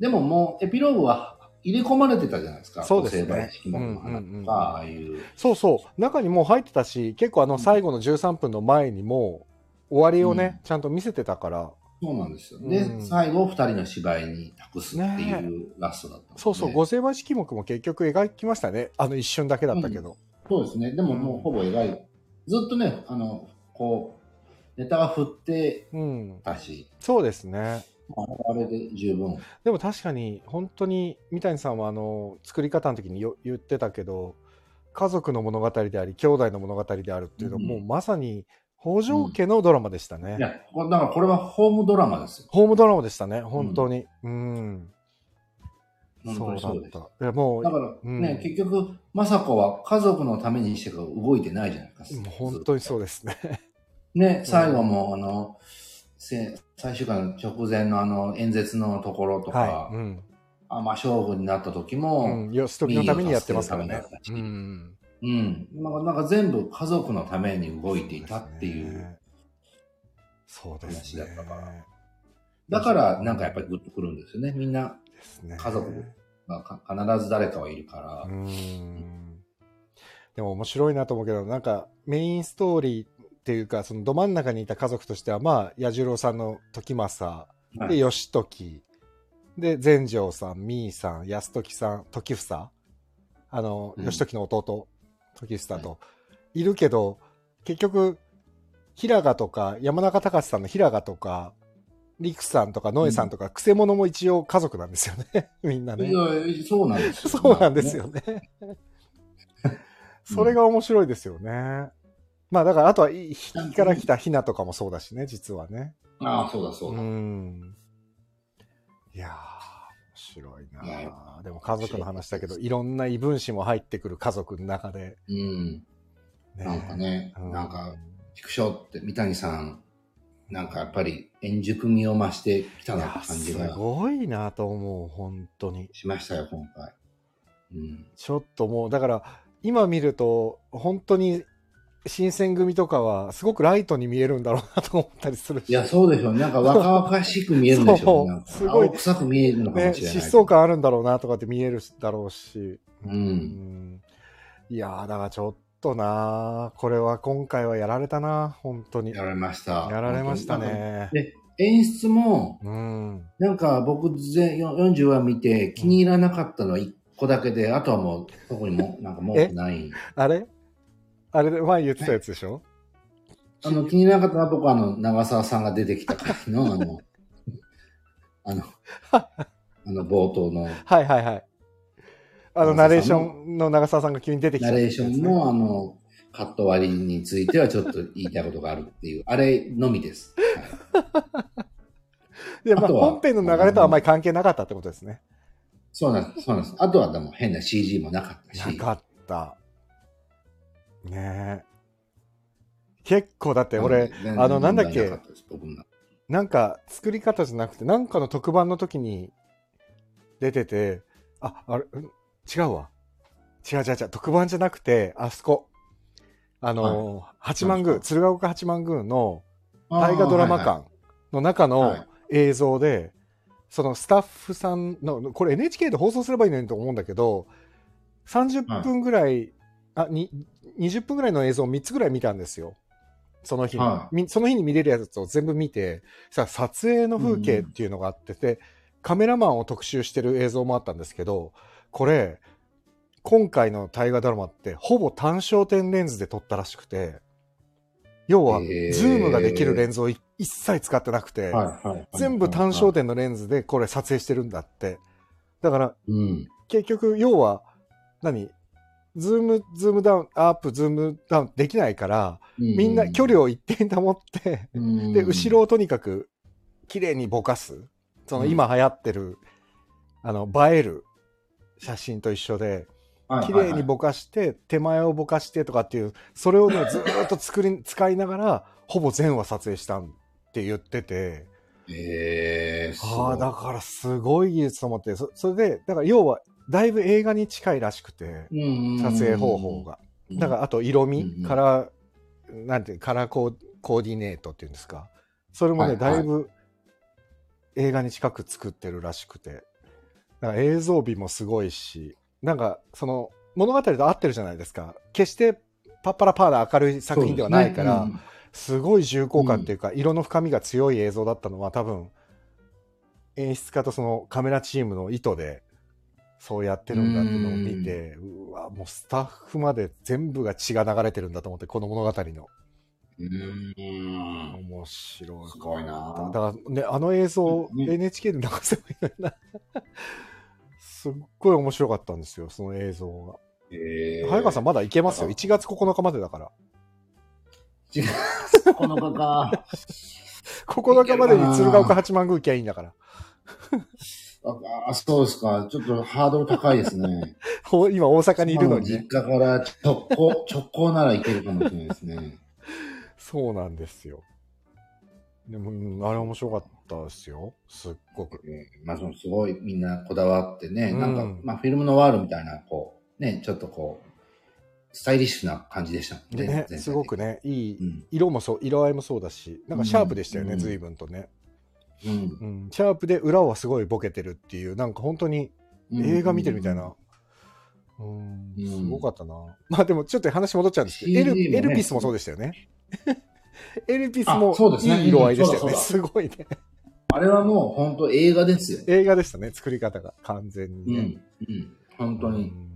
Speaker 2: でももうエピローグは入れ込まれてたじゃないですか。
Speaker 1: そうですね
Speaker 2: お成敗式目
Speaker 1: う
Speaker 2: の話
Speaker 1: んうんう
Speaker 2: と
Speaker 1: ん
Speaker 2: か、ああいう。
Speaker 1: そうそう。中にもう入ってたし、結構あの最後の13分の前にもう終わりをね、ちゃんと見せてたから、
Speaker 2: そうなんですよ。
Speaker 1: うん
Speaker 2: で、最後、二人の芝居に託すっていうラストだったので
Speaker 1: そうそう、五成敗式目も結局描きましたね。あの一瞬だけだったけど。
Speaker 2: そうですね。でももうほぼ描いて、ずっとね、あの、こう、ネタが振って
Speaker 1: うん。
Speaker 2: たし、
Speaker 1: そうですね。
Speaker 2: まあ、あれで十分。
Speaker 1: でも確かに、本当に三谷さんはあの、作り方の時によ言ってたけど、家族の物語であり、兄弟の物語であるっていうのは、
Speaker 2: うん
Speaker 1: もうまさに北条家のドラマでしたね。
Speaker 2: いや、こだからこれはホームドラマですよ。
Speaker 1: ホームドラマでしたね、本当に。うん。
Speaker 2: 本当に
Speaker 1: そう
Speaker 2: そうで
Speaker 1: だ
Speaker 2: す。
Speaker 1: った。いやもう、
Speaker 2: だ
Speaker 1: も
Speaker 2: からね、
Speaker 1: うん
Speaker 2: 結局、政子は家族のためにしてか動いてないじゃないです
Speaker 1: う
Speaker 2: か。
Speaker 1: 本当にそうですね。
Speaker 2: ね、最後も、あの、せ最終回の直前のあの演説のところとか、
Speaker 1: はい。うん。
Speaker 2: あまあ、将軍になった時
Speaker 1: うん
Speaker 2: も、。
Speaker 1: 義時のためにやってますからね。
Speaker 2: う。
Speaker 1: うんん。
Speaker 2: なんかなんか全部家族のために動いていたっていう。。
Speaker 1: そうです
Speaker 2: 話
Speaker 1: ね。
Speaker 2: だったからだから、なんかやっぱりグッとくるんですよね。みんな、
Speaker 1: ですね。
Speaker 2: 家族まあか必ず誰かはいるから
Speaker 1: う。ん。でも面白いなと思うけど、なんかメインストーリーっていうか、そのど真ん中にいた家族としては、まあ、彌十郎さんの時政、
Speaker 2: はい
Speaker 1: で、義時、で、全成さん、みーさん、安時さん、時房、あの、
Speaker 2: うん
Speaker 1: 義時の弟、時房と、いるけど、結局、平賀とか、山中隆さんの平賀とか、陸さんとか、野江さんとか、くせ者も一応家族なんですよね、 みんなね。
Speaker 2: いやそうなんですよ。
Speaker 1: そうなんですよね。それが面白いですよね。まあだから、あとは、い引きから来たひなとかもそうだしね、実はね。
Speaker 2: ああ、そうだそう
Speaker 1: う
Speaker 2: だ。
Speaker 1: ん。いやー、面白い
Speaker 2: いや
Speaker 1: なあでも家族の話だけど、いろんな異分子も入ってくる家族の中で。
Speaker 2: うん。
Speaker 1: ね
Speaker 2: なんかね、
Speaker 1: う
Speaker 2: なんか、畜生って三谷さん、なんかやっぱり円熟味を増してきた
Speaker 1: い
Speaker 2: な
Speaker 1: や
Speaker 2: って感じ
Speaker 1: す
Speaker 2: が
Speaker 1: ごいなと思う、本当に。
Speaker 2: しましたよ、今回。うん。
Speaker 1: ちょっともう、だから、今見ると、本当に、新選組とかは、すごくライトに見えるんだろうなと思ったりするし。
Speaker 2: いや、そうでしょうね。なんか若々しく見えるんでし
Speaker 1: そ
Speaker 2: ょ
Speaker 1: う
Speaker 2: う。なんか
Speaker 1: すごい
Speaker 2: 青臭く見えるのか
Speaker 1: ね、
Speaker 2: もしれない。
Speaker 1: 疾走感あるんだろうなとかって見えるだろうし。
Speaker 2: うん
Speaker 1: んいやー、だからちょっとなーこれは今回はやられたな本当に。
Speaker 2: や
Speaker 1: や
Speaker 2: られました。
Speaker 1: られました
Speaker 2: なんか。
Speaker 1: ね。
Speaker 2: で、演出も、
Speaker 1: うん。
Speaker 2: なんか僕全よ40話見て気に入らなかったのは1個だけで、あとはもう特にもうなんか文句ない。
Speaker 1: あれあれで前言ってたやつでしょ
Speaker 2: あの、気にならなかったのは僕はあの、長澤さんが出てきた回の、あの、あの、あの冒頭の
Speaker 1: はいはいはい。あの、ナ
Speaker 2: 長
Speaker 1: レー
Speaker 2: 澤
Speaker 1: シ
Speaker 2: さんの
Speaker 1: ョンの長澤さんが急に出てきちゃっ
Speaker 2: ナ
Speaker 1: た
Speaker 2: レ
Speaker 1: や
Speaker 2: ー
Speaker 1: つ
Speaker 2: シ
Speaker 1: ね、
Speaker 2: ョンも、あの、カット割りについてはちょっと言いたいことがあるっていう、あれのみです。はい
Speaker 1: で、まあ、
Speaker 2: あとは
Speaker 1: 本編の流れとはあまり関係なかったってことですね。
Speaker 2: そうなんです、そうなんです。あとはでも変な CG もなかった
Speaker 1: な
Speaker 2: し、
Speaker 1: かった。ねえ。結構だって俺、
Speaker 2: 全然
Speaker 1: あのなんだっけ
Speaker 2: 問題なかたです僕の中
Speaker 1: なんか作り方じゃなくて、なんかの特番の時に出てて、あ、あれ、ん違うわ。違う違う違う、特番じゃなくて、あそこ。あのー、八幡宮、
Speaker 2: 何
Speaker 1: 鶴岡八幡宮の
Speaker 2: あー
Speaker 1: 大河ドラマ
Speaker 2: はいはい
Speaker 1: 館の中
Speaker 2: は
Speaker 1: の
Speaker 2: い
Speaker 1: 映像で、そのスタッフさんの、これ NHK で放送すればいいのにと思うんだけど、30分ぐらい、あ、に、20分ぐらいの映像を3つぐらい見たんですよ。その日に、
Speaker 2: は
Speaker 1: みその日に見れるやつを全部見て、さ、撮影の風景っていうのがあってて、カメラマンを特集してる映像もあったんですけど、これ、今回の大河ドラマって、ほぼ単焦点レンズで撮ったらしくて、要は、
Speaker 2: へー
Speaker 1: ズームができるレンズをい一切使ってなくて、
Speaker 2: はいはいはい。
Speaker 1: 全部単焦点のレンズでこれ撮影してるんだって。だから、
Speaker 2: うん。
Speaker 1: 結局、要は、何ズーム、ズームダウン、アップ、ズームダウンできないから、みんな距離
Speaker 2: を、
Speaker 1: を一定に保って、
Speaker 2: うん
Speaker 1: で、後ろをとにかく、綺麗にぼかす。その今流行ってる、あの、映える写真と一緒で、
Speaker 2: はい
Speaker 1: 綺
Speaker 2: はいはい
Speaker 1: 麗にぼかして、手前をぼかしてとかっていう、それを ね、ずーっと作り、使いながら、ほぼ全話撮影したんって言ってて、
Speaker 2: へえ、す
Speaker 1: あ
Speaker 2: ご
Speaker 1: あ、
Speaker 2: い
Speaker 1: だからすごい技術と思って、そそれで、だから要は、だいぶ映画に近いらしくて、
Speaker 2: うん
Speaker 1: 撮影方法。が。だから、あと色
Speaker 2: うんうん
Speaker 1: 味、カラー、なんていう、カラーコーコーディネートっていうんですか。それもね、
Speaker 2: はいはい
Speaker 1: だいぶ映画に近く作ってるらしくて。だから映像美もすごいし、なんか、その、物語と合ってるじゃないですか。決してパッパラパーな明るい作品ではないから、
Speaker 2: そうですね
Speaker 1: すごい重厚感っていうか、色の深みが強い映像だったのは多分演出家とそのカメラチームの意図でそうやってるんだっていうのを見てうわもうスタッフまで全部が血が流れてるんだと思ってこの物語の
Speaker 2: うんうん。
Speaker 1: 面白い
Speaker 2: すごいな
Speaker 1: だからねあの映像
Speaker 2: うん
Speaker 1: NHK で流せばいいのにな すっごい面白かったんですよその映像が
Speaker 2: へえ
Speaker 1: 早川さんまだいけますよ1月9日までだから
Speaker 2: 違う。 この場か。
Speaker 1: 9日までに鶴岡八幡宮行きゃいいんだから
Speaker 2: あ、あそうですか。ちょっとハードル高いですね。
Speaker 1: ほ今大阪にいるのに
Speaker 2: 実家から直行、直行ならいけるかもしれないですね。
Speaker 1: そうなんですよ。でも、うんあれ面白かったですよ。すっごく。
Speaker 2: えーまあ、そのすごいみんなこだわってね、
Speaker 1: うん
Speaker 2: なんか、まあ、フィルムのワールみたいな、こう、ね、ちょっとこう、スタイリッシュな感じでしたもんね。全
Speaker 1: ね
Speaker 2: 体、的に
Speaker 1: すごく。ね、いい、
Speaker 2: うん。
Speaker 1: 色もそう、色合いもそうだし、なんかシャープでしたよね、
Speaker 2: うん
Speaker 1: 随分とね、
Speaker 2: うん
Speaker 1: うん。シャープで裏はすごいボケてるっていう、なんか本当に
Speaker 2: うん。
Speaker 1: 映画見てるみたいな。うん、
Speaker 2: うん
Speaker 1: すごかったな。まあでもちょっと話戻っちゃうんですけど、エ
Speaker 2: CD
Speaker 1: ル
Speaker 2: もね
Speaker 1: エルピスもそうでしたよ ね。エルピス
Speaker 2: あ
Speaker 1: も
Speaker 2: そうですね
Speaker 1: いい色合いでしたよ
Speaker 2: うんそう
Speaker 1: ね。
Speaker 2: だ
Speaker 1: すごいね。
Speaker 2: あれはもう本当映画ですよ。
Speaker 1: 映画でしたね、作り方が完全
Speaker 2: う
Speaker 1: にね。
Speaker 2: ん。うん。本当に。
Speaker 1: うん。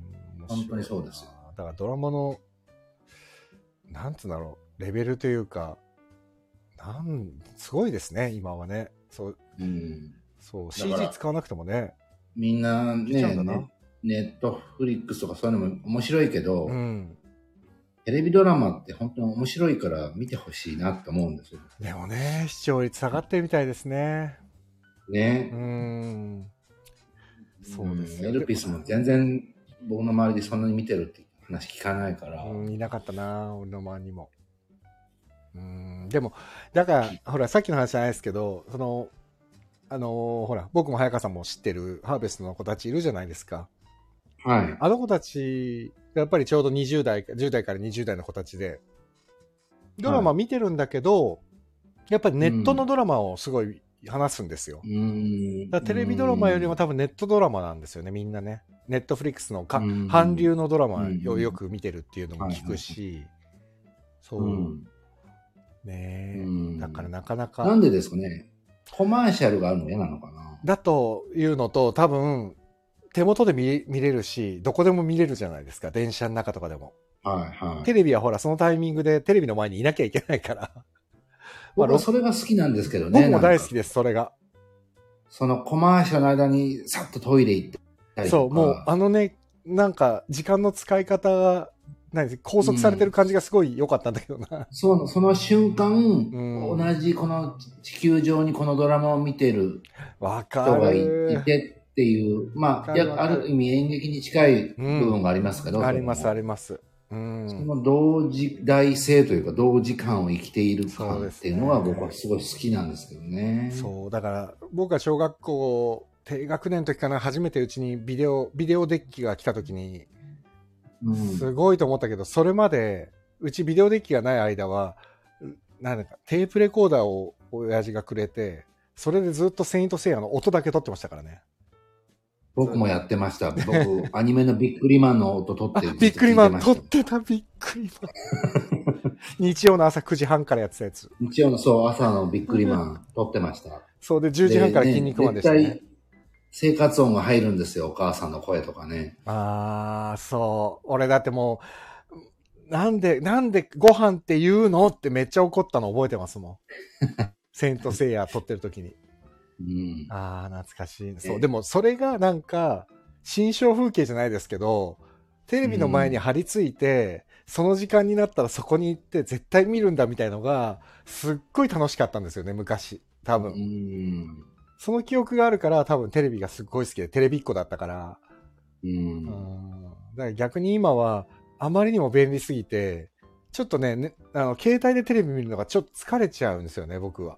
Speaker 2: 本当にそうですよ
Speaker 1: だからドラマの、なんつうんだろう、レベルというか、なん、すごいですね、今はね。そう、
Speaker 2: うん。
Speaker 1: そう、
Speaker 2: だから
Speaker 1: CG 使わなくてもね。
Speaker 2: みんな
Speaker 1: できちゃう
Speaker 2: ね、
Speaker 1: んだな
Speaker 2: ねネットフリックスとかそういうのも面白いけど、
Speaker 1: うん。
Speaker 2: テレビドラマって本当に面白いから見てほしいなって思うんですよ。
Speaker 1: でもね、視聴率下がってるみたいですね。
Speaker 2: ね
Speaker 1: う。ん。そうですよ
Speaker 2: んエルピスも全然僕の周りでそんなに見てるって話聞かないから。
Speaker 1: うん、いなかったな、俺の周りにも。うん、でも、だから、ほら、さっきの話じゃないですけど、その、あのーほら、僕も早川さんも知ってるハーベストの子たちいるじゃないですか。
Speaker 2: はい。
Speaker 1: あの子たち、やっぱりちょうど20代、10代から20代の子たちで、ドラマ見てるんだけど、やっぱりネットのドラマをすごい話すんですよ。
Speaker 2: うん
Speaker 1: だからテレビドラマよりも多分ネットドラマなんですよね、みんなね。ネットフリックスのか、
Speaker 2: うん
Speaker 1: 韓流のドラマをよく見てるっていうのも聞くし、そうう、
Speaker 2: ん
Speaker 1: ねえ、
Speaker 2: うん
Speaker 1: だからなかなか。
Speaker 2: なんでですかね。コマーシャルがあるの嫌なのかな。
Speaker 1: だというのと、多分、手元で見見れるし、どこでも見れるじゃないですか、電車の中とかでも。
Speaker 2: はいはい。
Speaker 1: テレビはほら、そのタイミングでテレビの前にいなきゃいけないから。まあ、
Speaker 2: 僕は
Speaker 1: ろ
Speaker 2: それが好きなんですけどね。
Speaker 1: 僕も大好き
Speaker 2: なんか
Speaker 1: です、それが。
Speaker 2: そのコマーシャルの間にさっとトイレ行ったりとか。
Speaker 1: そう、もう、あのね、なんか、時間の使い方が、何拘束されてる感じがすごい良かったんだけど な。
Speaker 2: そうその瞬間、
Speaker 1: ん
Speaker 2: 同じこの地球上にこのドラマを見てる
Speaker 1: わか
Speaker 2: 人がい
Speaker 1: る
Speaker 2: い。てっていう、まあ、
Speaker 1: わかる
Speaker 2: やある意味演劇に近い部分がありますけど、
Speaker 1: あります、あ
Speaker 2: り
Speaker 1: ります。うん。
Speaker 2: その同時代性というか、同時間を生きている
Speaker 1: そう
Speaker 2: 感
Speaker 1: で
Speaker 2: っ
Speaker 1: す
Speaker 2: て
Speaker 1: ね
Speaker 2: いうのは僕はすごい好きなんですけどね。
Speaker 1: そう、だから、僕は小学校、低学年の時かな、初めてうちにビデオ、ビデオデッキが来た時に、
Speaker 2: うん。
Speaker 1: すごいと思ったけど、それまで、うちビデオデッキがない間は、うなんだか、テープレコーダーを親父がくれて、それでずっとセイントセイヤの音だけ撮ってましたからね。
Speaker 2: 僕もやってました。僕、アニメのビックリマンの音撮っ
Speaker 1: あ
Speaker 2: てずっと
Speaker 1: ビックリマン撮
Speaker 2: 聞い
Speaker 1: ってて
Speaker 2: ました
Speaker 1: た、ビックリマン。 日曜の朝9時半からやってたやつ。
Speaker 2: 日曜のそう、朝のビックリマン撮ってました。
Speaker 1: そうで、10時半から筋肉マンでしたね。
Speaker 2: 絶対生活音が入るんですよ、お母さんの声とかね。
Speaker 1: あー、そう。俺だってもう、なんで、なんでご飯って言うのってめっちゃ怒ったの覚えてます もん。セントセイヤ撮ってる時に。
Speaker 2: うん。
Speaker 1: ああ、懐かしい。そ
Speaker 2: え
Speaker 1: う。
Speaker 2: え
Speaker 1: でも、それがなんか、新象風景じゃないですけど、テレビの前に張り付いて、その時間になったらそこに行って絶対見るんだみたいのが、すっごい楽しかったんですよね、昔。多分。
Speaker 2: うん。
Speaker 1: その記憶があるから、多分テレビがすっごい好きで、テレビっ子だったから。
Speaker 2: うん
Speaker 1: う。ん。だから逆に今は、あまりにも便利すぎて、ちょっとねねあの、携帯でテレビ見るのがちょっと疲れちゃうんですよね、僕は。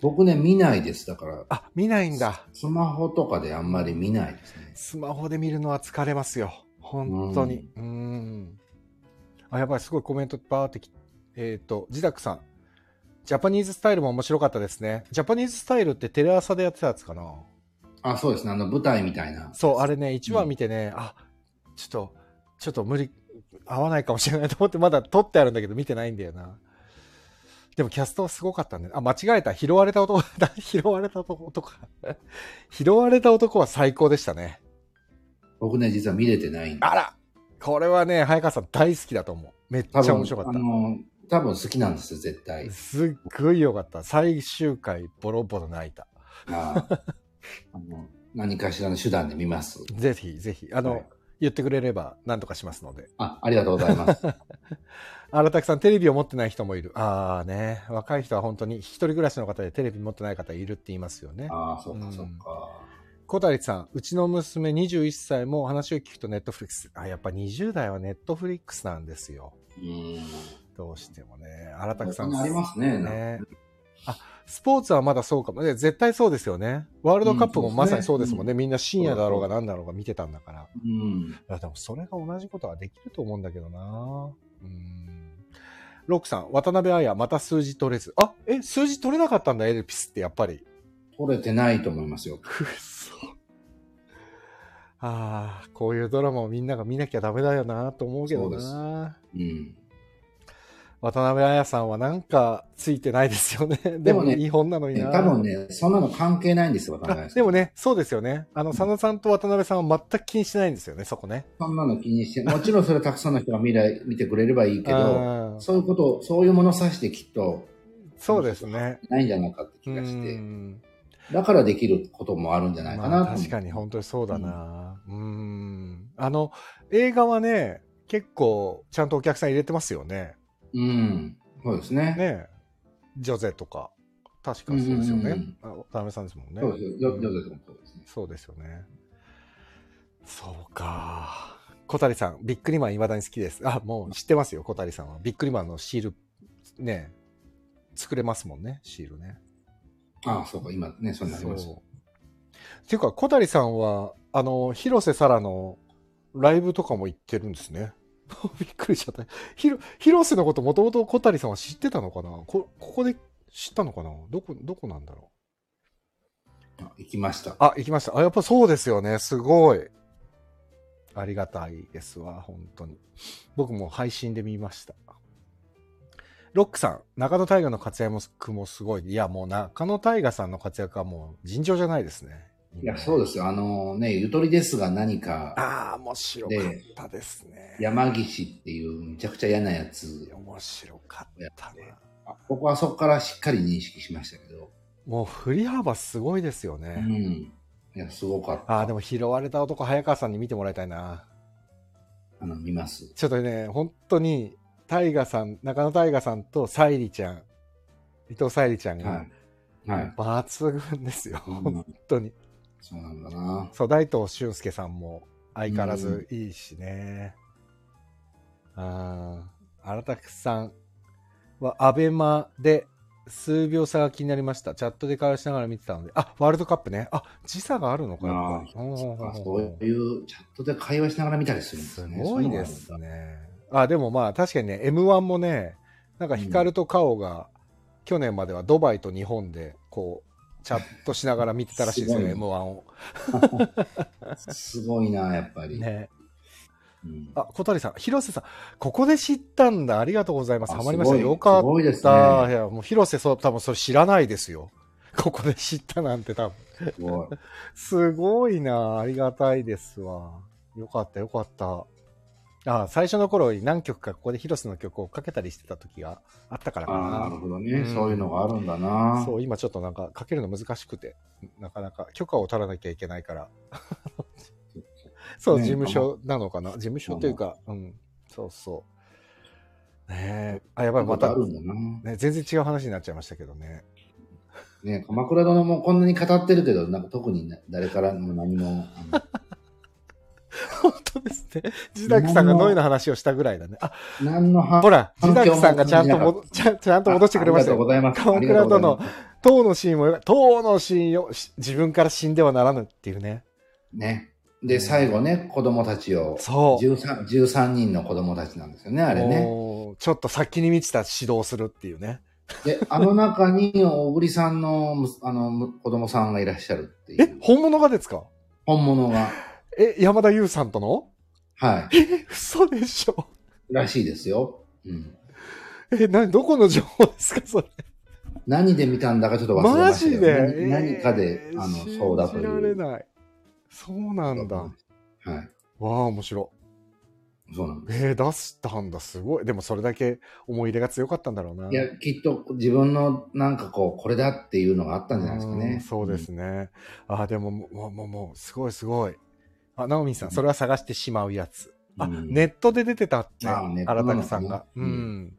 Speaker 2: 僕ね、見ないです。だから、
Speaker 1: あ、見ないんだ。
Speaker 2: スマホとかであんまり見ないですね。
Speaker 1: スマホで見るのは疲れますよ。本当に。うーん。あ、やばい、すごいコメントバーってきえっ、と、ジダックさん。ジャパニーズスタイルも面白かったですね。ジャパニーズスタイルってテレ朝でやってたやつかな
Speaker 2: あ、そうですね。あの、舞台みたいな。
Speaker 1: そう、あれね、1話見てね、あ、ちょっと、ちょっと無理、合わないかもしれないと思って、まだ撮ってあるんだけど見てないんだよな。でもキャストはすごかったね。あ、間違えた。拾われた男 だ。拾われた男か。拾われた男は最高でしたね。
Speaker 2: 僕ね、実は見れてないんで。
Speaker 1: あらこれはね、早川さん大好きだと思う。めっちゃ
Speaker 2: 多分、
Speaker 1: 面白かっ
Speaker 2: あの、多分好きなんですよ、絶対
Speaker 1: た。。すっごい良かった。最終回、ボロボロ泣いた。
Speaker 2: あ ーあの何かしらの手段で見ます。
Speaker 1: ぜひ、ぜひ、あの、
Speaker 2: はい
Speaker 1: 言ってくれれば何とかしますので。
Speaker 2: あ、ありがとうござい ます。
Speaker 1: 荒拓さん、テレビを持ってない人もいる。ああね、若い人は本当に一人暮らしの方でテレビ持ってない方いるって言いますよね。
Speaker 2: ああ、そう
Speaker 1: う
Speaker 2: か、
Speaker 1: ん
Speaker 2: そうか。
Speaker 1: 小谷さん、うちの娘21歳も話を聞くとネットフリックス。あ、やっぱ20代はネットフリックスなんですよ。
Speaker 2: うん。
Speaker 1: どうしてもね。荒拓さん。
Speaker 2: そなりますね。なんか
Speaker 1: ね。あ、スポーツはまだそうかも。ね絶対そうですよね。ワールドカップも
Speaker 2: うん
Speaker 1: まさにそうですもんね。
Speaker 2: う
Speaker 1: みんな深夜だろうが何だろうが見てたんだから。
Speaker 2: うん。
Speaker 1: いやでもそれが同じことはできると思うんだけどなうん。ロックさん、渡辺彩、また数字取れず。あ、え、数字取れなかったんだ、エルピスってやっぱり。
Speaker 2: 取れてないと思いますよ。
Speaker 1: くっそ。ああ、こういうドラマをみんなが見なきゃダメだよなと思うけどな
Speaker 2: うん。
Speaker 1: 渡辺彩さんはなんかついてないですよね。でも
Speaker 2: でもね
Speaker 1: いい本なのに
Speaker 2: ね
Speaker 1: な
Speaker 2: 多分ね、そんなの関係ないんですよ、渡辺
Speaker 1: あ
Speaker 2: さん。
Speaker 1: でも。ね、そうですよね。あの、佐野さんと渡辺さんは全く気にしないんですよね、そこね。
Speaker 2: そんなの気にして、もちろんそれたくさんの人が見れ見てくれればいいけど、
Speaker 1: うん
Speaker 2: そういうことを、そういうものさしてきっと
Speaker 1: そうですね。
Speaker 2: ないんじゃないかって気がし
Speaker 1: う
Speaker 2: て、
Speaker 1: ん
Speaker 2: だからできることもあるんじゃないかな
Speaker 1: まあ
Speaker 2: と
Speaker 1: 確かに本当にそうだな。うん。あの、映画はね、結構ちゃんとお客さん入れてますよね。
Speaker 2: うん。そうですね。
Speaker 1: ねジョゼとか。確かそうですよ
Speaker 2: うんう
Speaker 1: ね
Speaker 2: ん。
Speaker 1: あ渡辺さんですもんね。
Speaker 2: そうですよ。ジョジョゼもそうですね。
Speaker 1: そうですよね。そうか。小谷さん、ビックリマン未だに好きです。あ、もう知ってますよ、小谷さんは。ビックリマンのシール、ね、作れますもんね、シールね。
Speaker 2: ああ、そうか、今ね、そうなります。
Speaker 1: う。ていうか、小谷さんは、あの、広瀬沙羅のライブとかも行ってるんですね。 びっくりしちゃった。ひろ広瀬のこともともと小谷さんは知ってたのかなこここで知ったのかなどこ、どこなんだろう
Speaker 2: あ行きました。
Speaker 1: あ、行きました。あ、やっぱそうですよね。すごい。ありがたいですわ、本当に。僕も配信で見ました。ロックさん、中野大河の活躍もすごい。いや、もう中野大河さんの活躍はもう尋常じゃないですね。
Speaker 2: いや、そう
Speaker 1: です。
Speaker 2: ですよ。あのね、ゆとりですが何か、
Speaker 1: ああ、面白かったですね。
Speaker 2: 山岸っていうめちゃくちゃ嫌なやつ。
Speaker 1: 面白かったな。
Speaker 2: あ僕はそこからしっかり認識しましたけど。
Speaker 1: もう振り幅すごいですよ
Speaker 2: う
Speaker 1: ね。
Speaker 2: ん。いや、すごかった。
Speaker 1: ああ、でも拾われた男、早川さんに見てもらいたいな。
Speaker 2: あの、見ます。
Speaker 1: ちょっとね、本当に、タイガさん、中野タイガさんと沙莉ちゃん、伊藤沙莉ちゃん
Speaker 2: は
Speaker 1: が、
Speaker 2: い。はい。
Speaker 1: 抜群ですよ、
Speaker 2: う
Speaker 1: 本
Speaker 2: ん、
Speaker 1: 当に。
Speaker 2: そうなん だな。
Speaker 1: そう、大東俊介さんも相変わらずいいしね。ああ、荒拓さんは、アベマで数秒差が気になりました。チャットで会話しながら見てたので、あ、ワールドカップね。あ、時差があるのかな、やっぱりほんほんほんほん
Speaker 2: そういうチャットで会話しながら見たりするんです
Speaker 1: す
Speaker 2: ね。
Speaker 1: ごいです
Speaker 2: そうなんだ
Speaker 1: ね。あ、でもまあ確かにね、M1 もね、なんかヒカルとカオが、去年まではドバイと日本で、こう、チャットしながら見てたらしいですよ、
Speaker 2: すごい
Speaker 1: M1 を。
Speaker 2: すごいな、やっぱり。
Speaker 1: ね。
Speaker 2: うん
Speaker 1: あ、小谷さん、広瀬さん、ここで知ったんだ。ありがとうございます。
Speaker 2: あ
Speaker 1: ハマりました。
Speaker 2: すごい
Speaker 1: よか
Speaker 2: すごいで
Speaker 1: っ
Speaker 2: す
Speaker 1: た。い
Speaker 2: ね
Speaker 1: や、もう広瀬、そう、多分それ知らないですよ。ここで知ったなんて多分。
Speaker 2: すごい。
Speaker 1: すごいな。ありがたいですわ。よかった、よかった。ああ最初の頃に何曲かここでヒロスの曲をかけたりしてた時があったからか
Speaker 2: ああ、なる
Speaker 1: な。
Speaker 2: ほどね、
Speaker 1: うん
Speaker 2: そういうのがあるんだな。
Speaker 1: そう、今ちょっとなんかかけるの難しくて、なかなか許可を取らなきゃいけないから。そう、
Speaker 2: ね
Speaker 1: 事務所なのかな。事務所というか、うん、そうそう。ねえ、あ、やばい、ま
Speaker 2: またあ
Speaker 1: た、
Speaker 2: るんだな。
Speaker 1: ね、全然違う話になっちゃいましたけどね。
Speaker 2: ね、鎌倉殿もこんなに語ってるけど、なんか特にな誰からも何も、あ
Speaker 1: 本当ですね。地崎さんがノイの話をしたぐらいだね。あ、
Speaker 2: の何のは
Speaker 1: ほら、地
Speaker 2: 反響
Speaker 1: 崎
Speaker 2: も
Speaker 1: さんがちゃんともどちゃんちゃんと戻してくれました
Speaker 2: あありがとうご
Speaker 1: よ。
Speaker 2: ざいます。
Speaker 1: 鎌倉殿唐のシーンもよか、唐のシーンをし自分から死んではならぬっていうね。
Speaker 2: ね。で、最後ね、子供たちを、
Speaker 1: そう。
Speaker 2: 13, 13人の子供たちなんですよね、あれね。
Speaker 1: もうちょっと先に満ちた指導をするっていうね。
Speaker 2: で、あの中に、小栗さんのむ、あの、む子供さんがいらっしゃるってい
Speaker 1: え
Speaker 2: う、。
Speaker 1: 本物がですか
Speaker 2: 本物が、
Speaker 1: え、山田優さんとの
Speaker 2: はい。
Speaker 1: え、嘘でしょ。
Speaker 2: らしいですよ。うん。
Speaker 1: え、などこの情報ですかそれ。
Speaker 2: 何で見たんだかちょっと忘れ
Speaker 1: マ
Speaker 2: ました
Speaker 1: ジ
Speaker 2: けど
Speaker 1: で、
Speaker 2: 何何かで、
Speaker 1: えー
Speaker 2: あの、そうだという。
Speaker 1: 信じられない。そうなんだ。わ
Speaker 2: はい。
Speaker 1: あ、面白い。
Speaker 2: そうなんです。
Speaker 1: えー、出したんだ、すごい。でもそれだけ思い入れが強かったんだろうな。
Speaker 2: いや、きっと自分のなんかこう、これだっていうのがあったんじゃないですか
Speaker 1: うん
Speaker 2: ね。
Speaker 1: そうです
Speaker 2: ん。
Speaker 1: ね。あー、でも、もう、もう、もう、すごい、すごい。あ、ナオミさん、
Speaker 2: うん
Speaker 1: それは探してしまうやつ。あ、
Speaker 2: うん
Speaker 1: ネットで出てたって、
Speaker 2: あーネットな
Speaker 1: 荒
Speaker 2: のかな
Speaker 1: 谷さんが。う。
Speaker 2: うんん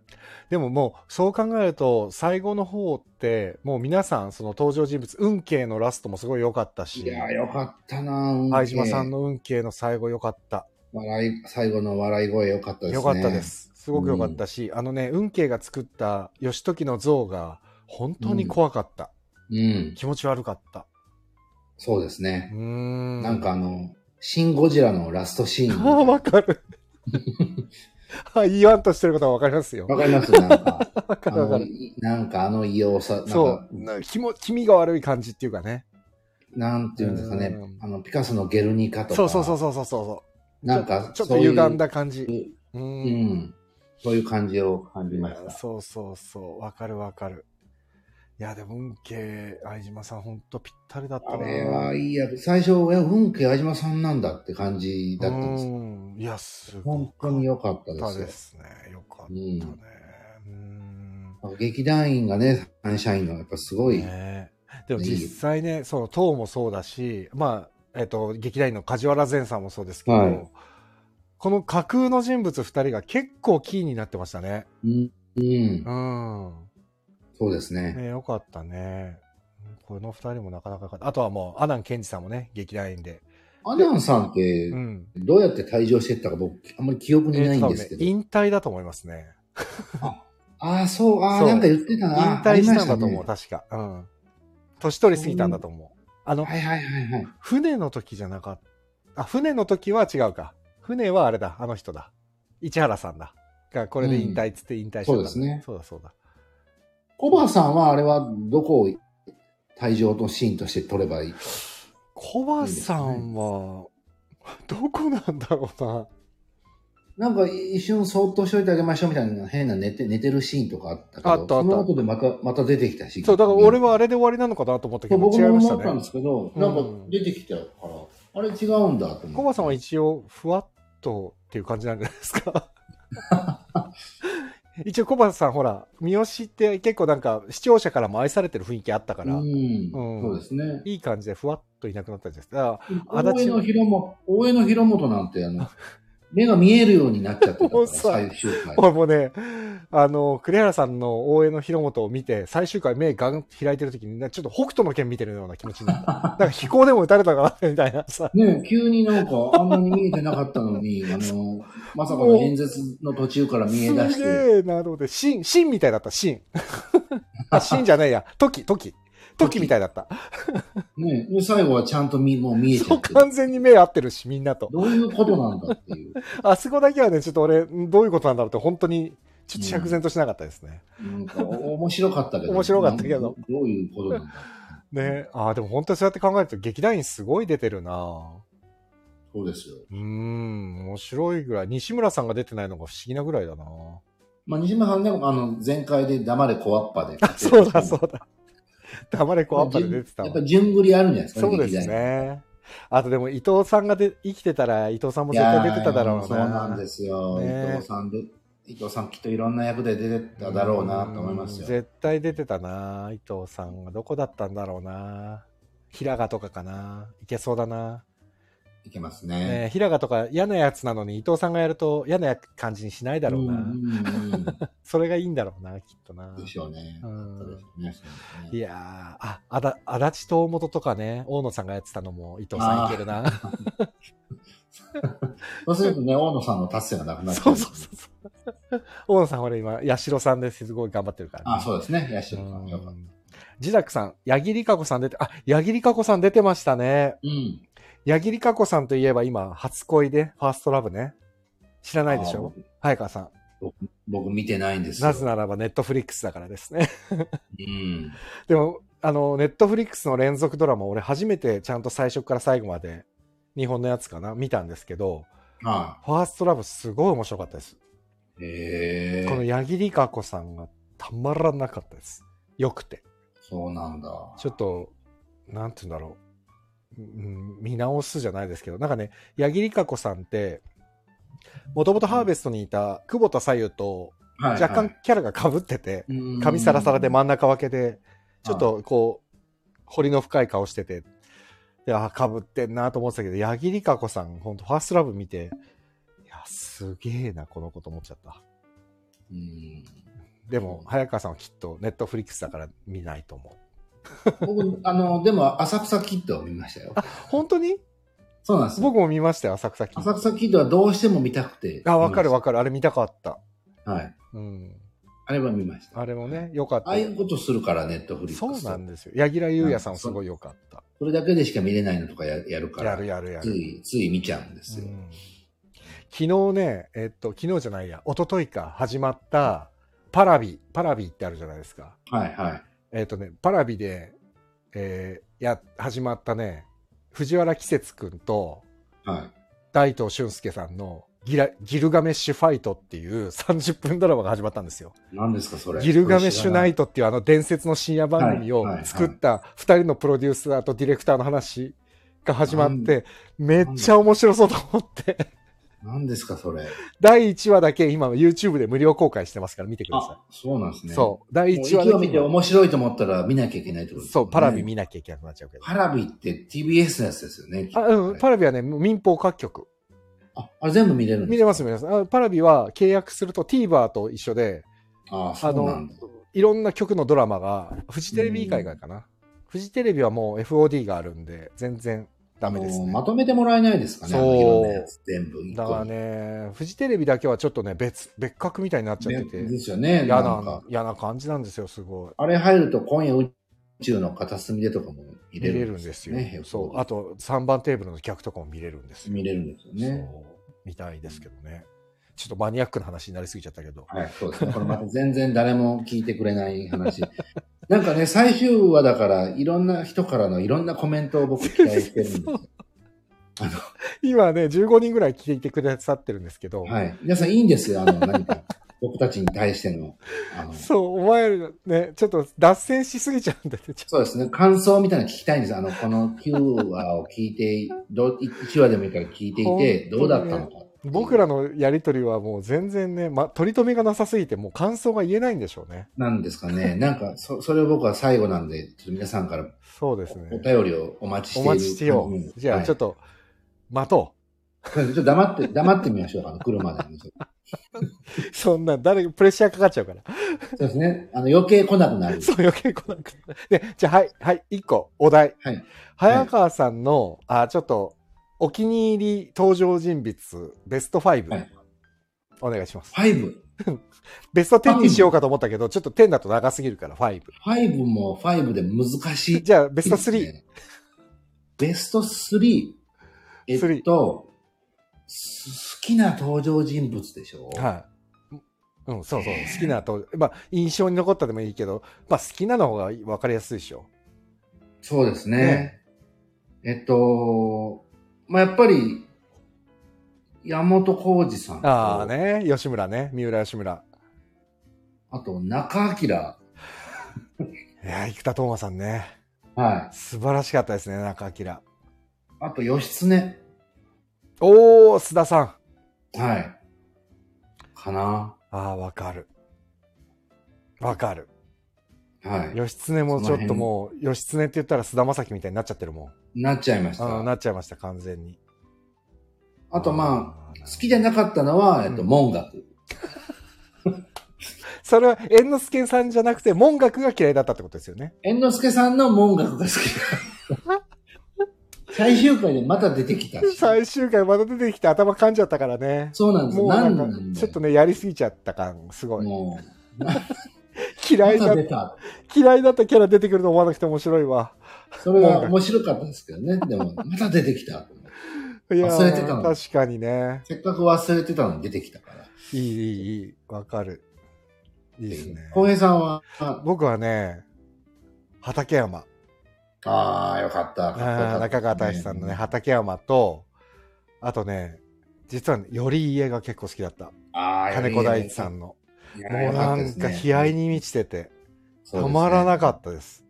Speaker 1: でももう、そう考えると、最後の方って、もう皆さん、その登場人物、運慶のラストもすごい良かったし、
Speaker 2: いや、よかったなぁ。運慶
Speaker 1: 相島さんの運慶の最後良かった。
Speaker 2: 笑い、最後の笑い声よかったですね。
Speaker 1: 良かったで。す。すごく良かったし、あのね、運慶が作った義時の像が、本当に怖かった。
Speaker 2: うん。
Speaker 1: 気持ち悪かった。
Speaker 2: そうです
Speaker 1: う
Speaker 2: ね
Speaker 1: ー。ん。
Speaker 2: なんかあの、シン・ゴジラのラストシーンみ
Speaker 1: あ
Speaker 2: たいな。
Speaker 1: あ、 わかる。あ言わんとしてることはわかりますよ。
Speaker 2: わかり ますなんか、
Speaker 1: わか
Speaker 2: あ
Speaker 1: るわか
Speaker 2: の
Speaker 1: る。
Speaker 2: いなんかあの異様さ、なん
Speaker 1: そう
Speaker 2: か、
Speaker 1: な気も気味が悪い感じっていうかね。
Speaker 2: なんていうんですかね
Speaker 1: うん。
Speaker 2: あの、ピカソのゲルニカとか。
Speaker 1: そうそうそうそうそうそう。
Speaker 2: なんか、
Speaker 1: ちょっと歪ん
Speaker 2: だ。
Speaker 1: だ感じ。う。
Speaker 2: うんん。そういう感じを感じました。
Speaker 1: そうそうそう。わかるわかる。いや、でも、運慶、相島さん、ほんとぴったりだった
Speaker 2: あ
Speaker 1: な。
Speaker 2: れはいいや、最初、え、運慶矢島さんなんだって感じだったんです。
Speaker 1: うん。いや、すご
Speaker 2: 本
Speaker 1: か
Speaker 2: 当に良かった
Speaker 1: った
Speaker 2: で
Speaker 1: ですすね。よかっ
Speaker 2: よ。
Speaker 1: たね。うん。
Speaker 2: うん。劇団員がね、サンシャインのやっぱすごい、
Speaker 1: ねえでも
Speaker 2: いい
Speaker 1: 実際ね、その党もそうだし、まあ、えっと、劇団員の梶原善さんもそうですけど、
Speaker 2: はい
Speaker 1: この架空の人物2人が結構キーになってましたね。
Speaker 2: うん、うん
Speaker 1: う、ん。
Speaker 2: そうですね。
Speaker 1: ねよかったね。この2人もなかなかよかったあとはもう、阿南健二さんもね、劇団員で。
Speaker 2: アナンさんって
Speaker 1: う、ん。
Speaker 2: どうやって退場してったか僕、あんまり記憶にないんですけ
Speaker 1: えー多分
Speaker 2: ど
Speaker 1: ね。引退だと思いますね。
Speaker 2: ああ、そう、ああ、
Speaker 1: そう
Speaker 2: なんか言ってた
Speaker 1: 引
Speaker 2: な。あ
Speaker 1: 退
Speaker 2: り
Speaker 1: し
Speaker 2: ま
Speaker 1: た
Speaker 2: し
Speaker 1: んだと
Speaker 2: ね
Speaker 1: 思う、確か。うん。年取りすぎたんだと思う。あの、
Speaker 2: はいはいはいはい。
Speaker 1: 船の時じゃなかった。あ、船の時は違うか。船はあれだ、あの人だ。市原さんだ。が、これで引退っつって引退したんだ、
Speaker 2: そうですね
Speaker 1: そうだそうだ。
Speaker 2: コバさんはあれはどこを退場のシーンとして取ればいい
Speaker 1: コバさんは、どこなんだろうな。
Speaker 2: なんか一瞬そっとしといてあげましょうみたいな変な寝て寝てるシーンとかあったけど、
Speaker 1: あったあった
Speaker 2: その後でまた、また出てきたし。
Speaker 1: そう、だから俺はあれで終わりなのかなと思ったけ
Speaker 2: そう
Speaker 1: ど、
Speaker 2: 僕
Speaker 1: 違い
Speaker 2: も
Speaker 1: ました
Speaker 2: 思ったんで
Speaker 1: ね
Speaker 2: す。けど、
Speaker 1: うん
Speaker 2: なんか出てきたから、あれ違うんだと思って。
Speaker 1: コバさんは一応、ふわっとっていう感じなんじゃないですか。 一応、コバさん、ほら、三好って結構なんか、視聴者からも愛されてる雰囲気あったから、
Speaker 2: う
Speaker 1: い
Speaker 2: ん、
Speaker 1: うん
Speaker 2: そうですね。
Speaker 1: い感じでふわっといなくなったじゃないですか。だから足立
Speaker 2: 大江の広も、大江の広本なんて、あの、目が見えるようになっちゃってたか
Speaker 1: もう
Speaker 2: ら、
Speaker 1: さ
Speaker 2: 最終回。
Speaker 1: 俺もね、あの、栗原さんの応援の広本を見て、最終回目がん開いてる時に、なちょっと北斗の剣見てるような気持ちにな った。なんか飛行でも撃たれたかな、みたいなさ。
Speaker 2: ねえ急になんか、あんなに見えてなかったの に、あの、まさかの演説の途中から見え出し
Speaker 1: す
Speaker 2: て、
Speaker 1: げえな、と思って、シン、シンみたいだった、シン。あ、シンじゃないや、トキ、トキ。トキみたいだった。
Speaker 2: ねえで最後はちゃんと見、もう見えちゃ
Speaker 1: そう、
Speaker 2: ってる
Speaker 1: 完全に目合ってるし、みんなと。
Speaker 2: どういうことなんだっていう。
Speaker 1: あそこだけはね、ちょっと俺、んどういうことなんだろうって、本当に、ちょっと釈然としなかったですね。
Speaker 2: なんか、お面白かったけど。
Speaker 1: 面白かったけど
Speaker 2: なんどういうことなんだ
Speaker 1: ね。あーでも本当にそうやって考えると、劇団員すごい出てるな
Speaker 2: そうですよ。
Speaker 1: うーん、面白いぐらい。西村さんが出てないのが不思議なぐらいだな。
Speaker 2: まあ、西村さんね、あの、前回で黙れ小アッ パで。
Speaker 1: そうだ、そうだ。黙れこアッパで出てた
Speaker 2: や
Speaker 1: わ
Speaker 2: っぱ。順繰りあるんじゃないですか、
Speaker 1: そうです
Speaker 2: 劇団員。
Speaker 1: ね。あとでも伊藤さんがで生きてたら伊藤さんも絶対出てただろうな。
Speaker 2: そうなんですよ。
Speaker 1: ね
Speaker 2: 伊藤さんで、伊藤さんきっといろんな役で出てただろうなと思います
Speaker 1: うん
Speaker 2: よ。
Speaker 1: 絶対出てたな。伊藤さんはどこだったんだろうな。平賀とかかな。いけそうだな。
Speaker 2: いけますね。
Speaker 1: ね、平賀とか嫌なやつなのに伊藤さんがやると嫌な感じにしないだろうな。
Speaker 2: んうんう
Speaker 1: それがいいんだろうな、きっとな。
Speaker 2: んでしょうね。
Speaker 1: うん
Speaker 2: そうですねそうです
Speaker 1: い
Speaker 2: ね
Speaker 1: やー、あ、あだ、足立東本とかね、大野さんがやってたのも伊藤さんいける な。
Speaker 2: そうするとね、大野さんの達成がなくなっちゃ
Speaker 1: そうそうそうそう。大野さん、ほら今、八代さんですごい頑張ってるから、
Speaker 2: あ、そうですね。八代さん。よかった。
Speaker 1: ん。自宅さん、八木里香子さん出て、あ、八木里香子さん出てましたね。
Speaker 2: うん。
Speaker 1: 八木里香子さんといえば今、初恋で、ファーストラブね。知らないでしょ
Speaker 2: あ
Speaker 1: 早川さん。
Speaker 2: 僕見てないんですよ。
Speaker 1: なぜならば、ネットフリックスだからですね。
Speaker 2: うん。
Speaker 1: でも、あの、ネットフリックスの連続ドラマ、俺初めてちゃんと最初から最後まで、日本のやつかな見たんですけど、
Speaker 2: は
Speaker 1: ファーストラブすごい面白かったです。
Speaker 2: い。へ
Speaker 1: この
Speaker 2: え。
Speaker 1: 八木里香子さんがたまらなかったです。よくて。
Speaker 2: そうなんだ。
Speaker 1: ちょっと、なんて言うんだろう。うん見直すじゃないですけど、なんかね、八木里香子さんって、もともとハーベストにいた久保田左右と
Speaker 2: はい
Speaker 1: 若干、キャラが被ってて、髪サラサラで
Speaker 2: ま
Speaker 1: 真ん中分けで、ちょっとこう、彫りの深い顔してて、で、あ、被ってんなと思ってたけど、八木里香子さん、ほんと、ファーストラブ見て、いや、すげえな、この子と思っちゃった。
Speaker 2: うん
Speaker 1: でも、早川さんはきっと、ネットフリックスだから見ないと思
Speaker 2: 僕、あの、でも、浅草キッドを見ましたよ。
Speaker 1: う。本当に
Speaker 2: そうなんですよ。
Speaker 1: 僕も見ましたよ、浅草キッド
Speaker 2: 浅草キッドはどうしても見たくて。
Speaker 1: あ、わかる
Speaker 2: わ
Speaker 1: わかる。あれ見たかった。
Speaker 2: はい。
Speaker 1: うん。
Speaker 2: あれは見ました。
Speaker 1: あれもね、よかっ
Speaker 2: あ
Speaker 1: た
Speaker 2: あ。いうことするから、ネットフリックス。
Speaker 1: そうなんですよ。柳楽優也さんもすごいよかっ
Speaker 2: それだけでしか見れないのとかややるか
Speaker 1: た。
Speaker 2: ら。
Speaker 1: やるやるや
Speaker 2: つ
Speaker 1: る。
Speaker 2: い、つい見ちゃうんです
Speaker 1: う
Speaker 2: よ。
Speaker 1: ん昨日ね、えっと、昨日じゃないや、一昨日か、始まった、パラビ、パラビってあるじゃないですか。
Speaker 2: はいはい。
Speaker 1: えっとね、パラビで、えーや、始まったね、藤原季節くんと、
Speaker 2: は
Speaker 1: 大東俊介さんのギラギルガメッシュファイトっていう30分ドラマが始まったんですよ。
Speaker 2: い。何ですか、それ。
Speaker 1: ギルガメッシュナ
Speaker 2: い。
Speaker 1: イトっていうあの伝説の深夜番組を
Speaker 2: はいはい
Speaker 1: 作った2人のプロデューサーとディレクターの話が始まって、めっちゃ面白そうと思って、
Speaker 2: 何ですか、それ。
Speaker 1: 第1話だけ今 YouTube で無料公開してますから見てくださ
Speaker 2: あ、そうなんです
Speaker 1: い。
Speaker 2: ね。
Speaker 1: そう。第
Speaker 2: もう
Speaker 1: 1話
Speaker 2: 一話見て
Speaker 1: だ
Speaker 2: 面白いと思ったら見なきゃいけないって
Speaker 1: け
Speaker 2: ことですね
Speaker 1: そう、パラビ見なきゃいけなくなっちゃうけど。
Speaker 2: パラビって TBS のやつですよね。
Speaker 1: あうん、パラビはね、民放各局。
Speaker 2: あ、あれ全部見れるんですか
Speaker 1: 見れます、見れます。あパラビは契約すると TVer と一緒で、
Speaker 2: ああ、そ
Speaker 1: あ
Speaker 2: うなん
Speaker 1: の
Speaker 2: だ。、
Speaker 1: いろんな局のドラマが、フジテレビ以外がかな。フジテレビはもう FOD があるんで、全然ダメです
Speaker 2: あの
Speaker 1: ね。
Speaker 2: まとめてもらえないですかね、
Speaker 1: そう
Speaker 2: あのいろんなやつ全部一個
Speaker 1: だ
Speaker 2: に。
Speaker 1: からね、フジテレビだけはちょっとね、別、別格みたいになっちゃって
Speaker 2: ねで
Speaker 1: て、
Speaker 2: すよね。
Speaker 1: 嫌
Speaker 2: な
Speaker 1: なん
Speaker 2: か、
Speaker 1: 嫌な感じなんですよ、すごい。
Speaker 2: あれ入ると今夜宇宙の片隅でとかも
Speaker 1: 見
Speaker 2: 見れ
Speaker 1: れ
Speaker 2: る
Speaker 1: る
Speaker 2: ん
Speaker 1: ん
Speaker 2: で
Speaker 1: ですす
Speaker 2: よ
Speaker 1: よ
Speaker 2: ね。。
Speaker 1: そう。あと、3番テーブルの客とかも見れるんですよ。
Speaker 2: 見れるんですよね。
Speaker 1: そう。みたいですけどね。ちょっとマニアックな話になりすぎちゃったけど。
Speaker 2: はい、そうですね。これまた全然誰も聞いてくれない話。 なんかね、最終話だから、いろんな人からのいろんなコメントを僕期待してる んですよ。
Speaker 1: 今ね、15人ぐらい聞いてくださってるんですけど、
Speaker 2: はい。皆さんいいんですよ、あの、何か。 僕たちに対しての、あの、
Speaker 1: そう、お前らね、ちょっと脱線しすぎちゃうんだって、ちょっと
Speaker 2: そうですね。感想みたいなの聞きたいんです。あの、この9話を聞いて、どう1話でもいいから聞いていて、どう
Speaker 1: 本
Speaker 2: だ
Speaker 1: 当
Speaker 2: っ
Speaker 1: にね
Speaker 2: たのか。
Speaker 1: 僕らのやりとりはもう全然ね、ま、取り留めがなさすぎて、もう感想が言えないんでしょうね。
Speaker 2: なんですかね。なんか、そ、それを僕は最後なんで、ちょっと皆さんから
Speaker 1: そうですね
Speaker 2: お。便りをお待ちして
Speaker 1: お
Speaker 2: いる。
Speaker 1: 待ちしてよ
Speaker 2: うん
Speaker 1: う。じゃあ、
Speaker 2: はい
Speaker 1: ちょっと、待と
Speaker 2: ちょっと黙って、黙ってみましょう。あの、来るまでに。
Speaker 1: う。そんな、誰、プレッシャーかかっちゃうから。
Speaker 2: そうですね。あの、余計来なくなる。
Speaker 1: そう、余計来なくなる。で、じゃあ、はい、はい、一個、お題。
Speaker 2: はい
Speaker 1: 早川さんの、あ、ちょっと、お気に入り登場人物、ベスト5。
Speaker 2: はい
Speaker 1: お願いします。
Speaker 2: 5。
Speaker 1: ベスト10にしようかと思ったけど、ちょっと10だと長すぎるから、5。
Speaker 2: 5も5で難しい。
Speaker 1: じゃあ、ベスト3。
Speaker 2: いいですね。ベスト3。えっと、す好きな登場人物でしょ
Speaker 1: はい。うん、そうそう。好きなと、まあ、印象に残ったでもいいけど、まあ、好きなの方が分かりやすいでしょ。
Speaker 2: そうですね。えっと、まあ、やっぱり、山本浩二さんと。
Speaker 1: ああね、吉村ね、三浦吉村。
Speaker 2: あと、中明。
Speaker 1: いやー、生田斗真さんね。
Speaker 2: はい。
Speaker 1: 素晴らしかったですね、中明。
Speaker 2: あと、義経。
Speaker 1: おー、須田さん。
Speaker 2: はい。かな
Speaker 1: ああ、わかる。わかる。
Speaker 2: は
Speaker 1: 義経もちょっともう、義経って言ったら菅田将暉みたいになっちゃってるもん。
Speaker 2: い。なっちゃいまし
Speaker 1: あの
Speaker 2: た。
Speaker 1: な
Speaker 2: あ
Speaker 1: っちゃいました、完全に。
Speaker 2: と、ま
Speaker 1: あー
Speaker 2: あ、好きじゃなかったのは、えっと、
Speaker 1: うん
Speaker 2: 文学。
Speaker 1: それは猿之助さんじゃなくて、文学が嫌いだったってことですよね。
Speaker 2: 猿之助さんの文学が好きだ最終回でまた出てきたし。
Speaker 1: 最終回また出てきて頭噛んじゃったからね。
Speaker 2: そうなんです
Speaker 1: も
Speaker 2: よ。
Speaker 1: うな
Speaker 2: な
Speaker 1: んん
Speaker 2: でなん
Speaker 1: か、
Speaker 2: だ
Speaker 1: ちょ
Speaker 2: よ
Speaker 1: っとね、やりすぎちゃった感、すごい。
Speaker 2: もう、
Speaker 1: 嫌
Speaker 2: ま
Speaker 1: いだ
Speaker 2: た、出た。
Speaker 1: 嫌いだったキャラ出てくると思わなくて面白いわ。
Speaker 2: それが面白かったですけどね。でも、また出てきた。
Speaker 1: いやー
Speaker 2: 忘れてたの
Speaker 1: 確かにね。
Speaker 2: せっかく忘れてたのに出てきたから。
Speaker 1: いい、いい、いい。わかる。いいですね。
Speaker 2: 浩平さんは、あ
Speaker 1: 僕はね、畠山。
Speaker 2: あー、よかった。
Speaker 1: あー中川大志さんのね、畠山と、あとね、実はね、より家が結構好きだった。
Speaker 2: あー
Speaker 1: 金子大地さ。んの。
Speaker 2: いや
Speaker 1: もう
Speaker 2: よ
Speaker 1: な
Speaker 2: かったで
Speaker 1: ん
Speaker 2: す
Speaker 1: か
Speaker 2: ね
Speaker 1: 悲哀に満ちてて、
Speaker 2: そ
Speaker 1: た
Speaker 2: うですね
Speaker 1: まらなかったです。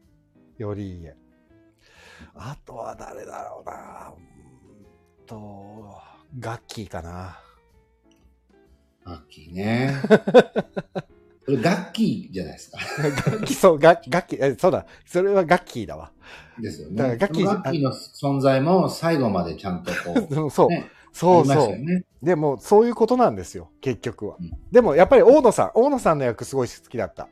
Speaker 1: より家。あとは誰だろうな。うーんと、ガッキーかな。
Speaker 2: ガッキーね。これガッキーじゃないですか。
Speaker 1: ガッキー、そう、ガッガッキー、えそうだ、それはガッキーだわ。
Speaker 2: ですよ
Speaker 1: だから
Speaker 2: ね。
Speaker 1: ガッキー
Speaker 2: ガッキーの存在も最後までちゃんとこう。
Speaker 1: うんそう、
Speaker 2: ね
Speaker 1: そう
Speaker 2: ありま
Speaker 1: そ
Speaker 2: し
Speaker 1: う
Speaker 2: たよ。ね。
Speaker 1: でも、そういうことなんですよ、結局は。
Speaker 2: うん
Speaker 1: でも、やっぱり大野さん、大野さんの役すごい好きだった。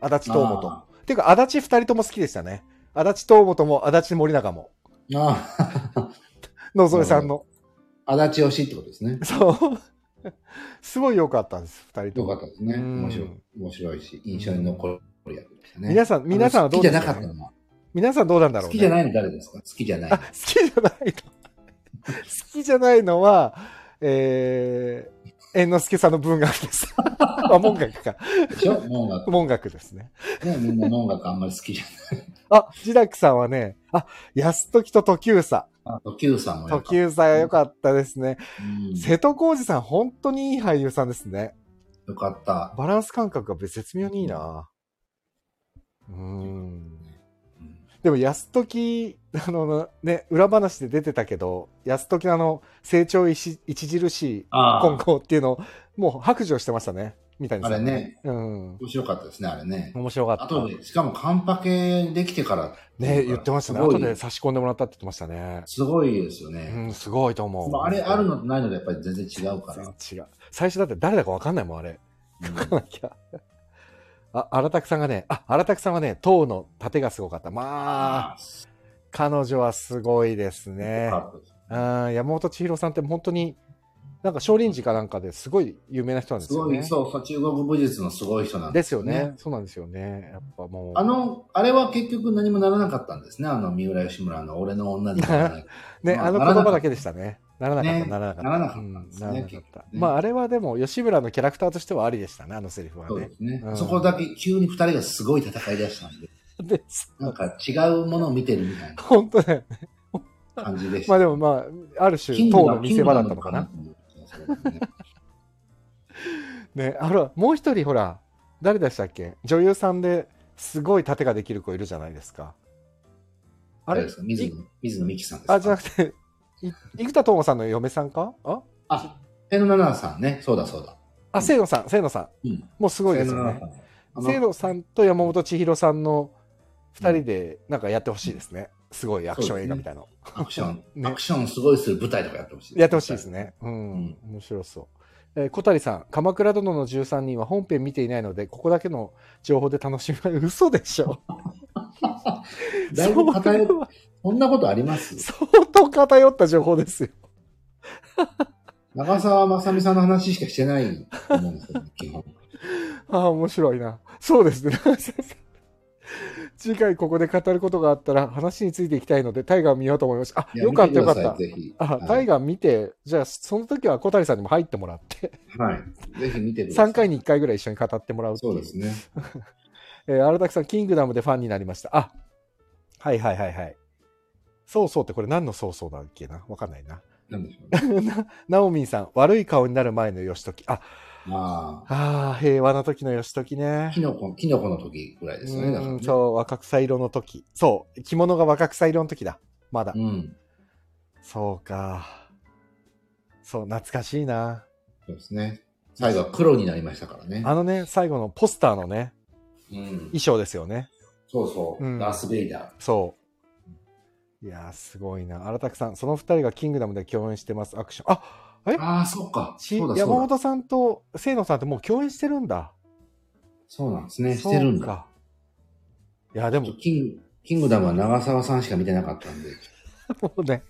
Speaker 1: 足立東本。
Speaker 2: あ
Speaker 1: ていうか、足立二人とも好きでしたね。足立東本も足立森永も。
Speaker 2: ー あ
Speaker 1: 野添さんの。
Speaker 2: ー、足立よしってことですね。
Speaker 1: そう。 すごい良かったんです、二人と
Speaker 2: よ
Speaker 1: も。
Speaker 2: かったですね。
Speaker 1: うん
Speaker 2: 面白い。面白いし、印象に残る役でしたね。
Speaker 1: 皆さん、皆さんはどう
Speaker 2: 好き
Speaker 1: で
Speaker 2: じ
Speaker 1: す
Speaker 2: ゃなか
Speaker 1: か、
Speaker 2: った
Speaker 1: ね、
Speaker 2: のは。
Speaker 1: 皆さんどうなんだろう
Speaker 2: 好
Speaker 1: ね。
Speaker 2: きじゃないの誰ですか好きじゃない
Speaker 1: あ、。好きじゃないの。好きじゃないのは、えー、猿之助さんの文学 です。あ、文学か。
Speaker 2: でしょ 音楽。
Speaker 1: 文学ですね。
Speaker 2: ね、みんな音楽あんまり好きじゃない。
Speaker 1: あ、ジダクさんはね、あ、安時と時生さ。
Speaker 2: あと、Q さんもよかった
Speaker 1: 時生さん良かったですね。
Speaker 2: うん
Speaker 1: 瀬戸康史さん、本当にいい俳優さんですね。
Speaker 2: よかった。
Speaker 1: バランス感覚が絶妙にいいな。うーん。でも、安時、あの、ね、裏話で出てたけど、安時のあの、成長著著しい
Speaker 2: あ
Speaker 1: 今
Speaker 2: あ、
Speaker 1: 後っていうのを、もう白状してましたね。みたいな。
Speaker 2: あれね。
Speaker 1: うん。
Speaker 2: 面白かったですね、あれね。
Speaker 1: 面白か
Speaker 2: あ
Speaker 1: った。
Speaker 2: とで、しかもカンパケできてから。
Speaker 1: ね、言ってましたね。
Speaker 2: すごい
Speaker 1: 後で差し込んでもらったって言ってましたね。
Speaker 2: すごいですよ
Speaker 1: う
Speaker 2: ね。
Speaker 1: ん、すごいと思う。
Speaker 2: まああれあるのとないのでやっぱり全然違うから。
Speaker 1: 違う。最初だって誰だかわかんないもん、あれ。
Speaker 2: うん
Speaker 1: あ、荒拓さんがね、あ、荒拓さんはね、塔の盾がすごかった。まあ、
Speaker 2: あー、
Speaker 1: 彼女はすごいです
Speaker 2: よ
Speaker 1: ね。
Speaker 2: かったです
Speaker 1: あー山本千尋さんって本当に、なんか少林寺かなんかですごい有名な人なんですすよ
Speaker 2: ご
Speaker 1: ね。
Speaker 2: い、そうそう、中国武術のすごい人なん
Speaker 1: ですよね。。そうなんですよね。やっぱもう。
Speaker 2: あの、あれは結局何もならなかったんですね。あの、三浦義村の俺の女にならない。
Speaker 1: ね、
Speaker 2: まあ
Speaker 1: あの
Speaker 2: なら
Speaker 1: 言
Speaker 2: なかった
Speaker 1: 葉だけでしたね。ならなかった、
Speaker 2: ね
Speaker 1: ならなかった。
Speaker 2: ならなかったんですね
Speaker 1: うんならなかった
Speaker 2: 結局ね
Speaker 1: まあ、あれはでも、吉村のキャラクターとしてはありでしたね、あのセリ フは
Speaker 2: そう
Speaker 1: ね
Speaker 2: で。すね
Speaker 1: う。ん
Speaker 2: そこだけ急に二人がすごい戦い出したんで、
Speaker 1: で、
Speaker 2: なんか違うものを見てるみたい
Speaker 1: 本当だよね。
Speaker 2: な感じでした。
Speaker 1: まあでもまあ、ある種、党の見せ場だったのかな。ね、あら、もう一人ほら、誰でしたっけ女優さんですごい盾ができる子いるじゃないですか。あ
Speaker 2: あれ
Speaker 1: れ
Speaker 2: ですか水
Speaker 1: い
Speaker 2: 野、水野美紀さんですか
Speaker 1: あ、じゃなくて、い生田斗真さんの嫁さんかあ
Speaker 2: あ、瀬野奈々さんね。そうだそうだ。
Speaker 1: あ、清野さん、清野さん。
Speaker 2: うん。
Speaker 1: もうすごいですよね。清野さんと山本千尋さんの2人でなんかやってほしいですね、すごいアクション映画みたいなの、
Speaker 2: あのアクション、
Speaker 1: ね
Speaker 2: アクションすごいする舞台とかやってほしい、
Speaker 1: やってほしいです。ねうん、
Speaker 2: うん
Speaker 1: 面白そう、えー小谷さん「鎌倉殿の13人」は本編見ていないのでここだけの情報で楽しみ 嘘でしょ
Speaker 2: だいぶ偏
Speaker 1: 相
Speaker 2: る。こんなことあります
Speaker 1: 当偏った情報ですよ
Speaker 2: 長澤まさみさんの話しかしてないと思うんですよね、基本。
Speaker 1: ああ面白いなそうですね 次回ここで語ることがあったら話についていきたいのでタイガーを見ようと思いましたあ
Speaker 2: い や
Speaker 1: よかったよかっ
Speaker 2: 見てくださ
Speaker 1: た
Speaker 2: いぜひ。
Speaker 1: あ
Speaker 2: はい
Speaker 1: タイガー見てじゃあその時は小谷さんにも入ってもらって
Speaker 2: はい。ぜひ見てください。
Speaker 1: 3回に1回ぐらい一緒に語ってもらうってい
Speaker 2: そううですね。
Speaker 1: えー荒滝さん、キングダムでファンになりました。あ、はいはいはいはい。そうそうってこれ何のそうそうだっけなわかんないな。
Speaker 2: なんでしょうね。
Speaker 1: なナオミンさん、悪い顔になる前の義時。あ、
Speaker 2: まあ、
Speaker 1: あー平和な時の義時ね
Speaker 2: キ。ノコ、キノコの時ぐらいですね。だから
Speaker 1: う
Speaker 2: ね
Speaker 1: ん、そう、若草色の時。そう、着物が若草色の時だ。まだ。
Speaker 2: うん。
Speaker 1: そうか。そう、懐かしいな。
Speaker 2: そうですね。最後は黒になりましたからね。
Speaker 1: あのね、最後のポスターのね、
Speaker 2: うん。
Speaker 1: 衣装ですよね。
Speaker 2: そうそう。
Speaker 1: うん
Speaker 2: ダース・ベイダー。
Speaker 1: そう。いやー、すごいな。荒拓さん、その二人がキングダムで共演してます。アクション。あ、え
Speaker 2: ああ、そうか。
Speaker 1: し
Speaker 2: そう
Speaker 1: 山
Speaker 2: だそうだ。
Speaker 1: 本さんと清野さんってもう共演してるんだ。
Speaker 2: そうなんですね。してるん
Speaker 1: そう
Speaker 2: だ。
Speaker 1: か。いや、でも、
Speaker 2: キング、キングダムは長澤さんしか見てなかったんで。
Speaker 1: もうね、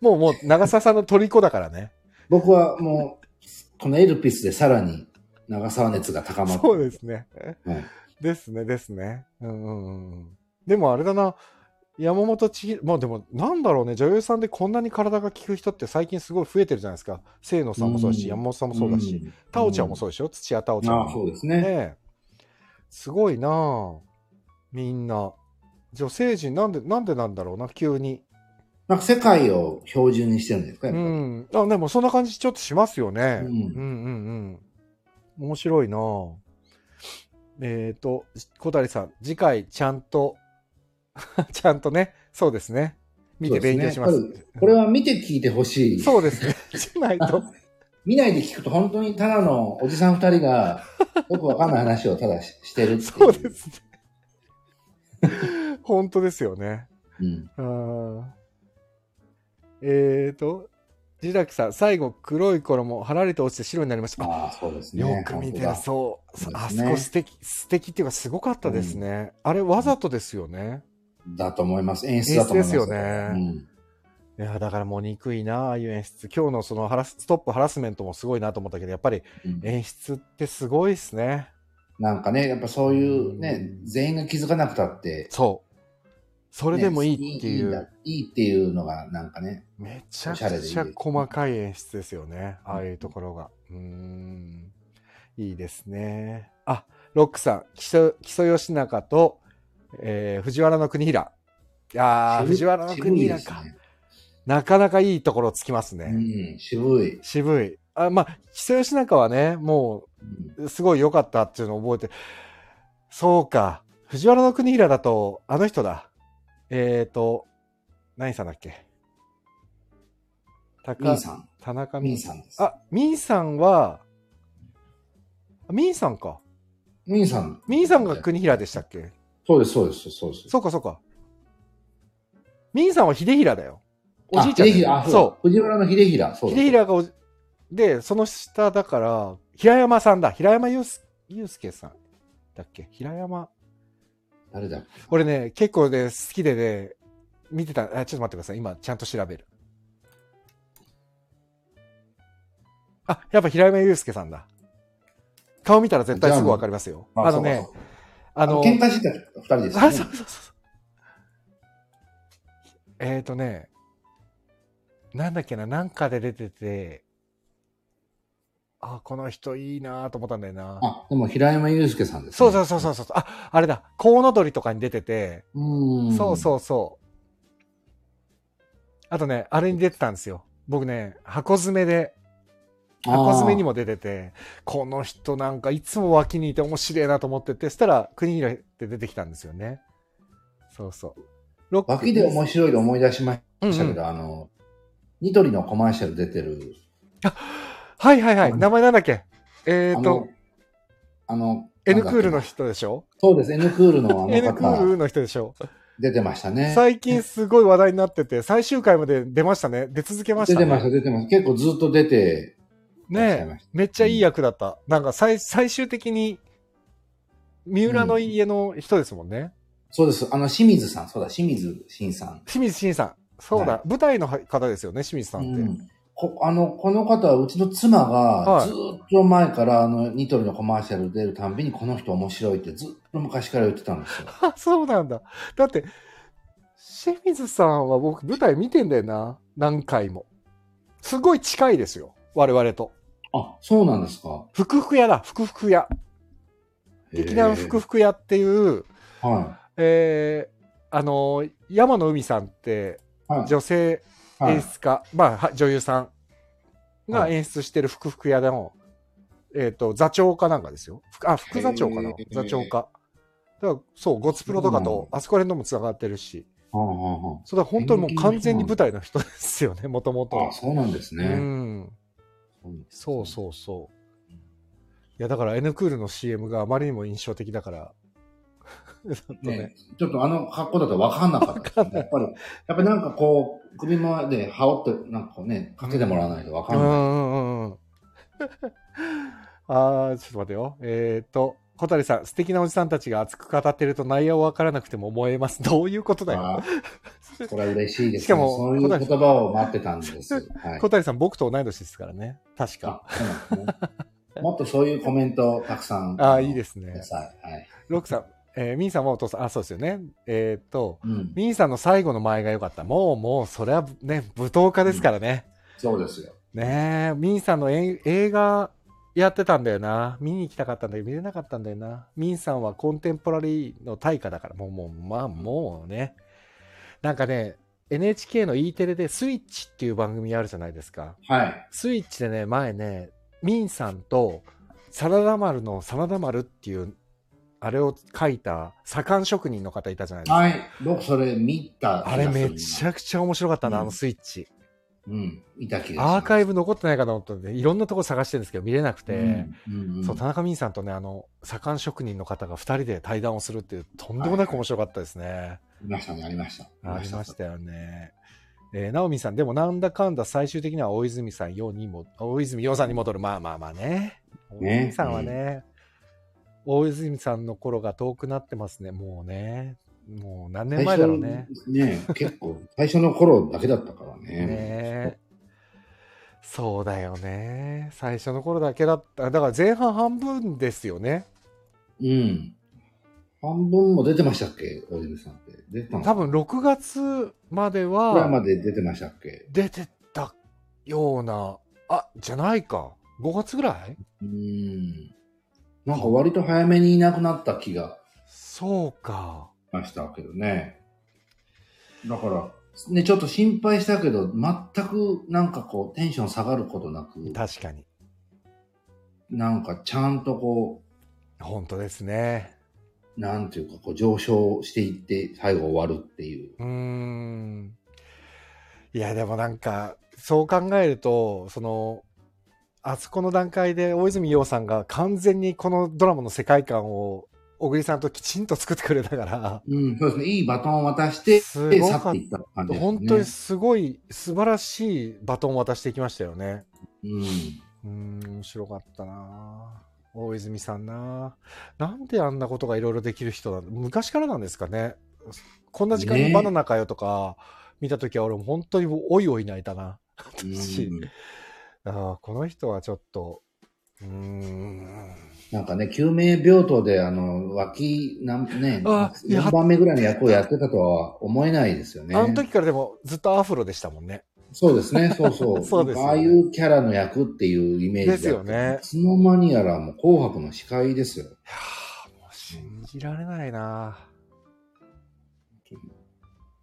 Speaker 1: もうもう長澤さんの虜だからね。
Speaker 2: 僕はもう、このエルピスでさらに長澤熱が高まって。
Speaker 1: そうですね。
Speaker 2: はい
Speaker 1: ですね、ですね。うんうんうん。でもあれだな、山本千尋、まあでもなんだろうね、女優さんでこんなに体が効く人って最近すごい増えてるじゃないですか。清野さんもそうだし、
Speaker 2: うん
Speaker 1: 山本さんもそうだし、。タオちゃんもそうでしょ、土屋タオ
Speaker 2: う
Speaker 1: ち
Speaker 2: ん。
Speaker 1: ゃん
Speaker 2: あ
Speaker 1: も。
Speaker 2: あ、そうです
Speaker 1: ね
Speaker 2: ね。
Speaker 1: えすごいなあみんな。女性陣、なんで、なんでなんだろうな、急に。
Speaker 2: なんか世界を標準にしてるんですか、
Speaker 1: う
Speaker 2: やっぱり。
Speaker 1: ん。あ、でもそんな感じちょっとしますよね。
Speaker 2: うん
Speaker 1: うんうんうん。面白いなあえっ、と、小谷さん、次回ちゃんと、 ちゃんとね、そうですね。見て勉強します。
Speaker 2: そうでねやっぱりこれは見て聞いてほしい。
Speaker 1: そうです ね。しないと。
Speaker 2: 見ないで聞くと本当にただのおじさん二 人がよくわかんない話をただししてるっていう。
Speaker 1: そうで。 すね。本当ですよね。
Speaker 2: うん。
Speaker 1: あーえーと、ジラキさん、最後黒い衣、はらりと落ちて白になりました。あ
Speaker 2: ああ、そうですね。
Speaker 1: よく見てる、
Speaker 2: 本
Speaker 1: そう。
Speaker 2: そう
Speaker 1: あ
Speaker 2: です
Speaker 1: そ
Speaker 2: ね
Speaker 1: こ素敵、素敵っていうかすごかったですね。あれわざとですよね。
Speaker 2: 当だだと思います。演出だと思います。
Speaker 1: 演出ですよね
Speaker 2: うん。
Speaker 1: いや、だからもう憎いな、ああいう演出。今日のそのハラス、ストップハラスメントもすごいなと思ったけど、やっぱり
Speaker 2: うん
Speaker 1: 演出ってすごいですね。
Speaker 2: なんかね、やっぱそういうね
Speaker 1: う、ん
Speaker 2: 全員が気づかなくたって、
Speaker 1: そう。それでもいいっていう、
Speaker 2: ねいいいんだいいっていうのがなんかね、
Speaker 1: めちゃ
Speaker 2: おしゃれ
Speaker 1: く
Speaker 2: でいい
Speaker 1: ち
Speaker 2: で
Speaker 1: ゃ
Speaker 2: すね
Speaker 1: 細かい演出ですよね。ああいうところが。うーん。いいですね。あ、ロックさん、木曽木曽義仲と、えー、藤原の国平。いやー、
Speaker 2: 渋い
Speaker 1: 藤原の国平か、
Speaker 2: 渋いで
Speaker 1: なかなかいいところつきますね。
Speaker 2: すね。うん、渋い。
Speaker 1: 渋い。あまあ、木曽義仲はね、も
Speaker 2: うん
Speaker 1: う、すごい良かったっていうのを覚えて。そうか。藤原の国平だと、あの人だ。えーと、何さんだっけ
Speaker 2: ミ
Speaker 1: 高
Speaker 2: ンさん。
Speaker 1: 田中
Speaker 2: ミ
Speaker 1: み
Speaker 2: ンさんです。
Speaker 1: あ、みーさんは、あみーさんか。
Speaker 2: ミンさん。
Speaker 1: みーさんが国平でしたっけ
Speaker 2: そうです、そうです、そうです。
Speaker 1: そうか、そうか。みーさんは秀平だよ。おじいちゃん
Speaker 2: あ
Speaker 1: だ
Speaker 2: 秀平
Speaker 1: よ。
Speaker 2: あ
Speaker 1: そ。
Speaker 2: そう。藤原の秀平。そううだ
Speaker 1: 秀平がおじ、で、その下だから、平山さんだ。平山祐介祐介さんだっけ平山。
Speaker 2: 誰だ
Speaker 1: 俺ね、結構ね、好きでね、見てた。あ、ちょっと待ってください。今、ちゃんと調べる。あ、やっぱ平山祐介さんだ。顔見たら絶対すぐわかりますよ。あのね、、あ
Speaker 2: あの、
Speaker 1: の、
Speaker 2: 喧嘩してた二人ですよ
Speaker 1: あ、そうそ
Speaker 2: ね。
Speaker 1: うそうそう。えーとね、なんだっけな、なんかで出てて、あ、この人いいなと思ったんだよな。
Speaker 2: あ、でも平山祐介さんです。
Speaker 1: そうそう
Speaker 2: そ
Speaker 1: そうそうそう。あ、あれだ、コウノドリとかに出てて、
Speaker 2: う。うん。
Speaker 1: そうそうそう。あとね、あれに出てたんですよ。僕ね、箱詰めで、
Speaker 2: あー。
Speaker 1: 箱詰めにも出てて、この人なんかいつも脇にいて面白いなと思ってて、そしたら国平って出てきたんですよね。そうそう。ロック
Speaker 2: 脇で面白いで思い出しま
Speaker 1: うん
Speaker 2: した
Speaker 1: う
Speaker 2: け
Speaker 1: ん
Speaker 2: ど、あの、ニトリのコマーシャル出てる。
Speaker 1: はいはいはい。名前なんだっけえっ、
Speaker 2: あ
Speaker 1: ー、
Speaker 2: の
Speaker 1: と、、
Speaker 2: あの、
Speaker 1: N クールの
Speaker 2: なんだっけな。
Speaker 1: 人でしょ
Speaker 2: そうです、N クールのあ
Speaker 1: ?N
Speaker 2: の
Speaker 1: クール
Speaker 2: 方、
Speaker 1: の人でしょ
Speaker 2: 出てましたね。
Speaker 1: 最近すごい話題になってて、最終回まで出ましたね。出続けまし
Speaker 2: 出
Speaker 1: た
Speaker 2: て
Speaker 1: ね。
Speaker 2: ました、出てました。結構ずっと出てらっしゃい
Speaker 1: ねえ
Speaker 2: まし
Speaker 1: めっちゃいい役だった。なんか最最終的に、三浦の家の人ですもんね。
Speaker 2: そうです、あの、清水さん、そうだ、清水慎さん。
Speaker 1: 清水慎さん。そうだ、
Speaker 2: は
Speaker 1: 舞台の方ですよね、清水さんって。
Speaker 2: うんこあの、この方はうちの妻
Speaker 1: は
Speaker 2: が
Speaker 1: い
Speaker 2: ずーっと前からあのニトリのコマーシャル出るたんびにこの人面白いってずっと昔から言ってたんです よ。
Speaker 1: あ、そうなんだ。だって、清水さんは僕舞台見てんだよな。何回も。すごい近いですよ。我々と。
Speaker 2: あ、そうなんですか。
Speaker 1: ふくふく屋だ、ふくふく屋。劇団ふくふく屋っていう、
Speaker 2: へーは
Speaker 1: えー、あのー山野海さんって
Speaker 2: い。はい。
Speaker 1: 女性
Speaker 2: はい
Speaker 1: 演出家、まあは女優さんが演出してるふくふく屋の、えっ、と、座長かなんかですよ。ふくあ、副座長かな
Speaker 2: へー
Speaker 1: 座長か。だからそう、ゴツプロとか
Speaker 2: そうなん
Speaker 1: と、あそこら辺のもつながってるし。
Speaker 2: あはあは
Speaker 1: それは本当にもう完全に舞台の人ですよね、 もともと
Speaker 2: あ。あ、そうなんです
Speaker 1: う
Speaker 2: ね。
Speaker 1: ん。そうそうそう。
Speaker 2: うん
Speaker 1: いや、だから N クールの CM があまりにも印象的だから。 ちょっとね
Speaker 2: ね、ちょっとあの格好だと分かんなかったですね。やっぱり、やっぱりなんかこう、首まで羽織って、なんかこうね、かけてもらわないと分
Speaker 1: う
Speaker 2: か
Speaker 1: ん
Speaker 2: ん
Speaker 1: う
Speaker 2: ない。
Speaker 1: んうん うん。あー、ちょっと待ってよ。えっ、ー、と、小谷さん、素敵なおじさんたちが熱く語ってると内容わからなくても燃えます。 どういうことだよ。
Speaker 2: あーこれは嬉しいです、ね。
Speaker 1: しかも
Speaker 2: そういう言葉を待ってたんです。はい。
Speaker 1: 小谷さん、僕と同い年ですからね。確か。
Speaker 2: あそうなんですねもっとそういうコメントをたくさん。
Speaker 1: ああー、いいですす
Speaker 2: く
Speaker 1: ね
Speaker 2: だ。さい。はい。
Speaker 1: ロックさん、えー、ミンさんはお父さん、あ、そうですよね。えっ、ー、と、
Speaker 2: うん。
Speaker 1: ミンさんの最後の前が良かった。もう、もう、それはね、舞踏家ですからね。
Speaker 2: そうですよ。
Speaker 1: ねえ、ミンさんのえ映画やってたんだよな。見に行きたかったんだけど、見れなかったんだよな。ミンさんはコンテンポラリーの大家だから、もう、もう、まあ、もうね。なんかね、NHK の E テレでスイッチっていう番組あるじゃないですか。
Speaker 2: はい。
Speaker 1: スイッチでね、前ね、ミンさんと、サラダ丸のサラダ丸っていう、あれを書いた、左官職人の方いたじゃないですか。
Speaker 2: はい。僕それ見た。
Speaker 1: あれめち
Speaker 2: ゃ。
Speaker 1: ゃくちゃ面白かったな、
Speaker 2: うん
Speaker 1: あのスイッチ。
Speaker 2: うん。見た気がします
Speaker 1: アーカイブ残ってないかと思ったんで、いろんなとこ探してるんですけど、見れなくて。
Speaker 2: うんうんうん
Speaker 1: そう、田中泯さんとね、あの、左官職人の方が二人で対談をするっていう、とんでもなく面白かったですね。
Speaker 2: ありましたね、ありました。
Speaker 1: ありましたよね。えー、ナオミさん、でもなんだかんだ最終的には大泉さんようにも、大泉洋さんに戻る。まあまあまあね。大泉さんはね、大泉さんの頃が遠くなってますね、もうね。もう何年前だろうね。
Speaker 2: 最初ね結構、最初の頃だけだったからね。
Speaker 1: ねえそうだよね最初の頃だけだっただから前半半分ですよね
Speaker 2: うん。半分も出てましたっけ大泉さんって。出てたの
Speaker 1: 多分6月まで
Speaker 2: ドラマ
Speaker 1: は
Speaker 2: で出てましたっけ
Speaker 1: 出てたようなあじゃないか5月ぐらい
Speaker 2: うん。なんか割と早めにいなくなった気が
Speaker 1: そうか
Speaker 2: しましたけどね。だから、ね、ちょっと心配したけど、全くなんかこう、テンション下がることなく、
Speaker 1: 確かに
Speaker 2: なんかちゃんとこ
Speaker 1: 本当ですね
Speaker 2: う、なんていうか、こう上昇していって、最後終わるっていう。
Speaker 1: うーんいやでもなんかそう考えるとそのあそこの段階で大泉洋さんが完全にこのドラマの世界観を小栗さんときちんと作ってくれたから、
Speaker 2: うん、そうですね。いいバトンを渡して、
Speaker 1: す
Speaker 2: で
Speaker 1: ご
Speaker 2: 去
Speaker 1: か
Speaker 2: っ
Speaker 1: って
Speaker 2: いった感じ
Speaker 1: た
Speaker 2: ですね。
Speaker 1: 本当にすごい素晴らしいバトンを渡していきましたよね
Speaker 2: うん。
Speaker 1: うーん面白かったな大泉さんななんであんなことがいろいろできる人なんだ昔からなんですかねこんな時間に
Speaker 2: ね
Speaker 1: バナナかよとか見た時は俺も本当においおい泣いたな私
Speaker 2: うん
Speaker 1: ああ、この人はちょっと、うーん。
Speaker 2: なんかね、救命病棟で、あの、脇、なんね、
Speaker 1: あやっ
Speaker 2: 4番目ぐらいの役をやってたとは思えないですよね。
Speaker 1: あの時からでもずっとアフロでしたもんね。
Speaker 2: そうですね、そうそう。
Speaker 1: そうですよね
Speaker 2: ああいうキャラの役っていうイメージだった
Speaker 1: ですよね
Speaker 2: いつの間にやらもう紅白の司会ですよ。
Speaker 1: いやあもう信じられないな。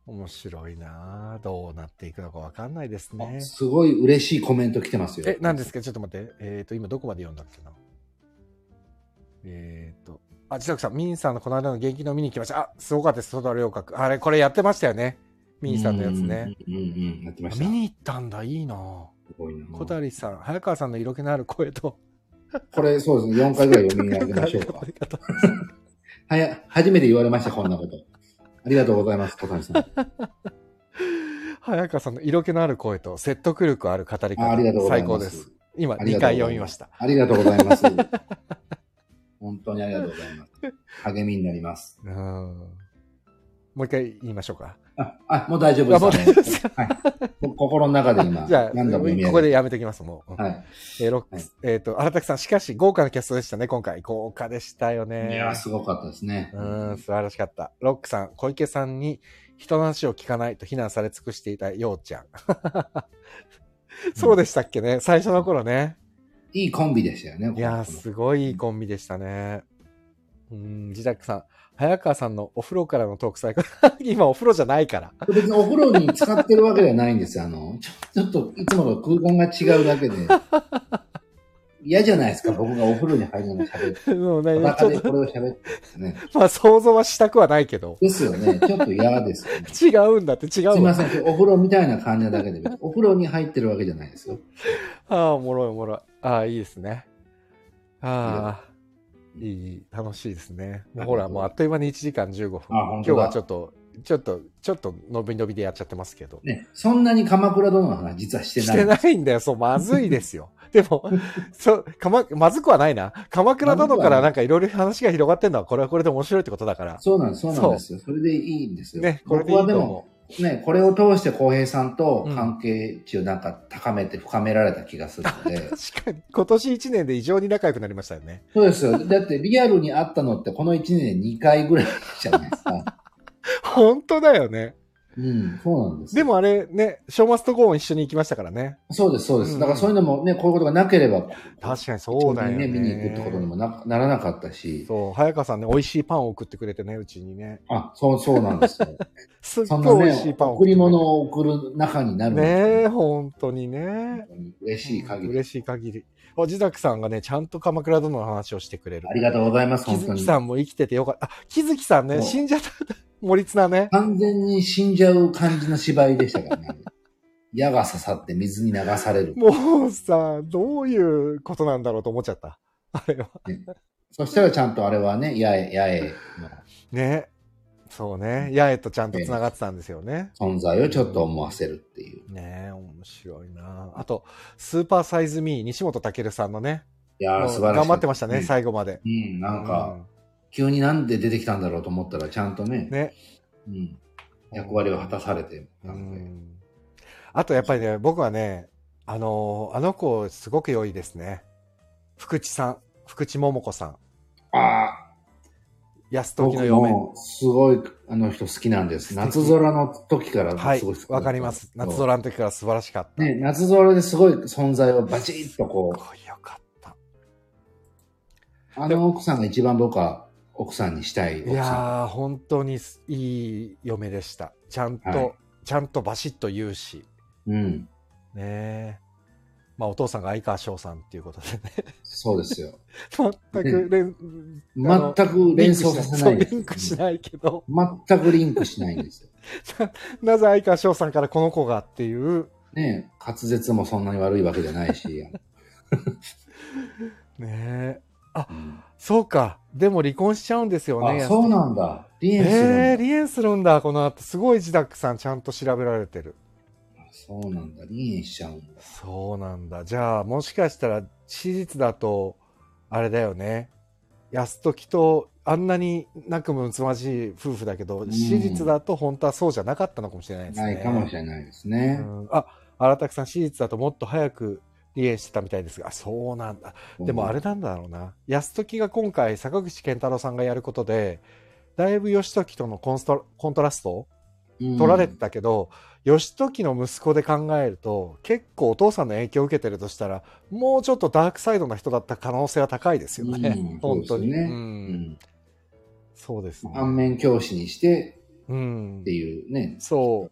Speaker 1: 面白いな。どうなっていくのかわかんないですね
Speaker 2: あ。すごい嬉しいコメント来てますよ。
Speaker 1: え、何ですかちょっと待って。えっ、と、今どこまで読んだっけな。えっ、と、あ、自宅さん、ミンさんのこの間の元気の見に来ました。あ、すごかったです。外良角。あれ、これやってましたよね。ミンさんのやつね。。
Speaker 2: うんうんうんうん、やってま
Speaker 1: あ
Speaker 2: した。
Speaker 1: 見
Speaker 2: す
Speaker 1: に行ったんだ。いいな。
Speaker 2: ごいな
Speaker 1: 小谷さん、早川さんの色気のある声と、
Speaker 2: これ、そうですね、4回ぐらい読み上げましょうか。はや、初めて言われました、こんなこと。ありがとうございます、小谷さん。
Speaker 1: 早川さんの色気のある声と説得力ある語り
Speaker 2: あありがとう
Speaker 1: 方、
Speaker 2: ご ざい
Speaker 1: 最高
Speaker 2: ます。
Speaker 1: です。。今、
Speaker 2: あり
Speaker 1: 2
Speaker 2: がとうござ
Speaker 1: 回
Speaker 2: います
Speaker 1: 読みました。
Speaker 2: ありがとうございます。本当にありがとうございます。励みになります。
Speaker 1: うんもう一回言いましょうか。
Speaker 2: あ、あもう大丈
Speaker 1: あも
Speaker 2: 夫
Speaker 1: う
Speaker 2: です、
Speaker 1: 大
Speaker 2: ね
Speaker 1: 丈夫ですか。
Speaker 2: 僕心の中で 今、
Speaker 1: じゃあ、
Speaker 2: 何度も読み上げ
Speaker 1: ここでやめてきます、もう。
Speaker 2: はい。
Speaker 1: えーロック
Speaker 2: はい
Speaker 1: えっと、荒滝さん、しかし、豪華なキャストでしたね、今回。豪華でしたよね。
Speaker 2: いやー、すごかったですね。
Speaker 1: うん、素晴らしかった。ロックさん、小池さんに人の話を聞かないと非難され尽くしていたようちゃん。 そうでしたっけね、最初の頃ね。
Speaker 2: いいコンビでしたよね。
Speaker 1: いやー、
Speaker 2: この
Speaker 1: すごいいいコンビでしたね。うん、自宅さん、早川さんのお風呂からのトーク最高。 今お風呂じゃないから。
Speaker 2: これ別にお風呂に使っ てるわけではないんですよ。あの、ちょちょっといつもと空間が違うだけで。嫌じゃないですか、僕がお風呂に入るのしゃべる。
Speaker 1: もうね、ち
Speaker 2: 裸
Speaker 1: ょ
Speaker 2: で
Speaker 1: っ、
Speaker 2: ことれをしゃべってるんですね。
Speaker 1: まあ想像はしたくはないけど、
Speaker 2: ですよね、ちょっと嫌ですよね。
Speaker 1: 違うんだって 違
Speaker 2: す
Speaker 1: う
Speaker 2: いま
Speaker 1: わ。
Speaker 2: せん、お風呂みたいな感じなだけで、お風呂に入ってるわけじゃないですよ。
Speaker 1: ああ、おもろいおもろい。ああ、いいですね。ああ、いいいい、楽しいですね。もうほら、もうあっという間に1時間15分。
Speaker 2: あ
Speaker 1: 今
Speaker 2: 本
Speaker 1: 日
Speaker 2: 当だ
Speaker 1: はちょっと、ちょっと、ちょっと、伸び伸びでやっちゃってますけど。
Speaker 2: ね、そんなに鎌倉殿の話実はして
Speaker 1: し
Speaker 2: ない。
Speaker 1: てないんだよ。そう、まずいです よ。でも、そう、かま、まずくはないな。鎌倉殿からなんかいろいろ話が広がってんのは、これはこれで面白いってことだから。
Speaker 2: そうなんです、そうなんですよ。それでいいんですよ。
Speaker 1: ね、これでいい
Speaker 2: 僕
Speaker 1: と
Speaker 2: はでも、
Speaker 1: 思
Speaker 2: ね、これを通して浩平さんと関係値をなんか高めて深められた気がするので、
Speaker 1: う。確かに、今年1年で異常に仲良くなりましたよね。
Speaker 2: そうですよ。だってリアルにあったのってこの1年2回ぐらいじゃないで すか。
Speaker 1: 本当だよね。
Speaker 2: うん、そうなんです。
Speaker 1: で、もあれね、正月とゴーン一緒に行きましたからね。
Speaker 2: そうです、そうで
Speaker 1: う
Speaker 2: す。
Speaker 1: ん
Speaker 2: だからそういうのもね、こういうことがなければ、
Speaker 1: 確かにそうだよね。
Speaker 2: 一緒に見に行くってことにもなならなかったし、
Speaker 1: そう、早川さんね、美味しいパンを送ってくれてね、うちにね。
Speaker 2: あ、そう、そうなんで すよ。
Speaker 1: すっ
Speaker 2: そん
Speaker 1: ご
Speaker 2: ない
Speaker 1: 美味し
Speaker 2: ね
Speaker 1: い、パンを
Speaker 2: 贈り物
Speaker 1: を。
Speaker 2: を贈る中になるのって
Speaker 1: ねえ、本当にね。
Speaker 2: 嬉しい限り。
Speaker 1: 嬉しい限り。おじざくさんがね、ちゃんと鎌倉殿の話をしてくれる
Speaker 2: あ。りがとうございます、
Speaker 1: 木
Speaker 2: 本当
Speaker 1: 月
Speaker 2: に。
Speaker 1: さんも生きててよかった。あ、木月さんね、
Speaker 2: そう
Speaker 1: 死んじゃった。森綱ね。
Speaker 2: 完全に死んじゃう感じの芝居でしたからね。 矢が刺さって水に流される。
Speaker 1: もうさ、どういうことなんだろうと思っちゃった。あれは。
Speaker 2: そしたらちゃんとあれはね、矢へ、矢へ
Speaker 1: ね。そうね。八重とちゃんと繋がってたんですよね。
Speaker 2: の存在をちょっと思わせるっていう。
Speaker 1: ねえ、面白いなあと、スーパーサイズミー、西本健さんのね、
Speaker 2: いや
Speaker 1: も
Speaker 2: ー、
Speaker 1: う
Speaker 2: 素晴らしい。
Speaker 1: 頑張ってましたね、
Speaker 2: うん
Speaker 1: 最後まで。
Speaker 2: うん、なん
Speaker 1: う
Speaker 2: か、急になんで出てきたんだろうと思ったら、ちゃんとね、
Speaker 1: ね。
Speaker 2: うん、役割を果たされてた
Speaker 1: う
Speaker 2: ので。
Speaker 1: んあとやっぱりね、僕はね、あのーあの子すごく良いですね。福地さん、福地桃子さん、
Speaker 2: ああ、
Speaker 1: 安時
Speaker 2: 僕
Speaker 1: の嫁。
Speaker 2: もすごいあの人好きなんで
Speaker 1: 素
Speaker 2: す。
Speaker 1: 敵
Speaker 2: 夏空の時から
Speaker 1: はい
Speaker 2: すごい好きだっ、た
Speaker 1: わかります。夏。空の時から素晴らしかった。
Speaker 2: ね、夏空ですごい存在をバチッとこ
Speaker 1: す
Speaker 2: う、
Speaker 1: ごいよかった。
Speaker 2: あの奥さんが一番僕は奥さんにした
Speaker 1: い
Speaker 2: い奥さん。
Speaker 1: やー、本当にいい嫁でした。ちゃんと、
Speaker 2: はい
Speaker 1: ちゃんとバシッと言うし、
Speaker 2: うん。
Speaker 1: ねえまあお父さんが相川翔さんっていうことでね。
Speaker 2: そうですよ。
Speaker 1: 全く連、
Speaker 2: 全く連想させないです
Speaker 1: リンクしないけど、
Speaker 2: 全くリンクしないんですよ。
Speaker 1: なぜ相川翔さんからこの子がっていう、
Speaker 2: ね滑舌もそんなに悪いわけじゃな いし。
Speaker 1: ねえ。
Speaker 2: うん
Speaker 1: そうか。でも離婚しちゃうんですよね。
Speaker 2: あ、そうな
Speaker 1: だ。
Speaker 2: んだ。リエンスなんだ
Speaker 1: ええ離縁するんだ、この後。すごい自宅さんちゃんと調べられてる。
Speaker 2: そうなんだ。離縁しちゃうんだ。
Speaker 1: そうなんだ。じゃあ、もしかしたら、史実だと、あれだよね。安時と、あんなに仲睦まじい夫婦だけど、
Speaker 2: ん
Speaker 1: 史実だと本当はそうじゃなかったのかもしれないですね。
Speaker 2: ないかもしれないですね。
Speaker 1: うんあ、荒拓さん、史実だともっと早く離縁してたみたいですが、あそうなんだ。でもあれなんだろうな。安時が今回、坂口健太郎さんがやることで、だいぶ義時とのコンストコントラスト
Speaker 2: うん、
Speaker 1: 取られてたけど、義時の息子で考えると、結構お父さんの影響を受けてるとしたら、もうちょっとダークサイドな人だった可能性は高いですよね。
Speaker 2: う ん
Speaker 1: 本当に。
Speaker 2: そうですね
Speaker 1: う
Speaker 2: うんん。
Speaker 1: そうですね。
Speaker 2: 反面教師にして
Speaker 1: うん
Speaker 2: っていうね。
Speaker 1: そう。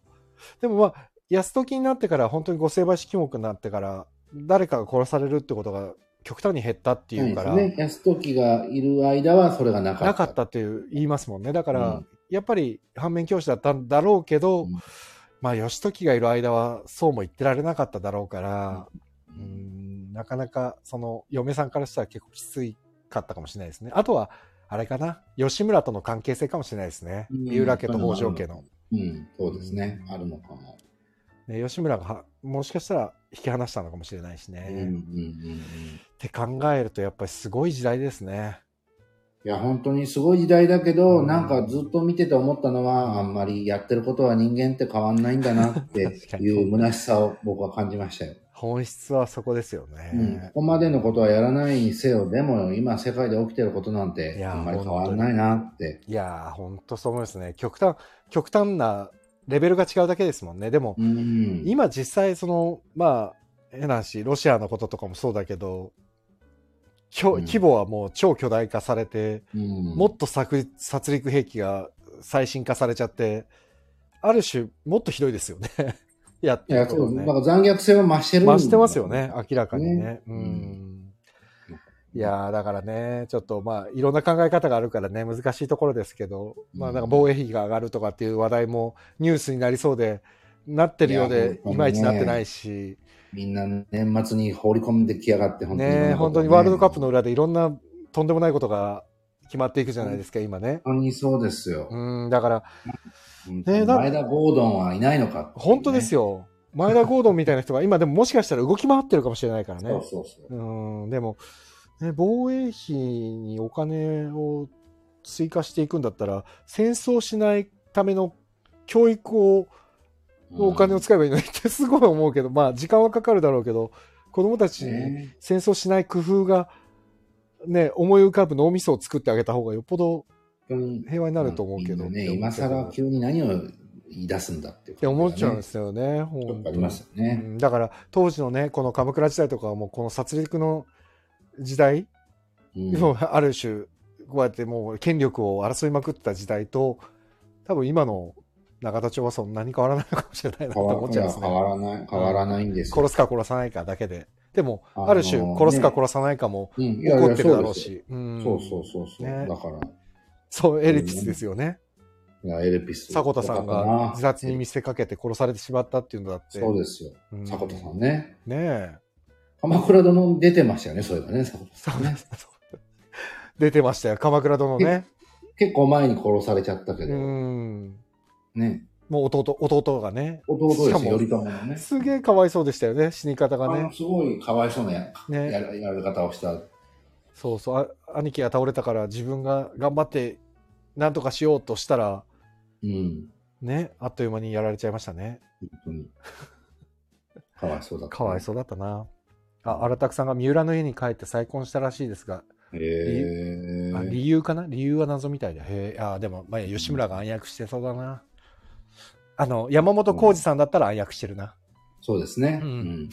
Speaker 1: でもまあ、安時になってから、本当に御成敗式目になってから、誰かが殺されるってことが極端に減ったっていうから、
Speaker 2: ないですね。安時がいる間はそれがなかった。
Speaker 1: なかったっていう言いますもんね。だから、
Speaker 2: うん
Speaker 1: やっぱり反面教師だったんだろうけど、
Speaker 2: うん
Speaker 1: まあ、義時がいる間はそうも言ってられなかっただろうから、う
Speaker 2: うん
Speaker 1: ん、なかなか、その、嫁さんからしたら結構きついかったかもしれないですね。あとは、あれかな、吉村との関係性かもしれないですね。
Speaker 2: うん
Speaker 1: 三浦家と北条家の。
Speaker 2: うん、そうですね。あるのかも。
Speaker 1: ね、吉村がはもしかしたら引き離したのかもしれないしね
Speaker 2: うん、。うん、うん。うん
Speaker 1: って考えると、やっぱりすごい時代ですね。
Speaker 2: いや、本当にすごい時代だけど、
Speaker 1: うん
Speaker 2: なんかずっと見てて思ったのは、あんまりやってることは人間って変わんないんだなって
Speaker 1: 確かに
Speaker 2: いう虚しさを僕は感じましたよ。
Speaker 1: 本質はそこですよね。
Speaker 2: うん、ここまでのことはやらないにせよ、でも今世界で起きてることなん
Speaker 1: い
Speaker 2: て、
Speaker 1: や
Speaker 2: あんまり変わんないなって。
Speaker 1: いやー、ほんとそう思いますね。極端、極端なレベルが違うだけですもんね。でも、
Speaker 2: うん。
Speaker 1: 今実際、その、まあ、変な話、ロシアのこととかもそうだけど、きょ
Speaker 2: うん
Speaker 1: 規模はもう超巨大化されて、
Speaker 2: うん
Speaker 1: もっと殺殺戮兵器が最新化されちゃって、ある種、もっとひどいですよね。 やっ
Speaker 2: い
Speaker 1: てる
Speaker 2: や、
Speaker 1: こ
Speaker 2: そ
Speaker 1: と
Speaker 2: う、
Speaker 1: ね
Speaker 2: だ。から残虐性は増してるんだ
Speaker 1: 増してますよね、明らかにね。
Speaker 2: ね
Speaker 1: う。
Speaker 2: うん
Speaker 1: いやー、だからね、ちょっとまあ、いろんな考え方があるからね、難しいところですけど、まあ、なんか防衛費が上がるとかっていう話題もニュースになりそうで、なってるようで、いまいちなってないし。
Speaker 2: みんな年末に放り込んできやがって、
Speaker 1: 本当に、ね。本当にワールドカップの裏でいろんなとんでもないことが決まっていくじゃないですか、今ね。
Speaker 2: 本当にそうですよ。
Speaker 1: うん、だから、
Speaker 2: ね、前田ゴードンはいないのか、ね、
Speaker 1: 本当ですよ。前田ゴードンみたいな人が今でももしかしたら動き回ってるかもしれないからね。
Speaker 2: そうそうそう。
Speaker 1: うん、でも、ね、防衛費にお金を追加していくんだったら、戦争しないための教育を、お金を使えばいいのにって すごい思うけど、まあ時間はかかるだろうけど、子供たちに戦争しない工夫が、ね、思い浮かぶ脳みそを作ってあげた方がよっぽど平和になると思うけど。
Speaker 2: ね、今更急に何を言い出すんだって、ね、
Speaker 1: って思っちゃうんですよね、
Speaker 2: 本当ありますよね、
Speaker 1: うん、だから当時のね、この鎌倉時代とかはもうこの殺戮の時代、うん、ある種、こうやってもう権力を争いまくった時代と、多分今の永田町はそんなに変わらないのかもしれないなと思っちゃいますね。
Speaker 2: 変わらない、変わらないんです、
Speaker 1: うん、殺すか殺さないかだけで。でも、ある種、殺すか殺さないかも起こってるだろうし。
Speaker 2: そうそうそうそう、ね、だから。
Speaker 1: そう、エレピスですよね。
Speaker 2: いや、エレピス。
Speaker 1: 迫田さんが自殺に見せかけて殺されてしまったっていうのだって。
Speaker 2: そうですよ。迫田さんね。
Speaker 1: ねえ。
Speaker 2: 鎌倉殿に出てましたよね、そういえばね、迫田
Speaker 1: さん、ね。出てましたよ、鎌倉殿ね。
Speaker 2: 結構前に殺されちゃったけど。
Speaker 1: うん
Speaker 2: ね。
Speaker 1: もう弟、弟がね。
Speaker 2: 弟ですよ、頼朝のね。
Speaker 1: すげえかわいそうでしたよね、死に方がね。
Speaker 2: すごいかわいそうなや,、ね、ややり方をした。
Speaker 1: そうそう、あ兄貴が倒れたから自分が頑張ってなんとかしようとしたら、
Speaker 2: うん。
Speaker 1: ね、あっという間にやられちゃいましたね。
Speaker 2: 本当に。かわいそうだった、
Speaker 1: かわいそうだったな。あ、荒拓さんが三浦の家に帰って再婚したらしいですが、
Speaker 2: えー、
Speaker 1: 理由かな理由は謎みたいだ。へえ、あ、でも、まあ、吉村が暗躍してそうだな。あの、山本浩二さんだったら暗躍してるな。
Speaker 2: そうですね。
Speaker 1: うん。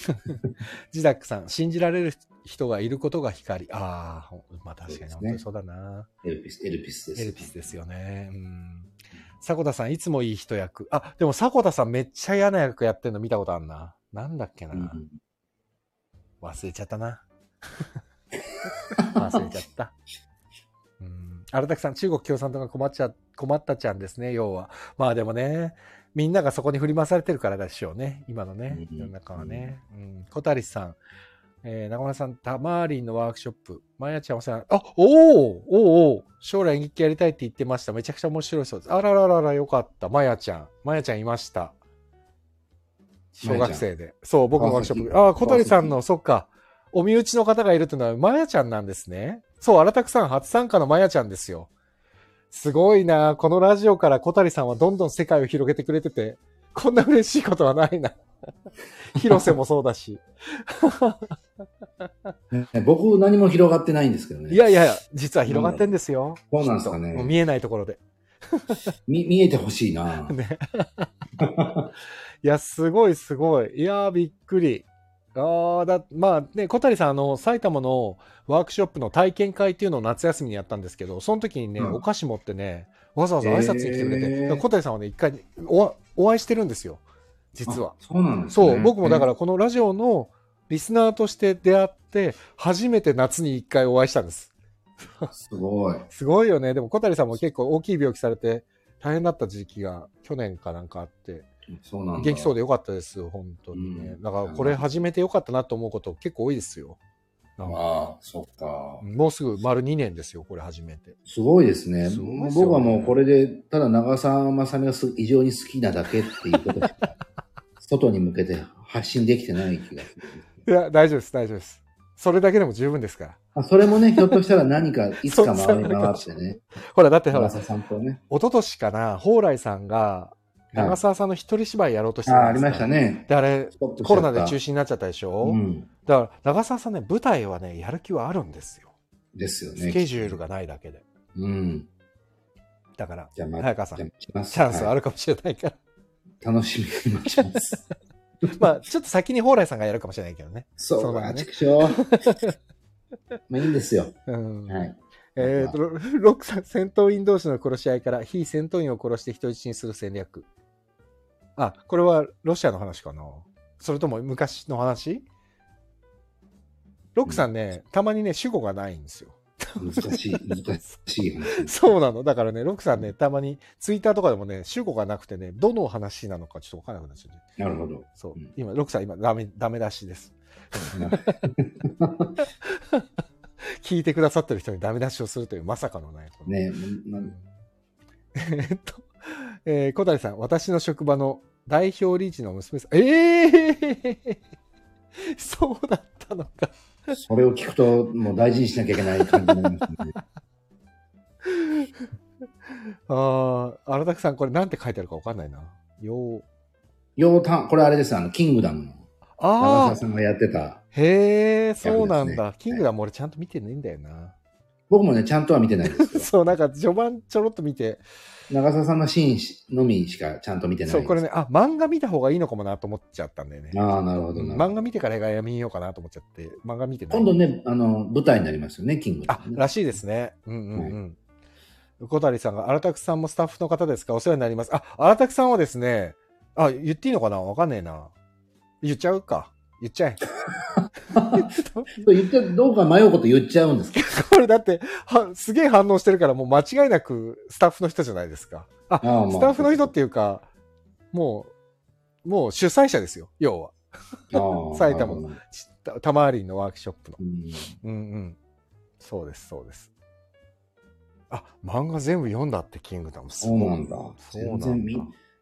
Speaker 1: ジダックさん、信じられる人がいることが光。ああ、まあ確かに本当にそうだな。。
Speaker 2: エルピス、エルピスです
Speaker 1: エルピスですよね。うん。迫田さん、いつもいい人役。あ、でも迫田さんめっちゃ嫌な役やってんの見たことあんな。なんだっけな。忘れちゃったな。忘れ ちゃった。うん。荒拓さん、中国共産党が困っちゃ、困ったちゃんですね、要は。まあでもね、みんながそこに振り回されてるからでしょうね。今のね、世の中はね。うん。小谷さん、えー、中村さん、タマーリンのワークショップ、まやちゃんお世話あ、おおおお将来演劇やりたいって言ってました。めちゃくちゃ面白いそうです。あらららら、よかった。まやちゃん。まやちゃんいました。小学生で。そう、僕のワークショップ。あ、小谷さんの、そっか。お身内の方がいるというのは、まやちゃんなんですね。そう、荒拓さん初参加のまやちゃんですよ。すごいなこのラジオから小谷さんはどんどん世界を広げてくれてて、こんな嬉しいことはない な。広瀬もそうだし。
Speaker 2: 僕何も広がってないんですけどね。
Speaker 1: いやいや、実は広がってんですよ。
Speaker 2: そうなんですかね。
Speaker 1: 見えないところで。
Speaker 2: 見、見えてほしいな、
Speaker 1: ね、いや、すごいすごい。いやびっくり。ああ、だ、まあね、小谷さん、あの、埼玉のワークショップの体験会っていうのを夏休みにやったんですけど、その時にね、うん、お菓子持ってね、わざわざ挨拶に来てくれて、えー、小谷さんはね、一回お、お会いしてるんですよ、 実は。、
Speaker 2: そうなんです
Speaker 1: ね、そう、僕もだからこのラジオのリスナーとして出会って、初めて夏に一回お会いしたんです。
Speaker 2: すごい。
Speaker 1: すごいよね。でも小谷さんも結構大きい病気されて、大変だった時期が去年かなんかあって。
Speaker 2: そうなん
Speaker 1: 元気そうでよかったです、本当にね。うん、だからこれ始めてよかったなと思うこと結構多いですよ。
Speaker 2: ああ、そっか。
Speaker 1: もうすぐ丸2年ですよ、これ始めて。
Speaker 2: すごいですね。すすね僕はもうこれで、ただ長澤まさみが異常に好きなだけっていうことし か、外に向けて発信できてない気がす
Speaker 1: る。いや、大丈夫です、大丈夫です。それだけでも十分ですから。
Speaker 2: あそれもね、ひょっとしたら何か、いつか回り回ってね。
Speaker 1: ほら、だってほら、
Speaker 2: さんとね、
Speaker 1: 一昨年かな、蓬莱さんが、長澤さんの一人芝居やろうとしてた
Speaker 2: んですあありましたね。
Speaker 1: で、あれ、コロナで中止になっちゃったでしょ、うん、だから、長澤さんね、舞台はね、やる気はあるんですよ。
Speaker 2: ですよね。
Speaker 1: スケジュールがないだけで。
Speaker 2: うん。。
Speaker 1: だから、じゃま、早川さん、チャンスあるかもしれないから
Speaker 2: 楽しみに待ちます。
Speaker 1: まあ、ちょっと先に蓬莱さんがやるかもしれないけどね。
Speaker 2: そう、そうね、畜生。まあ、いいんですよ。
Speaker 1: うん。
Speaker 2: はい。
Speaker 1: えー、とロックさん、戦闘員同士の殺し合いから非戦闘員を殺して人質にする戦略。あ、これはロシアの話かなそれとも昔の話ロックさんね、たまにね、主語がないんですよ。
Speaker 2: 難しい、難しい話です。
Speaker 1: そうなの。だからね、ロックさんね、たまにツイッターとかでもね、主語がなくてね、どの話なのかちょっとわからなくなっちゃうね。
Speaker 2: なるほど。
Speaker 1: そう
Speaker 2: うん。
Speaker 1: 今、ロックさん、今、ダメ、ダメ出しです。聞いてくださってる人にダメ出しをするというまさかのね。
Speaker 2: ねな
Speaker 1: えっと、えー小谷さん、私の職場の代表理事の娘さん。ええー、 そうだったのか。
Speaker 2: それを聞くと、もう大事にしなきゃいけない感じになりますね。
Speaker 1: ああ、荒拓さん、これなんて書いてあるかわかんないな。よう。
Speaker 2: 洋炭、これあれです、あの、キングダムの長
Speaker 1: あ
Speaker 2: 澤
Speaker 1: あ、
Speaker 2: さんがやってた。
Speaker 1: へえ、そうなん
Speaker 2: やる
Speaker 1: だ。キングダム俺ちゃんと見てないんだよな。
Speaker 2: 僕もね、ちゃんとは見てな いですけど。
Speaker 1: そう、なんか序盤ちょろっと見て、
Speaker 2: 長澤さんのシーンのみしかちゃんと見てない
Speaker 1: そう、これ
Speaker 2: ね。
Speaker 1: ね、あ、漫画見た方がいいのかもなと思っちゃったんだよね。
Speaker 2: ああ、なるほどなるほど
Speaker 1: 漫画見てから映画やめようかなと思っちゃって、漫画見てない
Speaker 2: 今度ね、あの、舞台になりますよね、キングダ
Speaker 1: あ、
Speaker 2: ムね、
Speaker 1: らしいですね。うんうんうん。小谷さんが、荒拓さんもスタッフの方ですかお世話になります。あ、荒拓さんはですね、あ、言っていいのかなわかんねえな。言っちゃうか。言っちゃ え。
Speaker 2: と言って、どうか迷うこと言っちゃうんですけど。
Speaker 1: これだって、はすげえ反応してるから、もう間違いなくスタッフの人じゃないですか。あ、
Speaker 2: ああまあ
Speaker 1: スタッフの人っていうか、もう、もう主催者ですよ。要は。
Speaker 2: あ あ
Speaker 1: 埼玉
Speaker 2: なるほどな
Speaker 1: ちたたまわりのワークショップの。
Speaker 2: うん
Speaker 1: うんうん。そうです、そうです。あ、漫画全部読んだって、キングダム。す
Speaker 2: そ
Speaker 1: ごいう
Speaker 2: なんだ。
Speaker 1: そうなんだ
Speaker 2: 全然み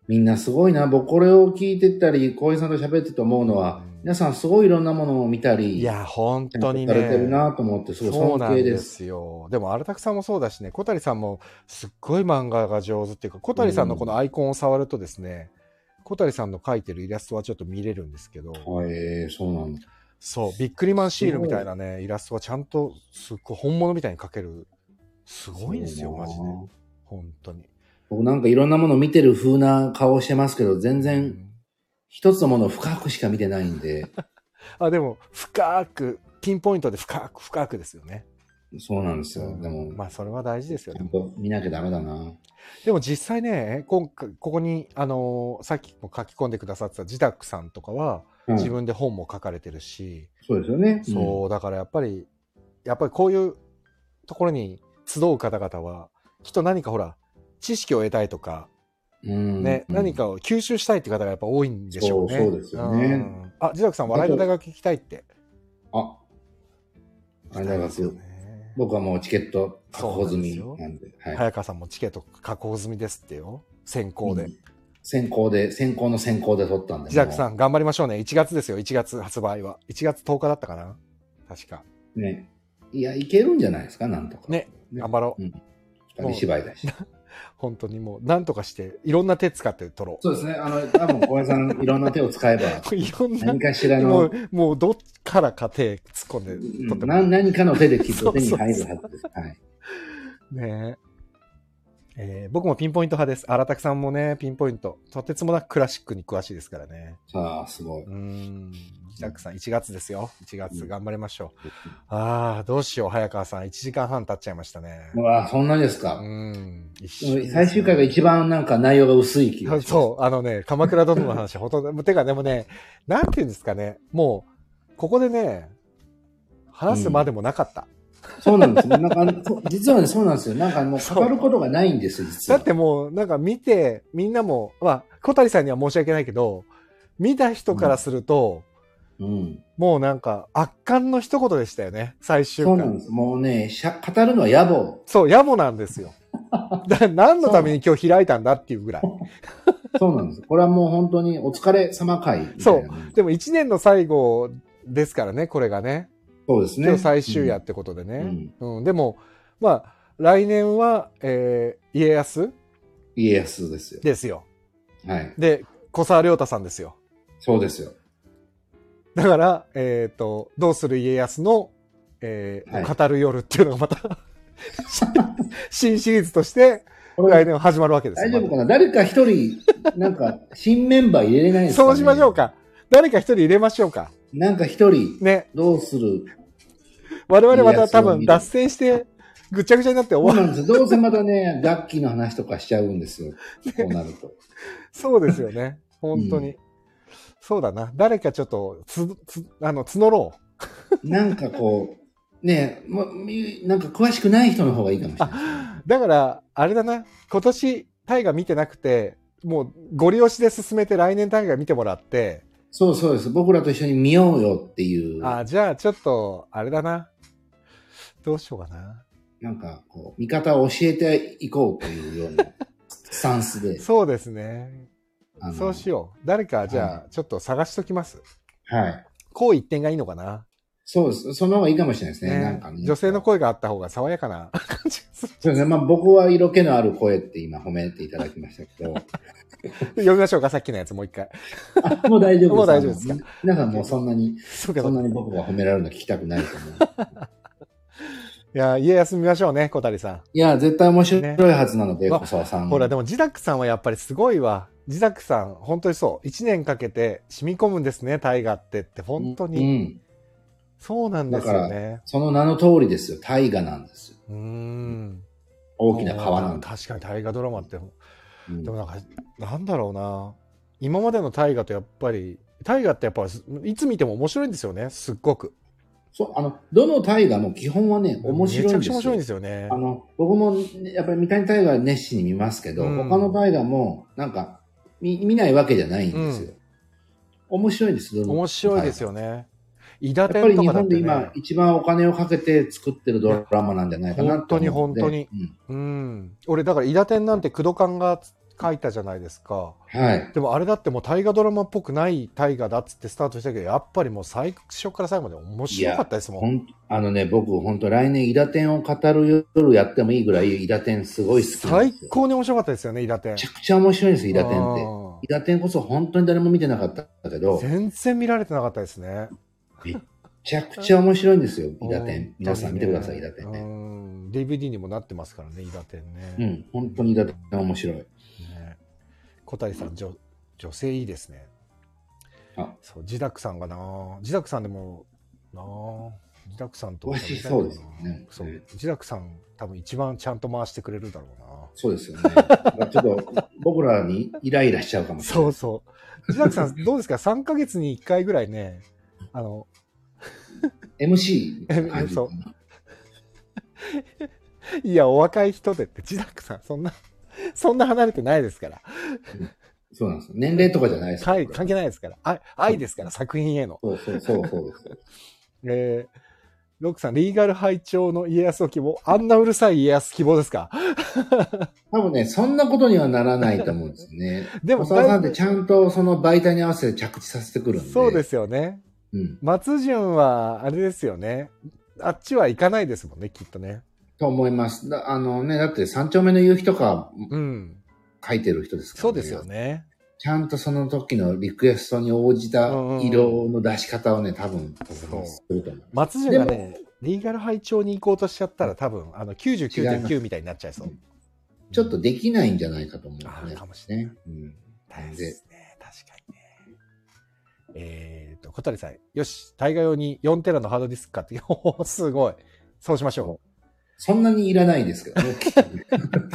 Speaker 2: みんなすごいな。僕これを聞いてたり、浩平さんと喋ってて思うのは、
Speaker 1: うん
Speaker 2: 皆さんすごいいろんなものを見たり、
Speaker 1: いや、本
Speaker 2: ちゃ
Speaker 1: 当
Speaker 2: ん
Speaker 1: に
Speaker 2: と
Speaker 1: ね。
Speaker 2: されてるなと思って、す
Speaker 1: そ
Speaker 2: ご
Speaker 1: う
Speaker 2: い
Speaker 1: な
Speaker 2: 尊
Speaker 1: ん
Speaker 2: 敬
Speaker 1: で
Speaker 2: です。
Speaker 1: すよ。でも、荒拓さんもそうだしね、小谷さんもすっごい漫画が上手っていうか、小谷さんのこのアイコンを触るとですね、小谷さんの描いてるイラストはちょっと見れるんですけど、
Speaker 2: へえそうなんだ。
Speaker 1: そう、ビックリマンシールみたいなね、イラストはちゃんとすっごい本物みたいに描ける。すごいですよ、マジで。本当に。
Speaker 2: 僕なんかいろんなもの見てる風な顔してますけど、全然一つのものを深くしか見てないん で、
Speaker 1: あ、でも、深く、ピンポイントで深く深くですよね。
Speaker 2: そうなんですよ。でも、
Speaker 1: まあ、それは大事ですよ
Speaker 2: ち
Speaker 1: ね
Speaker 2: ゃん。と見なきゃダメだな。
Speaker 1: でも実際ね、今回、ここに、あのーさっきも書き込んでくださってた自宅さんとかは、
Speaker 2: うん
Speaker 1: 自分で本も書かれてるし、
Speaker 2: そうですよね。
Speaker 1: そう、だからやっぱり、やっぱりこういうところに集う方々は、きっと何かほら、知識を得たいとか、
Speaker 2: うん。
Speaker 1: ね、
Speaker 2: うん
Speaker 1: 何。かを吸収したいって方がやっぱ多いんでしょうね。
Speaker 2: そうそうですよね
Speaker 1: んあ、自宅さん、笑いの大学行きたいって。
Speaker 2: あ、あれだ
Speaker 1: で
Speaker 2: が
Speaker 1: すよ
Speaker 2: す
Speaker 1: ね。
Speaker 2: 僕はもうチケット確保済み
Speaker 1: そう
Speaker 2: な
Speaker 1: なん
Speaker 2: で、はい。
Speaker 1: 早川さんもチケット確保済みですってよ。先行で
Speaker 2: う。ん先行で、先行の先行で取ったんで。
Speaker 1: ジャックさん、
Speaker 2: も
Speaker 1: 頑張りましょうね。1月ですよ、1月発売は。1月10日だったかな確か。
Speaker 2: う。ね。いや、いけるんじゃないですか、なんとか。
Speaker 1: ね、頑張ろう。
Speaker 2: うん。二人芝居だし。
Speaker 1: 本当にもう、なんとかして、いろんな手使って取ろ
Speaker 2: そうですね。あの、多分小林さん、いろんな手を使えば、
Speaker 1: う。いろんな
Speaker 2: 何、かし ら
Speaker 1: も
Speaker 2: の
Speaker 1: う、、もうどっからか手突っ込んで取ってもら
Speaker 2: な
Speaker 1: う。
Speaker 2: 何かの手できっと手に入 るはずです。はい。
Speaker 1: ねえー僕もピンポイント派です。荒拓さんもね、ピンポイント。とてつもなくクラシックに詳しいですからね。
Speaker 2: さあ、すごい。
Speaker 1: うーん。ジャックさん、1月ですよ。1
Speaker 2: う
Speaker 1: 月、
Speaker 2: ん
Speaker 1: 頑張りましょう。ああ、どうしよう、早川さん。1時間半経っちゃいましたね。
Speaker 2: うわそんなにです
Speaker 1: う
Speaker 2: か。
Speaker 1: ん。一緒ですね
Speaker 2: 最終回が一番なんか内容が薄い気がします。
Speaker 1: そう、あのね、鎌倉殿の話、ほとんど、 もうてかでもね、なんていうんですかね、もう、ここでね、話すまでもなかった。
Speaker 2: そうなんです。なんかあの、そう実はね、そうなんですよ。なんかもう
Speaker 1: そう
Speaker 2: 語ることがないんですよ、実
Speaker 1: だ
Speaker 2: は。
Speaker 1: ってもう、なんか見て、みんなも、まあ、小谷さんには申し訳ないけど、見た人からすると、
Speaker 2: うん。
Speaker 1: もうなんか、圧巻の一言でしたよね、最終
Speaker 2: そうなん
Speaker 1: 回。
Speaker 2: です。もうね、しゃ語るのは野暮。
Speaker 1: そう、野暮なんですよ。 だ何のために今日開いたんだっていうぐらい。
Speaker 2: そうなんです。これはもう本当にお疲れ様会みたいな。
Speaker 1: でも1年の最後ですからね、これがね。
Speaker 2: そうです
Speaker 1: 今
Speaker 2: ね。
Speaker 1: 日最終夜ってことでね。
Speaker 2: うんうん
Speaker 1: うん、でも、まあ、来年は、えー家康
Speaker 2: 家康ですよ。
Speaker 1: ですよ。
Speaker 2: はい。
Speaker 1: で、小沢亮太さんですよ。
Speaker 2: そうですよ。
Speaker 1: だから、えっ、と、どうする家康の、えー
Speaker 2: はい
Speaker 1: 語る夜っていうのがまた、 新シリーズとして、
Speaker 2: こ
Speaker 1: 来
Speaker 2: れ
Speaker 1: 年は始まるわけですよ
Speaker 2: 大丈夫か
Speaker 1: ま
Speaker 2: な誰か一人、なんか、新メンバー入れれない
Speaker 1: た
Speaker 2: ですか、ね、
Speaker 1: そうしましょう。か。誰か一人入れましょうか。
Speaker 2: なんか一人、
Speaker 1: ね。
Speaker 2: どうする
Speaker 1: 我々また多
Speaker 2: 家康を見
Speaker 1: 分
Speaker 2: る
Speaker 1: 脱線して、ぐちゃぐちゃになって終
Speaker 2: そ
Speaker 1: わ
Speaker 2: う
Speaker 1: る。
Speaker 2: なんですよどうせまたね、楽器の話とかしちゃうんですよ。こうなると。
Speaker 1: そうですよね。本当に。そうだな。誰かちょっとつ、つ、あの、募ろう。
Speaker 2: なんかこう、ねえ、もうみなんか詳しくない人の方がいいかもしれない。
Speaker 1: だから、あれだな、今年、タイガ見てなくて、もう、ご利用しで進めて、来年タイガ見てもらって、
Speaker 2: そうそうです。僕らと一緒に見ようよっていう、な
Speaker 1: あ、じゃあ、ちょっと、あれだな。どうしようかな。
Speaker 2: んかこう、見方を教えていこうというよ うなスタンスで。
Speaker 1: そうですね。
Speaker 2: あの
Speaker 1: そうしよう。誰か、じゃあ、ちょっと探しときます。
Speaker 2: はい。
Speaker 1: こう一点がいいのかな。
Speaker 2: そうです。その方がいいかもしれないですね。なん
Speaker 1: ね
Speaker 2: かね。
Speaker 1: 女性の声があった方が爽やかな感じがする。
Speaker 2: そうですね。まあ僕は色気のある声って今褒めていただきました けど。
Speaker 1: 読みましょうか、さっきのやつもう一回。
Speaker 2: あもう大丈夫です。
Speaker 1: もう大丈夫ですか
Speaker 2: あの皆さんもうそんなに、
Speaker 1: そうか
Speaker 2: そ
Speaker 1: そう
Speaker 2: んな
Speaker 1: か
Speaker 2: に僕が褒められるの聞きたくないと思う。
Speaker 1: いや、家休みましょうね、小谷さん。
Speaker 2: いや、絶対面白いはずなので、
Speaker 1: ね
Speaker 2: 小沢さん。
Speaker 1: ほら、でも、自宅さんはやっぱりすごいわ。自宅さん、本当にそう。一年かけて染み込むんですね、大河ってって。本当
Speaker 2: う
Speaker 1: に。
Speaker 2: ん。
Speaker 1: そうなんですよね。
Speaker 2: その名の通りですよ。大河なんですよ。
Speaker 1: うーん。
Speaker 2: 大きな川なんだ。
Speaker 1: 確かに大河ドラマって。
Speaker 2: うん
Speaker 1: でもなんか、なんだろうな。今までの大河とやっぱり、大河ってやっぱ、いつ見ても面白いんですよね、すっごく。
Speaker 2: そう、あの、どの大河も基本はね、面白いんですよ。
Speaker 1: めちゃくちゃ面白いんですよね
Speaker 2: あ。の、僕もね、やっぱり三谷大河熱心に見ますけど、
Speaker 1: うん
Speaker 2: 他の大河も、なんか、見、見ないわけじゃないんですよ。面白いんです、どの
Speaker 1: 面白いですよね。伊達
Speaker 2: やっぱり
Speaker 1: と
Speaker 2: 日
Speaker 1: かだっ
Speaker 2: 本で
Speaker 1: て
Speaker 2: 今
Speaker 1: ね。
Speaker 2: 一番お金をかけて作ってるドラマなんじゃないかなと思うので
Speaker 1: 本当に本うん。俺、だから伊達なんて工藤勘が書いたじゃないですか。
Speaker 2: うんはい。
Speaker 1: でもあれだってもう大河ドラマっぽくない大河だっつってスタートしたけどやっぱりもう最初から最後まで面白かったですも
Speaker 2: ほ
Speaker 1: ん。
Speaker 2: んあのね、僕、本当来年、伊ダ天を語る夜やってもいいぐらい、伊ダ天すごい好きなん
Speaker 1: 最
Speaker 2: ですよ。
Speaker 1: 高に面白かったですよね、伊達天
Speaker 2: めち。ゃくちゃ面白いんですよ、伊ダ天って。
Speaker 1: っ
Speaker 2: 伊ダ天こそ本当に誰も見てなかったけど、め
Speaker 1: 全然見られてなかったですね。
Speaker 2: ちゃくちゃ面白いんですよ、伊ダ
Speaker 1: うん
Speaker 2: 天。皆さん見てください、伊ダ天
Speaker 1: う
Speaker 2: ね。
Speaker 1: ん DVD にもなってますからね、伊達天ね。
Speaker 2: う
Speaker 1: ね
Speaker 2: ん、本当に伊ダ天面白い。
Speaker 1: 小谷さん、女女性いいですね。
Speaker 2: あ
Speaker 1: そう、自宅さんがな、自宅さんでもな、自宅さんと
Speaker 2: 詳しそうですよね
Speaker 1: そう、自宅さん多分一番ちゃんと回してくれるだろうな。
Speaker 2: そうですよね。だからちょっと、 僕らにイライラしちゃうかもしれ
Speaker 1: そ
Speaker 2: な
Speaker 1: う
Speaker 2: い。
Speaker 1: そう。自宅さ ん、どうですか ?3 ヶ月に1回ぐらいね、あの、
Speaker 2: MC みたいな感じ。
Speaker 1: そういや、お若い人でって、自宅さん、そんな、そんな離れてないですから。
Speaker 2: そうなんですよ。年齢とかじゃないです
Speaker 1: はい、関係ないですから。愛愛ですから、作品への。
Speaker 2: そうそうそうそうです。
Speaker 1: えー、ロックさん、リーガル拝聴の家康を希望。あんなうるさい家康希望ですか
Speaker 2: 多分ね、そんなことにはならないと思うんですよね。
Speaker 1: でも
Speaker 2: 小沢さんって
Speaker 1: だいぶ
Speaker 2: ちゃんとその媒体に合わせて着地させてくるんで。。
Speaker 1: そうですすよね。
Speaker 2: うん。
Speaker 1: 松潤は、あれですよね。あっちは行かないですもんね、きっとね。
Speaker 2: と思います。だあのね、だって三丁目の夕日とか
Speaker 1: うん。
Speaker 2: 書いてる人ですから、
Speaker 1: そうですよ。ね。
Speaker 2: ちゃんとその時のリクエストに応じた
Speaker 1: うんうんうん
Speaker 2: 色の出し方をね、多分、
Speaker 1: そう
Speaker 2: すると思う。
Speaker 1: 松潤がね、リーガル拝聴に行こうとしちゃったら、多分、あの、99.9みたいになっちゃいそう。
Speaker 2: ちょっとできないんじゃないかと思うんです
Speaker 1: あ
Speaker 2: ね。
Speaker 1: かもしれない
Speaker 2: ね。うん。
Speaker 1: ですね。確かにね。えっ、と、小谷さん、よし、大河用に4テラのハードディスク買って、おーすごい。そうしましょ
Speaker 2: そんなにいらないですけどね。きっとね
Speaker 1: う。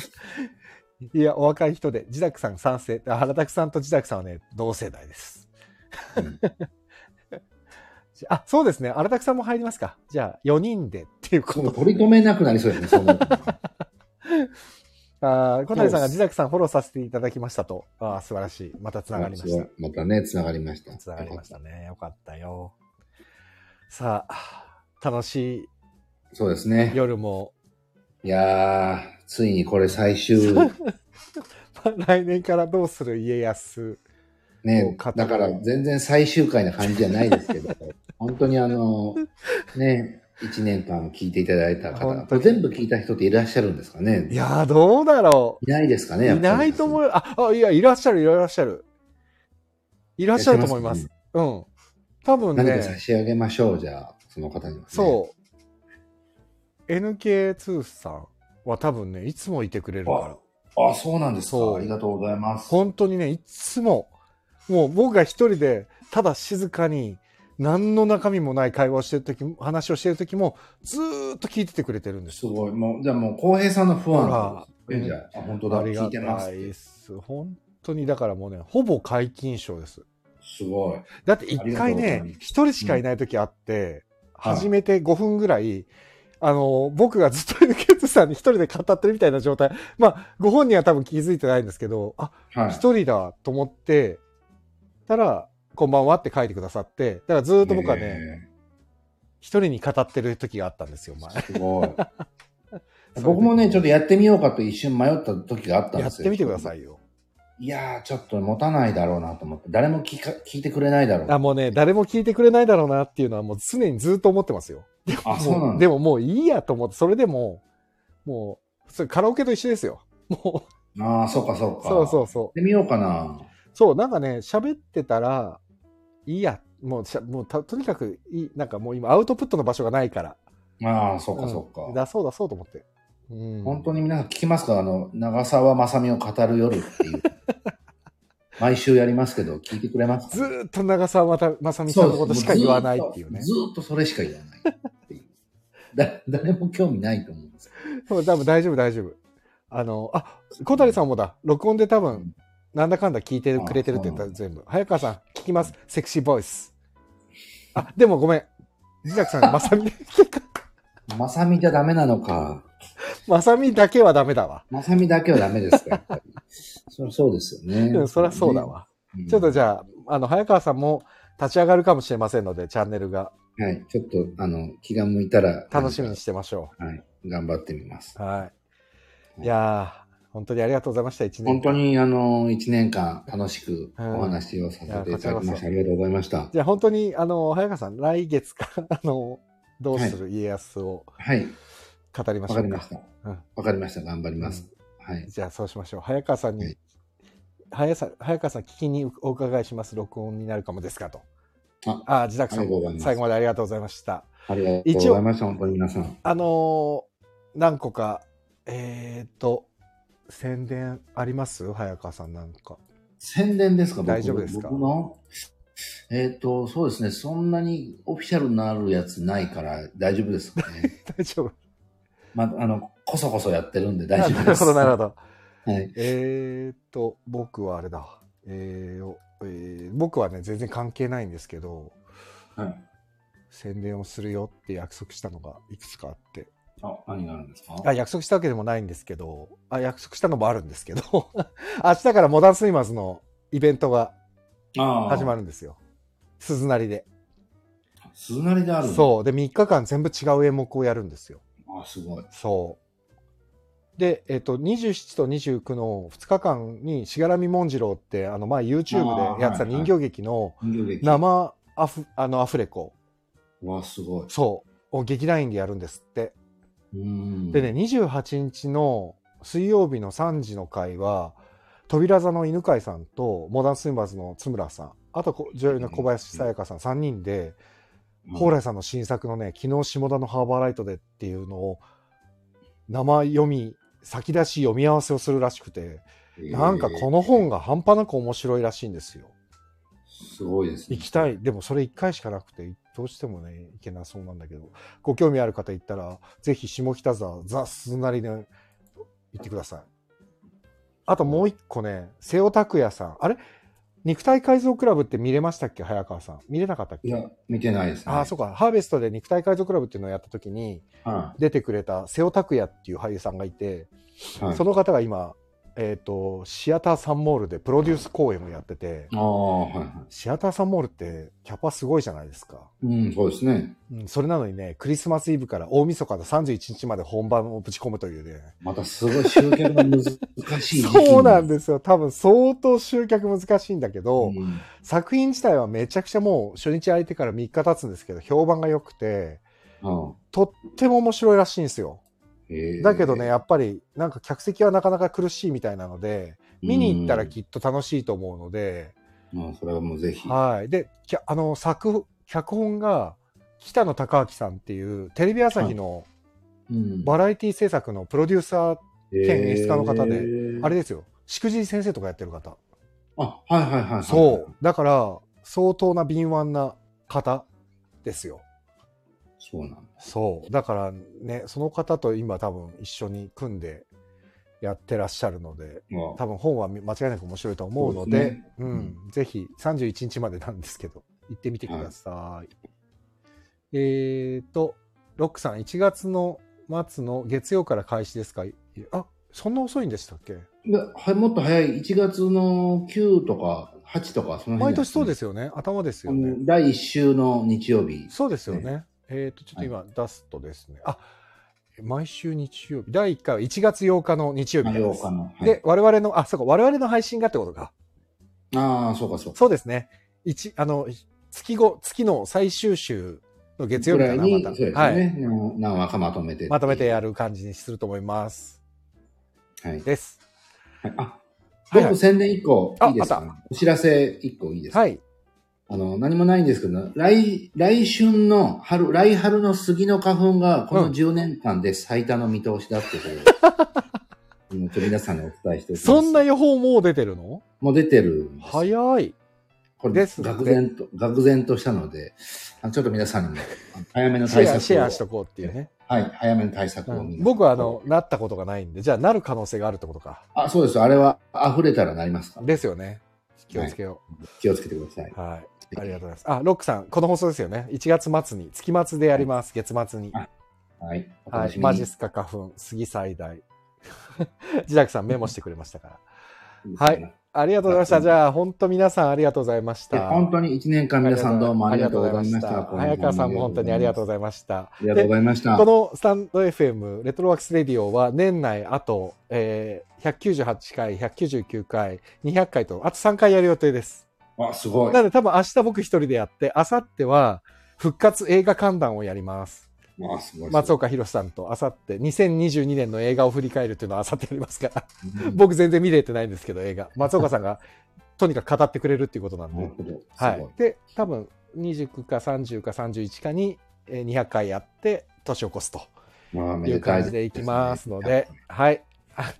Speaker 1: いや、お若い人で、自宅さん賛成。あ原拓さんと自宅さんはね、同世代です。
Speaker 2: うん
Speaker 1: あ、そうですね。原拓さんも入りますか。じゃあ、4人でっていうこ
Speaker 2: そう
Speaker 1: と。
Speaker 2: 取り留めなくなりそう ですね、そんなの。
Speaker 1: あー小谷さん
Speaker 2: そ
Speaker 1: が
Speaker 2: うです
Speaker 1: 自宅さんフォローさせていただきましたと。あー素晴らしい。またつながりました。
Speaker 2: またね、つながりました。
Speaker 1: つながりましたね。よかったよ。さあ、楽し
Speaker 2: そうです
Speaker 1: い
Speaker 2: ね。
Speaker 1: 夜も、
Speaker 2: いやー、ついにこれ最終、
Speaker 1: まあ 来年からどうする家康。もう
Speaker 2: ね、
Speaker 1: 勝った
Speaker 2: だから全然最終回な感じじゃないですけど、 本当にあの、ね、1年間聞いていただいた
Speaker 1: 本
Speaker 2: 方、
Speaker 1: 当に
Speaker 2: 全部聞いた人っていらっしゃるんですかね
Speaker 1: いやー、どうだろ
Speaker 2: いないですか
Speaker 1: う。
Speaker 2: ねやっ
Speaker 1: い
Speaker 2: ぱり
Speaker 1: ないと思うよ。あ、あいや、いらっしゃる、いらっしゃる。いらっしゃると思います。うん。多分
Speaker 2: 何か差
Speaker 1: ね、
Speaker 2: し上げましょう、じゃあ、その方には、ね。
Speaker 1: そう。NK2 さんは多分ね、いつもいてくれるから。
Speaker 2: あ、そうなんです
Speaker 1: そう
Speaker 2: か。ありがとうございます。
Speaker 1: 本当にね、いつも、もう僕が一人で、ただ静かに、何の中身もない会話をしてる時も話をしてる時も、ずーっと聞いててくれてるんです
Speaker 2: す
Speaker 1: よ。
Speaker 2: ごい。もう、じゃあもう、浩平さんの不
Speaker 1: ほら
Speaker 2: 安えじゃあ、あ本当だ、
Speaker 1: あり
Speaker 2: 聞
Speaker 1: が
Speaker 2: いてま
Speaker 1: た
Speaker 2: す
Speaker 1: い。です。本当に、だからもうね、ほぼ解禁賞です。
Speaker 2: すごい。
Speaker 1: だって一回
Speaker 2: ありがとうござい
Speaker 1: ね
Speaker 2: ます、
Speaker 1: 一人しかいない時あって、始めて5分ぐらい、あの、僕がずっとユケツさんに一人で語ってるみたいな状態。まあ、ご本人は多分気づいてないんですけど、あ、
Speaker 2: はい
Speaker 1: 一人だと思って、たら、こんばんはって書いてくださって、だからずっと僕はね、
Speaker 2: ね
Speaker 1: 一人に語ってる時があったんですよ、前。
Speaker 2: す ごい。僕もね、ちょっとやってみようかと一瞬迷った時があったん
Speaker 1: や
Speaker 2: で
Speaker 1: っ
Speaker 2: すよ。
Speaker 1: てみてくださ
Speaker 2: い。
Speaker 1: いよ。
Speaker 2: いやー、ちょっと持たないだろうなと思って、誰も聞か聞いてくれないだろう。
Speaker 1: あ、もうね、誰も聞いてくれないだろうなっていうのはもう常にずっと思ってますよ。
Speaker 2: あ、そうなんだ。
Speaker 1: でももういいやと思って、それでも、もう、それカラオケと一緒ですよ。も
Speaker 2: ああ、そうかそう
Speaker 1: う、
Speaker 2: か。
Speaker 1: そう
Speaker 2: う。
Speaker 1: そ
Speaker 2: や
Speaker 1: うそう
Speaker 2: っ。てみようかな。
Speaker 1: そう、なんかね、喋ってたら、いいや、もうしゃ、もうたとにかくいい、なんかもう今、アウトプットの場所がないから、
Speaker 2: ああ、そうかそう
Speaker 1: うん
Speaker 2: か。
Speaker 1: 出そう出そうと思って。うん、
Speaker 2: 本当に皆さん聞きますかあの、長澤まさみを語る夜っ ていう。毎週やりますけど、聞いてくれますか
Speaker 1: ずーっと長澤またまさみさんのことしか言わないっていうね。
Speaker 2: ずーっとずーっとそれしか言わないっていう。だ誰も興味ないと思うんですけ
Speaker 1: そう多分大丈夫大丈夫。あの、あ、小谷さんもだ、録音で多分、なんだかんだ聞いてくれてるって言った
Speaker 2: あ
Speaker 1: ら全部。早川さん、聞きます。セクシーボイス。あ、でもごめん。自宅さん、まさみ、
Speaker 2: ど。まさみじゃダメなのか。
Speaker 1: まさみだけはダメだわ。
Speaker 2: まさみだけはダメですか、やっぱり。そりゃそうですよね。
Speaker 1: うん、そりゃそうだわ。
Speaker 2: うん。
Speaker 1: ちょっとじゃあ、あの、早川さんも立ち上がるかもしれませんので、チャンネルが
Speaker 2: はい。ちょっと、あの、気が向いたら。
Speaker 1: 楽しみにしてましょ
Speaker 2: はい。頑張ってみます。
Speaker 1: う。はい。いやー、本当にありがとうございました、一年。
Speaker 2: 本当。に、あの、1年間楽しくお話をさせていただ
Speaker 1: うん
Speaker 2: き
Speaker 1: いやこちら
Speaker 2: ま
Speaker 1: こ
Speaker 2: し
Speaker 1: そ
Speaker 2: た。ありがとうございました。
Speaker 1: じゃあ本当に、あの、早川さん、来月か、あの、どうする家康を
Speaker 2: はい。
Speaker 1: 語りま
Speaker 2: わ
Speaker 1: しょうか。
Speaker 2: かりました。わ、
Speaker 1: うん
Speaker 2: かりました。頑張ります。はい。
Speaker 1: じゃあそうしましょう。早川さん
Speaker 2: は
Speaker 1: に
Speaker 2: い、
Speaker 1: 早さ早川さん、聞きにお伺いします。録音になるかもですかと。
Speaker 2: あ
Speaker 1: あ、自宅さ
Speaker 2: あ
Speaker 1: ん
Speaker 2: りがとうございま、す
Speaker 1: 最後までありがとうございました。
Speaker 2: ありがとうございました。本当に皆さん。
Speaker 1: あのー何個か、えっ、と、宣伝あります早川さんなんか。
Speaker 2: 宣伝ですか僕
Speaker 1: 大丈夫ですか
Speaker 2: 僕のえっ、と、そうですね。そんなにオフィシャルになるやつないから大丈夫ですか ね。
Speaker 1: 大丈夫。
Speaker 2: まあ、あの、こそこそやってるんで大丈
Speaker 1: な
Speaker 2: 夫
Speaker 1: る
Speaker 2: です。
Speaker 1: ほど、なるほど。
Speaker 2: はい。
Speaker 1: えーっと、僕はあれだ。えーおえー僕はね、全然関係ないんですけど、
Speaker 2: はい。
Speaker 1: 宣伝をするよって約束したのがいくつかあって。
Speaker 2: あ、何があるんですか
Speaker 1: あ約束したわけでもないんですけど、あ約束したのもあるんですけど、 明日からモダンスイマーズのイベントが
Speaker 2: あー
Speaker 1: 始まるんですよ。鈴なりで。
Speaker 2: 鈴なりであるう。
Speaker 1: そう。で、3日間全部違う演目をやるんですよ。
Speaker 2: あ、すごい。
Speaker 1: そう。で、えっと、27と29の2日間に、しがらみもんじろうって、あの、前 YouTube でやってた人
Speaker 2: あーはいはい
Speaker 1: 形劇の
Speaker 2: 人形劇。
Speaker 1: 生アフ、あの、アフレコ、
Speaker 2: わ、すごい。
Speaker 1: そう、を劇団員でやるんですって。
Speaker 2: うーん。
Speaker 1: でね、28日の水曜日の3時の回は、扉座の犬飼さんと、モダンスイマーズの津村さん、あとこ女優の小林さやかさん3人で、
Speaker 2: うん、
Speaker 1: 蓬莱さんの新作のね、昨日下田のハーバーライトでっていうのを、生読み、先出し読み合わせをするらしくて、なんかこの本
Speaker 2: が。
Speaker 1: が半端なく面白いらしいんですよ。
Speaker 2: すごいですね。
Speaker 1: 行きたい。でもそれ1回しかなくて、どうしてもね、行けなそうなんだけど、ご興味ある方行ったら、ぜひ下北沢、ザ・鈴なりで行ってください。あともう一個ね、瀬尾拓也さん。あれ肉体改造クラブって見れましたっけ早川さん。見れなかったっけ
Speaker 2: いや、見てないですね。
Speaker 1: ああ、そうか。ハーベストで肉体改造クラブっていうのをやった時に、
Speaker 2: は
Speaker 1: 出てくれた瀬尾拓也っていう俳優さんがいて、
Speaker 2: い。はい。
Speaker 1: その方が今、えっ、と、シアターサンモールでプロデュース公演をやってて、
Speaker 2: ああ、はいは
Speaker 1: シアターサンモールってキャパすごいじゃないですか。
Speaker 2: い。うん、そうですね。
Speaker 1: うん、それなのにね、クリスマスイブから大晦日の31日まで本番をぶち込むというね。
Speaker 2: またすごい集客が難しい時期 に。
Speaker 1: そうなんですよ。多分相当集客難しいんだけど、
Speaker 2: うん
Speaker 1: 作品自体はめちゃくちゃもう初日空いてから3日経つんですけど、評判が良くて、
Speaker 2: うん
Speaker 1: とっても面白いらしいんですよ。
Speaker 2: へー
Speaker 1: だけどね、、やっぱりなんか客席はなかなか苦しいみたいなので、見に行ったらきっと楽しいと思うので、
Speaker 2: うん。まあ、それはもうぜひ。
Speaker 1: はい。で、きゃあの、作、脚本が、北野隆明さんっていう、テレビ朝日の
Speaker 2: うん
Speaker 1: バラエティ制作のプロデューサー、演出家の方で
Speaker 2: へー
Speaker 1: あれですよ、しくじり先生とかやってる方。
Speaker 2: あ、はいはいはいはい。
Speaker 1: そう。。だから、相当な敏腕な方ですよ。
Speaker 2: そうなんだ。
Speaker 1: そう。だからね、その方と今多分一緒に組んでやってらっしゃるので、
Speaker 2: まあ
Speaker 1: 多分本は間違いなく面白いと思うので、
Speaker 2: そうですね
Speaker 1: うん、ぜひ31日までなんですけど、行ってみてください。えっ、ー、と、ロックさん、1月の末の月曜から開始ですかあ、そんな遅いんでしたっけ
Speaker 2: いやはもっと早い、1月の9とか8とか、その辺、ね、
Speaker 1: 毎年そうですよね。頭ですよね。
Speaker 2: 第1週の日曜日。
Speaker 1: そうですよね。ねえっ、ー、と、ちょっと今、出すとですね。はい、あ毎週日曜日。第1回は1月8日の日曜日です。。
Speaker 2: 8日の、はい
Speaker 1: で、我々の、あ、そうか、我々の配信がってことか。
Speaker 2: ああ、そうか、そうか。
Speaker 1: そうですね。一、あの、月後、月の最終週の月曜日かな、
Speaker 2: また。そうですね。はい、何話かまとめて。
Speaker 1: まとめてやる感じにすると思います。
Speaker 2: はい。
Speaker 1: です。
Speaker 2: はい、あ、はいはい、宣伝1個いいですか、ね、お知らせ1個いいですか
Speaker 1: はい。
Speaker 2: あの、何もないんですけど、来、来春の春、来春の杉の花粉がこの10年間で最多の見通しだっ てことを、うん、ちょ皆さんにお伝えしておきます。
Speaker 1: そんな予報もう出てるの
Speaker 2: もう出てる。
Speaker 1: 早い。
Speaker 2: これです愕然と、愕然としたので、あちょっと皆さんにも早めの対策を。
Speaker 1: シェアしとこうっていうね。
Speaker 2: はい、早めの対策を、うん、
Speaker 1: 僕はあの、なったことがないんで、じゃあなる可能性があるってことか。
Speaker 2: あ、そうです。あれは溢れたらなりますか
Speaker 1: ですよね。気をつけよ
Speaker 2: う、はい、気をつけてください。
Speaker 1: はい。ありがとうございます。あ、ロックさん、この放送ですよね。1月末に、月末でやります。はい、月末に。
Speaker 2: はい。
Speaker 1: はい。マジスカ花粉、杉最 大。自宅さんメモしてくれましたから。はい。ありがとうございました。じゃあ、本当皆さんありがとうございました。
Speaker 2: 本当に1年間皆さんどうもありがとうございました。
Speaker 1: 早川さんも本当にありがとうございました。
Speaker 2: ありがとうございました。
Speaker 1: このスタンド FM、レトロワークスレディオは年内あと、えー、198回、199回、200回と、あと3回やる予定です。
Speaker 2: あ、すごい。
Speaker 1: なので多分明日僕一人でやって、明後日は復活映画観覧をやります。
Speaker 2: あ、すごい。
Speaker 1: 松岡弘さんと明後日、2022年の映画を振り返るっていうのは明後日やりますから、 うん、僕全然見れてないんですけど、映画。松岡さんがとにかく語ってくれるっていうことなんで。 なるほど。はい。で、多分29か30か31かに200回やって、年を越すと。いう感じでいきますので、でね、はい。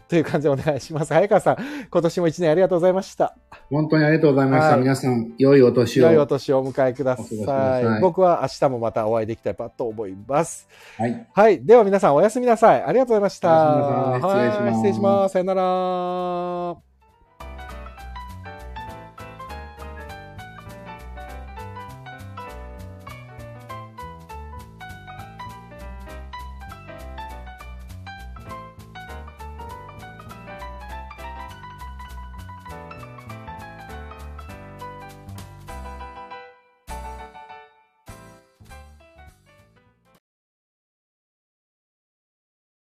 Speaker 1: という感じでお願いします。早川さん、今年も一年ありがとうございました。
Speaker 2: 本当にありがとうございました。はい、皆さん、良いお年を。
Speaker 1: 良いお年をお迎えください。さい僕は明日もまたお会いできたらと思います。
Speaker 2: はい。
Speaker 1: はい。では皆さん、おやすみなさい。ありがとうございました。、
Speaker 2: はい
Speaker 1: 失礼します。さよなら。